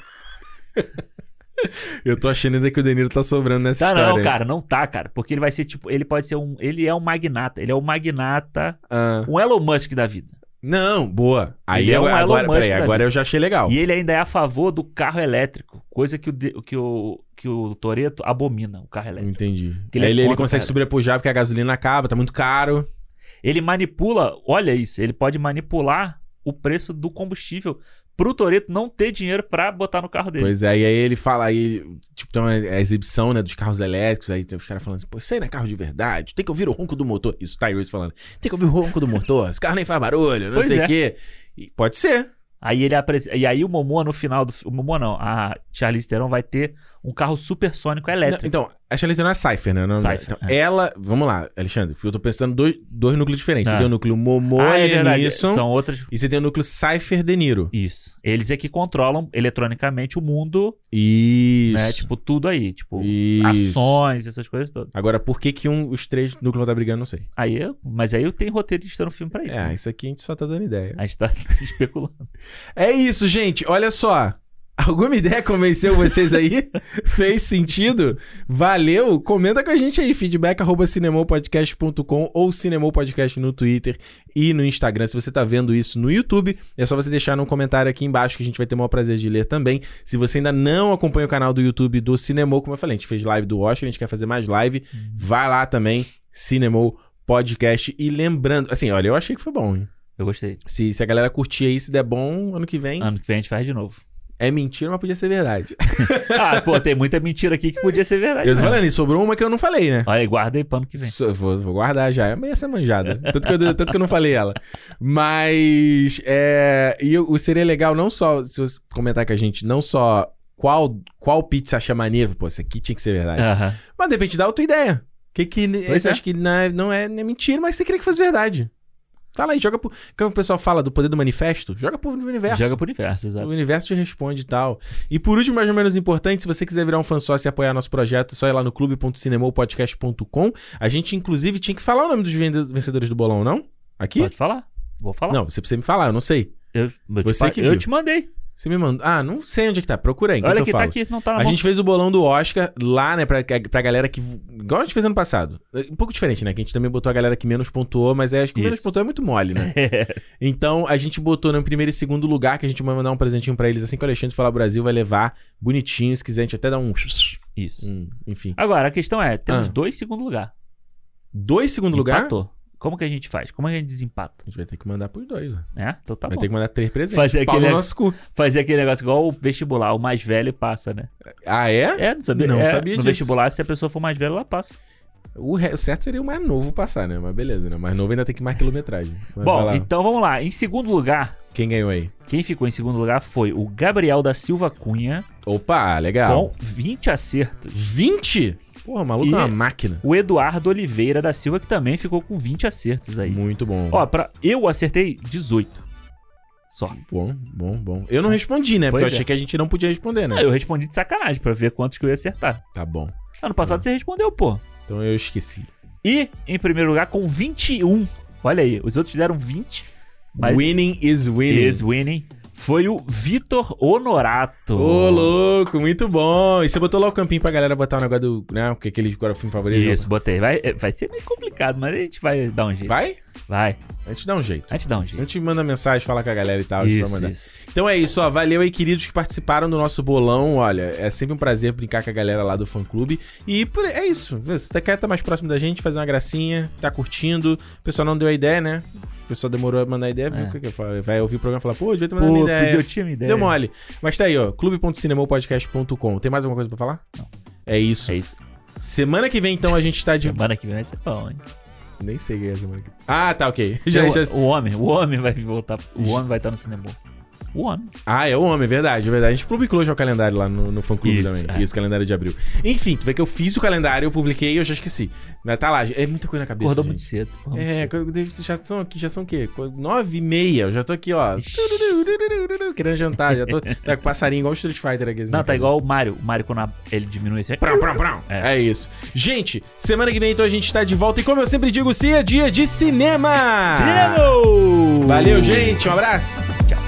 Speaker 1: Eu tô achando ainda que o De Niro tá sobrando nessa
Speaker 2: tá,
Speaker 1: história.
Speaker 2: não, cara, não tá, cara. Porque ele vai ser tipo. Ele pode ser um. Ele é um magnata. Ele é um magnata.
Speaker 1: Ah,
Speaker 2: Um Elon Musk da vida.
Speaker 1: Não, boa. Aí
Speaker 2: Ele é
Speaker 1: eu,
Speaker 2: um Elon
Speaker 1: agora,
Speaker 2: Musk
Speaker 1: peraí,
Speaker 2: da
Speaker 1: agora eu já achei legal.
Speaker 2: E ele ainda é a favor do carro elétrico, coisa que o, de- que o, que o Toreto abomina, o carro elétrico.
Speaker 1: Entendi.
Speaker 2: Que ele é
Speaker 1: Aí ele, ele
Speaker 2: contra,
Speaker 1: consegue
Speaker 2: cara.
Speaker 1: sobrepujar porque a gasolina acaba, tá muito caro.
Speaker 2: Ele manipula, olha isso, ele pode manipular o preço do combustível pro Toreto não ter dinheiro pra botar no carro dele.
Speaker 1: Pois é, e aí ele fala aí, tipo, tem uma a exibição, né, dos carros elétricos, aí tem os caras falando assim, pô, isso aí não é carro de verdade, tem que ouvir o ronco do motor. Isso, Tyrese falando, tem que ouvir o ronco do motor, esse carro nem faz barulho, não
Speaker 2: Pois
Speaker 1: sei o
Speaker 2: é.
Speaker 1: quê. E pode ser.
Speaker 2: Aí ele apres- e aí o Momoa no final do fi- o Momoa não, a Charlize Theron vai ter um carro supersônico
Speaker 1: Não,
Speaker 2: elétrico.
Speaker 1: então, a Charlize não é Cypher, né? Não,
Speaker 2: Cypher, é.
Speaker 1: então, Ela, vamos lá, Alexandre, porque eu tô pensando dois, dois núcleos diferentes. Você
Speaker 2: Ah.
Speaker 1: tem o núcleo Momoa
Speaker 2: ah, é
Speaker 1: e
Speaker 2: verdade,
Speaker 1: Nisson,
Speaker 2: são outras
Speaker 1: e você tem o núcleo Cypher De Niro.
Speaker 2: Isso. Eles é que controlam eletronicamente o mundo,
Speaker 1: Isso.
Speaker 2: né? Tipo, tudo aí. Tipo,
Speaker 1: Isso.
Speaker 2: ações, essas coisas todas.
Speaker 1: Agora, por que que um, os três núcleos tá brigando, não sei.
Speaker 2: Aí eu, mas aí eu tenho roteirista no filme pra isso.
Speaker 1: É,
Speaker 2: né?
Speaker 1: isso aqui a gente só tá dando ideia.
Speaker 2: A gente tá se especulando.
Speaker 1: É isso, gente. Olha só. Alguma ideia convenceu vocês aí? Fez sentido? Valeu? Comenta com a gente aí, feedback arroba cinemopodcast.com ou cinemopodcast no Twitter e no Instagram. Se você tá vendo isso no YouTube, é só você deixar um comentário aqui embaixo que a gente vai ter o maior prazer de ler também. Se você ainda não acompanha o canal do YouTube do Cinemô, como eu falei, a gente fez live do Oscar, a gente quer fazer mais live, vai lá também, Cinemô Podcast. E lembrando, assim, olha, eu achei que foi bom, hein?
Speaker 2: Eu gostei.
Speaker 1: Se, se a galera curtir aí, se der bom, ano que vem.
Speaker 2: Ano que vem a gente faz de novo.
Speaker 1: É mentira, mas podia ser verdade.
Speaker 2: Ah, pô, tem muita mentira aqui que podia ser verdade.
Speaker 1: Eu tô
Speaker 2: né?
Speaker 1: falando, e sobrou uma que eu não falei, né?
Speaker 2: Olha, guarda aí pro ano que vem.
Speaker 1: So- vou, vou guardar já. É meio essa manjada. Tanto que, eu, tanto que eu não falei ela. Mas. É, e o, o seria legal não só. Se você comentar com a gente, não só qual, qual pizza acha maneiro. Pô, isso aqui tinha que ser verdade.
Speaker 2: Aham.
Speaker 1: Mas de repente dá outra ideia. Que que
Speaker 2: É. Pois
Speaker 1: você
Speaker 2: é.
Speaker 1: acha que não é, não é- não é mentira, mas você queria que fosse verdade. Fala aí, joga pro. Como o pessoal fala do poder do manifesto? Joga pro universo.
Speaker 2: Joga pro universo, exato.
Speaker 1: O universo te responde e tal. E por último, mas não menos importante, se você quiser virar um fã sócio e apoiar nosso projeto, é só ir lá no clube.cinemopodcast.com. A gente, inclusive, tinha que falar o nome dos vende- vencedores do bolão, não? Aqui?
Speaker 2: Pode falar. Vou falar.
Speaker 1: Não, você precisa me falar, eu não sei.
Speaker 2: Eu, eu
Speaker 1: Você
Speaker 2: te, fa-
Speaker 1: que
Speaker 2: eu
Speaker 1: viu.
Speaker 2: te mandei.
Speaker 1: Você me mandou. Ah, não sei onde é que tá. Procura aí. enquanto
Speaker 2: Olha
Speaker 1: eu
Speaker 2: aqui, tá
Speaker 1: falo.
Speaker 2: aqui, não tá na
Speaker 1: A
Speaker 2: mão.
Speaker 1: gente fez o bolão do Oscar lá, né, pra, pra galera que. Igual a gente fez ano passado. Um pouco diferente, né? Que a gente também botou a galera que menos pontuou, mas é, acho que menos
Speaker 2: Isso.
Speaker 1: pontuou é muito mole, né? Então a gente botou no primeiro e segundo lugar, que a gente vai mandar um presentinho pra eles assim que o Alexandre falar Brasil, vai levar bonitinho. Se quiser, a gente até dá um.
Speaker 2: Isso.
Speaker 1: um- enfim.
Speaker 2: Agora, a questão é, temos
Speaker 1: Ah.
Speaker 2: dois segundo lugar.
Speaker 1: Dois segundo lugar.
Speaker 2: Empatou. Como que a gente faz? Como a gente desempata?
Speaker 1: A gente vai ter que mandar pros dois, né?
Speaker 2: Né? Então tá
Speaker 1: vai
Speaker 2: bom.
Speaker 1: ter que mandar três presentes.
Speaker 2: Fazer
Speaker 1: Pau
Speaker 2: aquele- é-
Speaker 1: no nosso cu.
Speaker 2: Fazer aquele negócio igual o vestibular, o mais velho passa, né?
Speaker 1: Ah, é?
Speaker 2: É, não sabia?
Speaker 1: Não
Speaker 2: é,
Speaker 1: sabia
Speaker 2: no
Speaker 1: disso.
Speaker 2: vestibular, se a pessoa for mais velha, ela passa.
Speaker 1: O, re- o certo seria o mais novo passar, né? Mas beleza, né? O mais novo ainda tem que ir mais quilometragem. Mas vai
Speaker 2: bom,
Speaker 1: lá.
Speaker 2: então vamos lá. Em segundo lugar,
Speaker 1: Quem ganhou aí?
Speaker 2: quem ficou em segundo lugar foi o Gabriel da Silva Cunha,
Speaker 1: Opa, legal.
Speaker 2: com 20 acertos.
Speaker 1: 20? Porra, o maluco
Speaker 2: E-
Speaker 1: é uma máquina.
Speaker 2: O Eduardo Oliveira da Silva, que também ficou com 20 acertos aí.
Speaker 1: Muito bom.
Speaker 2: Ó, pra... eu acertei 18. Só.
Speaker 1: Bom, bom, bom. Eu não respondi, né? Porque
Speaker 2: Pois
Speaker 1: eu
Speaker 2: é.
Speaker 1: achei que a gente não podia responder, né?
Speaker 2: Ah, eu respondi de sacanagem pra ver quantos que eu ia acertar.
Speaker 1: Tá bom.
Speaker 2: Ano passado você respondeu, pô.
Speaker 1: Então eu esqueci.
Speaker 2: E, em primeiro lugar, com 21. Olha aí, os outros deram 20. Mas
Speaker 1: Winning is winning.
Speaker 2: is winning foi o Vitor Honorato.
Speaker 1: Ô, louco, muito bom. E você botou lá o campinho pra galera botar o negócio do. Né? Porque aquele agora é o filme favorito.
Speaker 2: Isso, botei. Vai, é, vai ser meio complicado, mas a gente vai dar um jeito.
Speaker 1: Vai?
Speaker 2: Vai,
Speaker 1: A gente dá um jeito.
Speaker 2: a gente dá um
Speaker 1: A
Speaker 2: jeito.
Speaker 1: gente manda mensagem, fala com a galera e tal. a gente vai
Speaker 2: Isso,
Speaker 1: mandar.
Speaker 2: isso.
Speaker 1: Então é isso, ó. Valeu aí, queridos que participaram do nosso bolão. Olha, é sempre um prazer brincar com a galera lá do fã clube. E por- é isso. Vê, Você tá- quer estar mais próximo da gente, fazer uma gracinha, tá curtindo. O pessoal não deu a ideia, né? O pessoal demorou a mandar a ideia, viu?
Speaker 2: É.
Speaker 1: que que eu falo? Vai ouvir o programa e falar, pô, devia ter mandado
Speaker 2: Pô,
Speaker 1: minha ideia.
Speaker 2: podia, eu tinha uma ideia.
Speaker 1: Deu mole. Mas tá aí, ó. clube.cinemopodcast.com. Tem mais alguma coisa pra falar?
Speaker 2: Não.
Speaker 1: É isso.
Speaker 2: É isso.
Speaker 1: Semana que vem, então, a gente tá de.
Speaker 2: Semana que vem vai ser bom, hein?
Speaker 1: Nem sei quem é semana que vem. Ah, tá, ok. Já,
Speaker 2: é o,
Speaker 1: já...
Speaker 2: o homem, o homem vai voltar. O homem vai estar no cinema. O homem.
Speaker 1: Ah, é o homem, é verdade, é verdade. A gente publicou já o calendário lá no, no fã clube
Speaker 2: Isso,
Speaker 1: também.
Speaker 2: é.
Speaker 1: Isso, calendário de abril. Enfim, tu vê que eu fiz o calendário, eu publiquei e eu já esqueci. Mas tá lá, é muita coisa na cabeça.
Speaker 2: Acordou muito
Speaker 1: gente.
Speaker 2: cedo. acordou muito
Speaker 1: É,
Speaker 2: cedo.
Speaker 1: co- deve- já são aqui, já são o quê? Co- Nove e meia, eu já tô aqui, ó.
Speaker 2: Ixi.
Speaker 1: Querendo jantar, já tô. Tá com passarinho igual o Street Fighter aqui. assim,
Speaker 2: Não,
Speaker 1: na
Speaker 2: tá
Speaker 1: cabeça.
Speaker 2: igual o Mario. O Mario, quando a- ele diminui assim.
Speaker 1: Prão, prão, prão. É.
Speaker 2: É.
Speaker 1: isso. Gente, semana que vem então a gente tá de volta e como eu sempre digo, se é dia de cinema.
Speaker 2: Cinema!
Speaker 1: Valeu, gente. Um abraço.
Speaker 2: Tchau.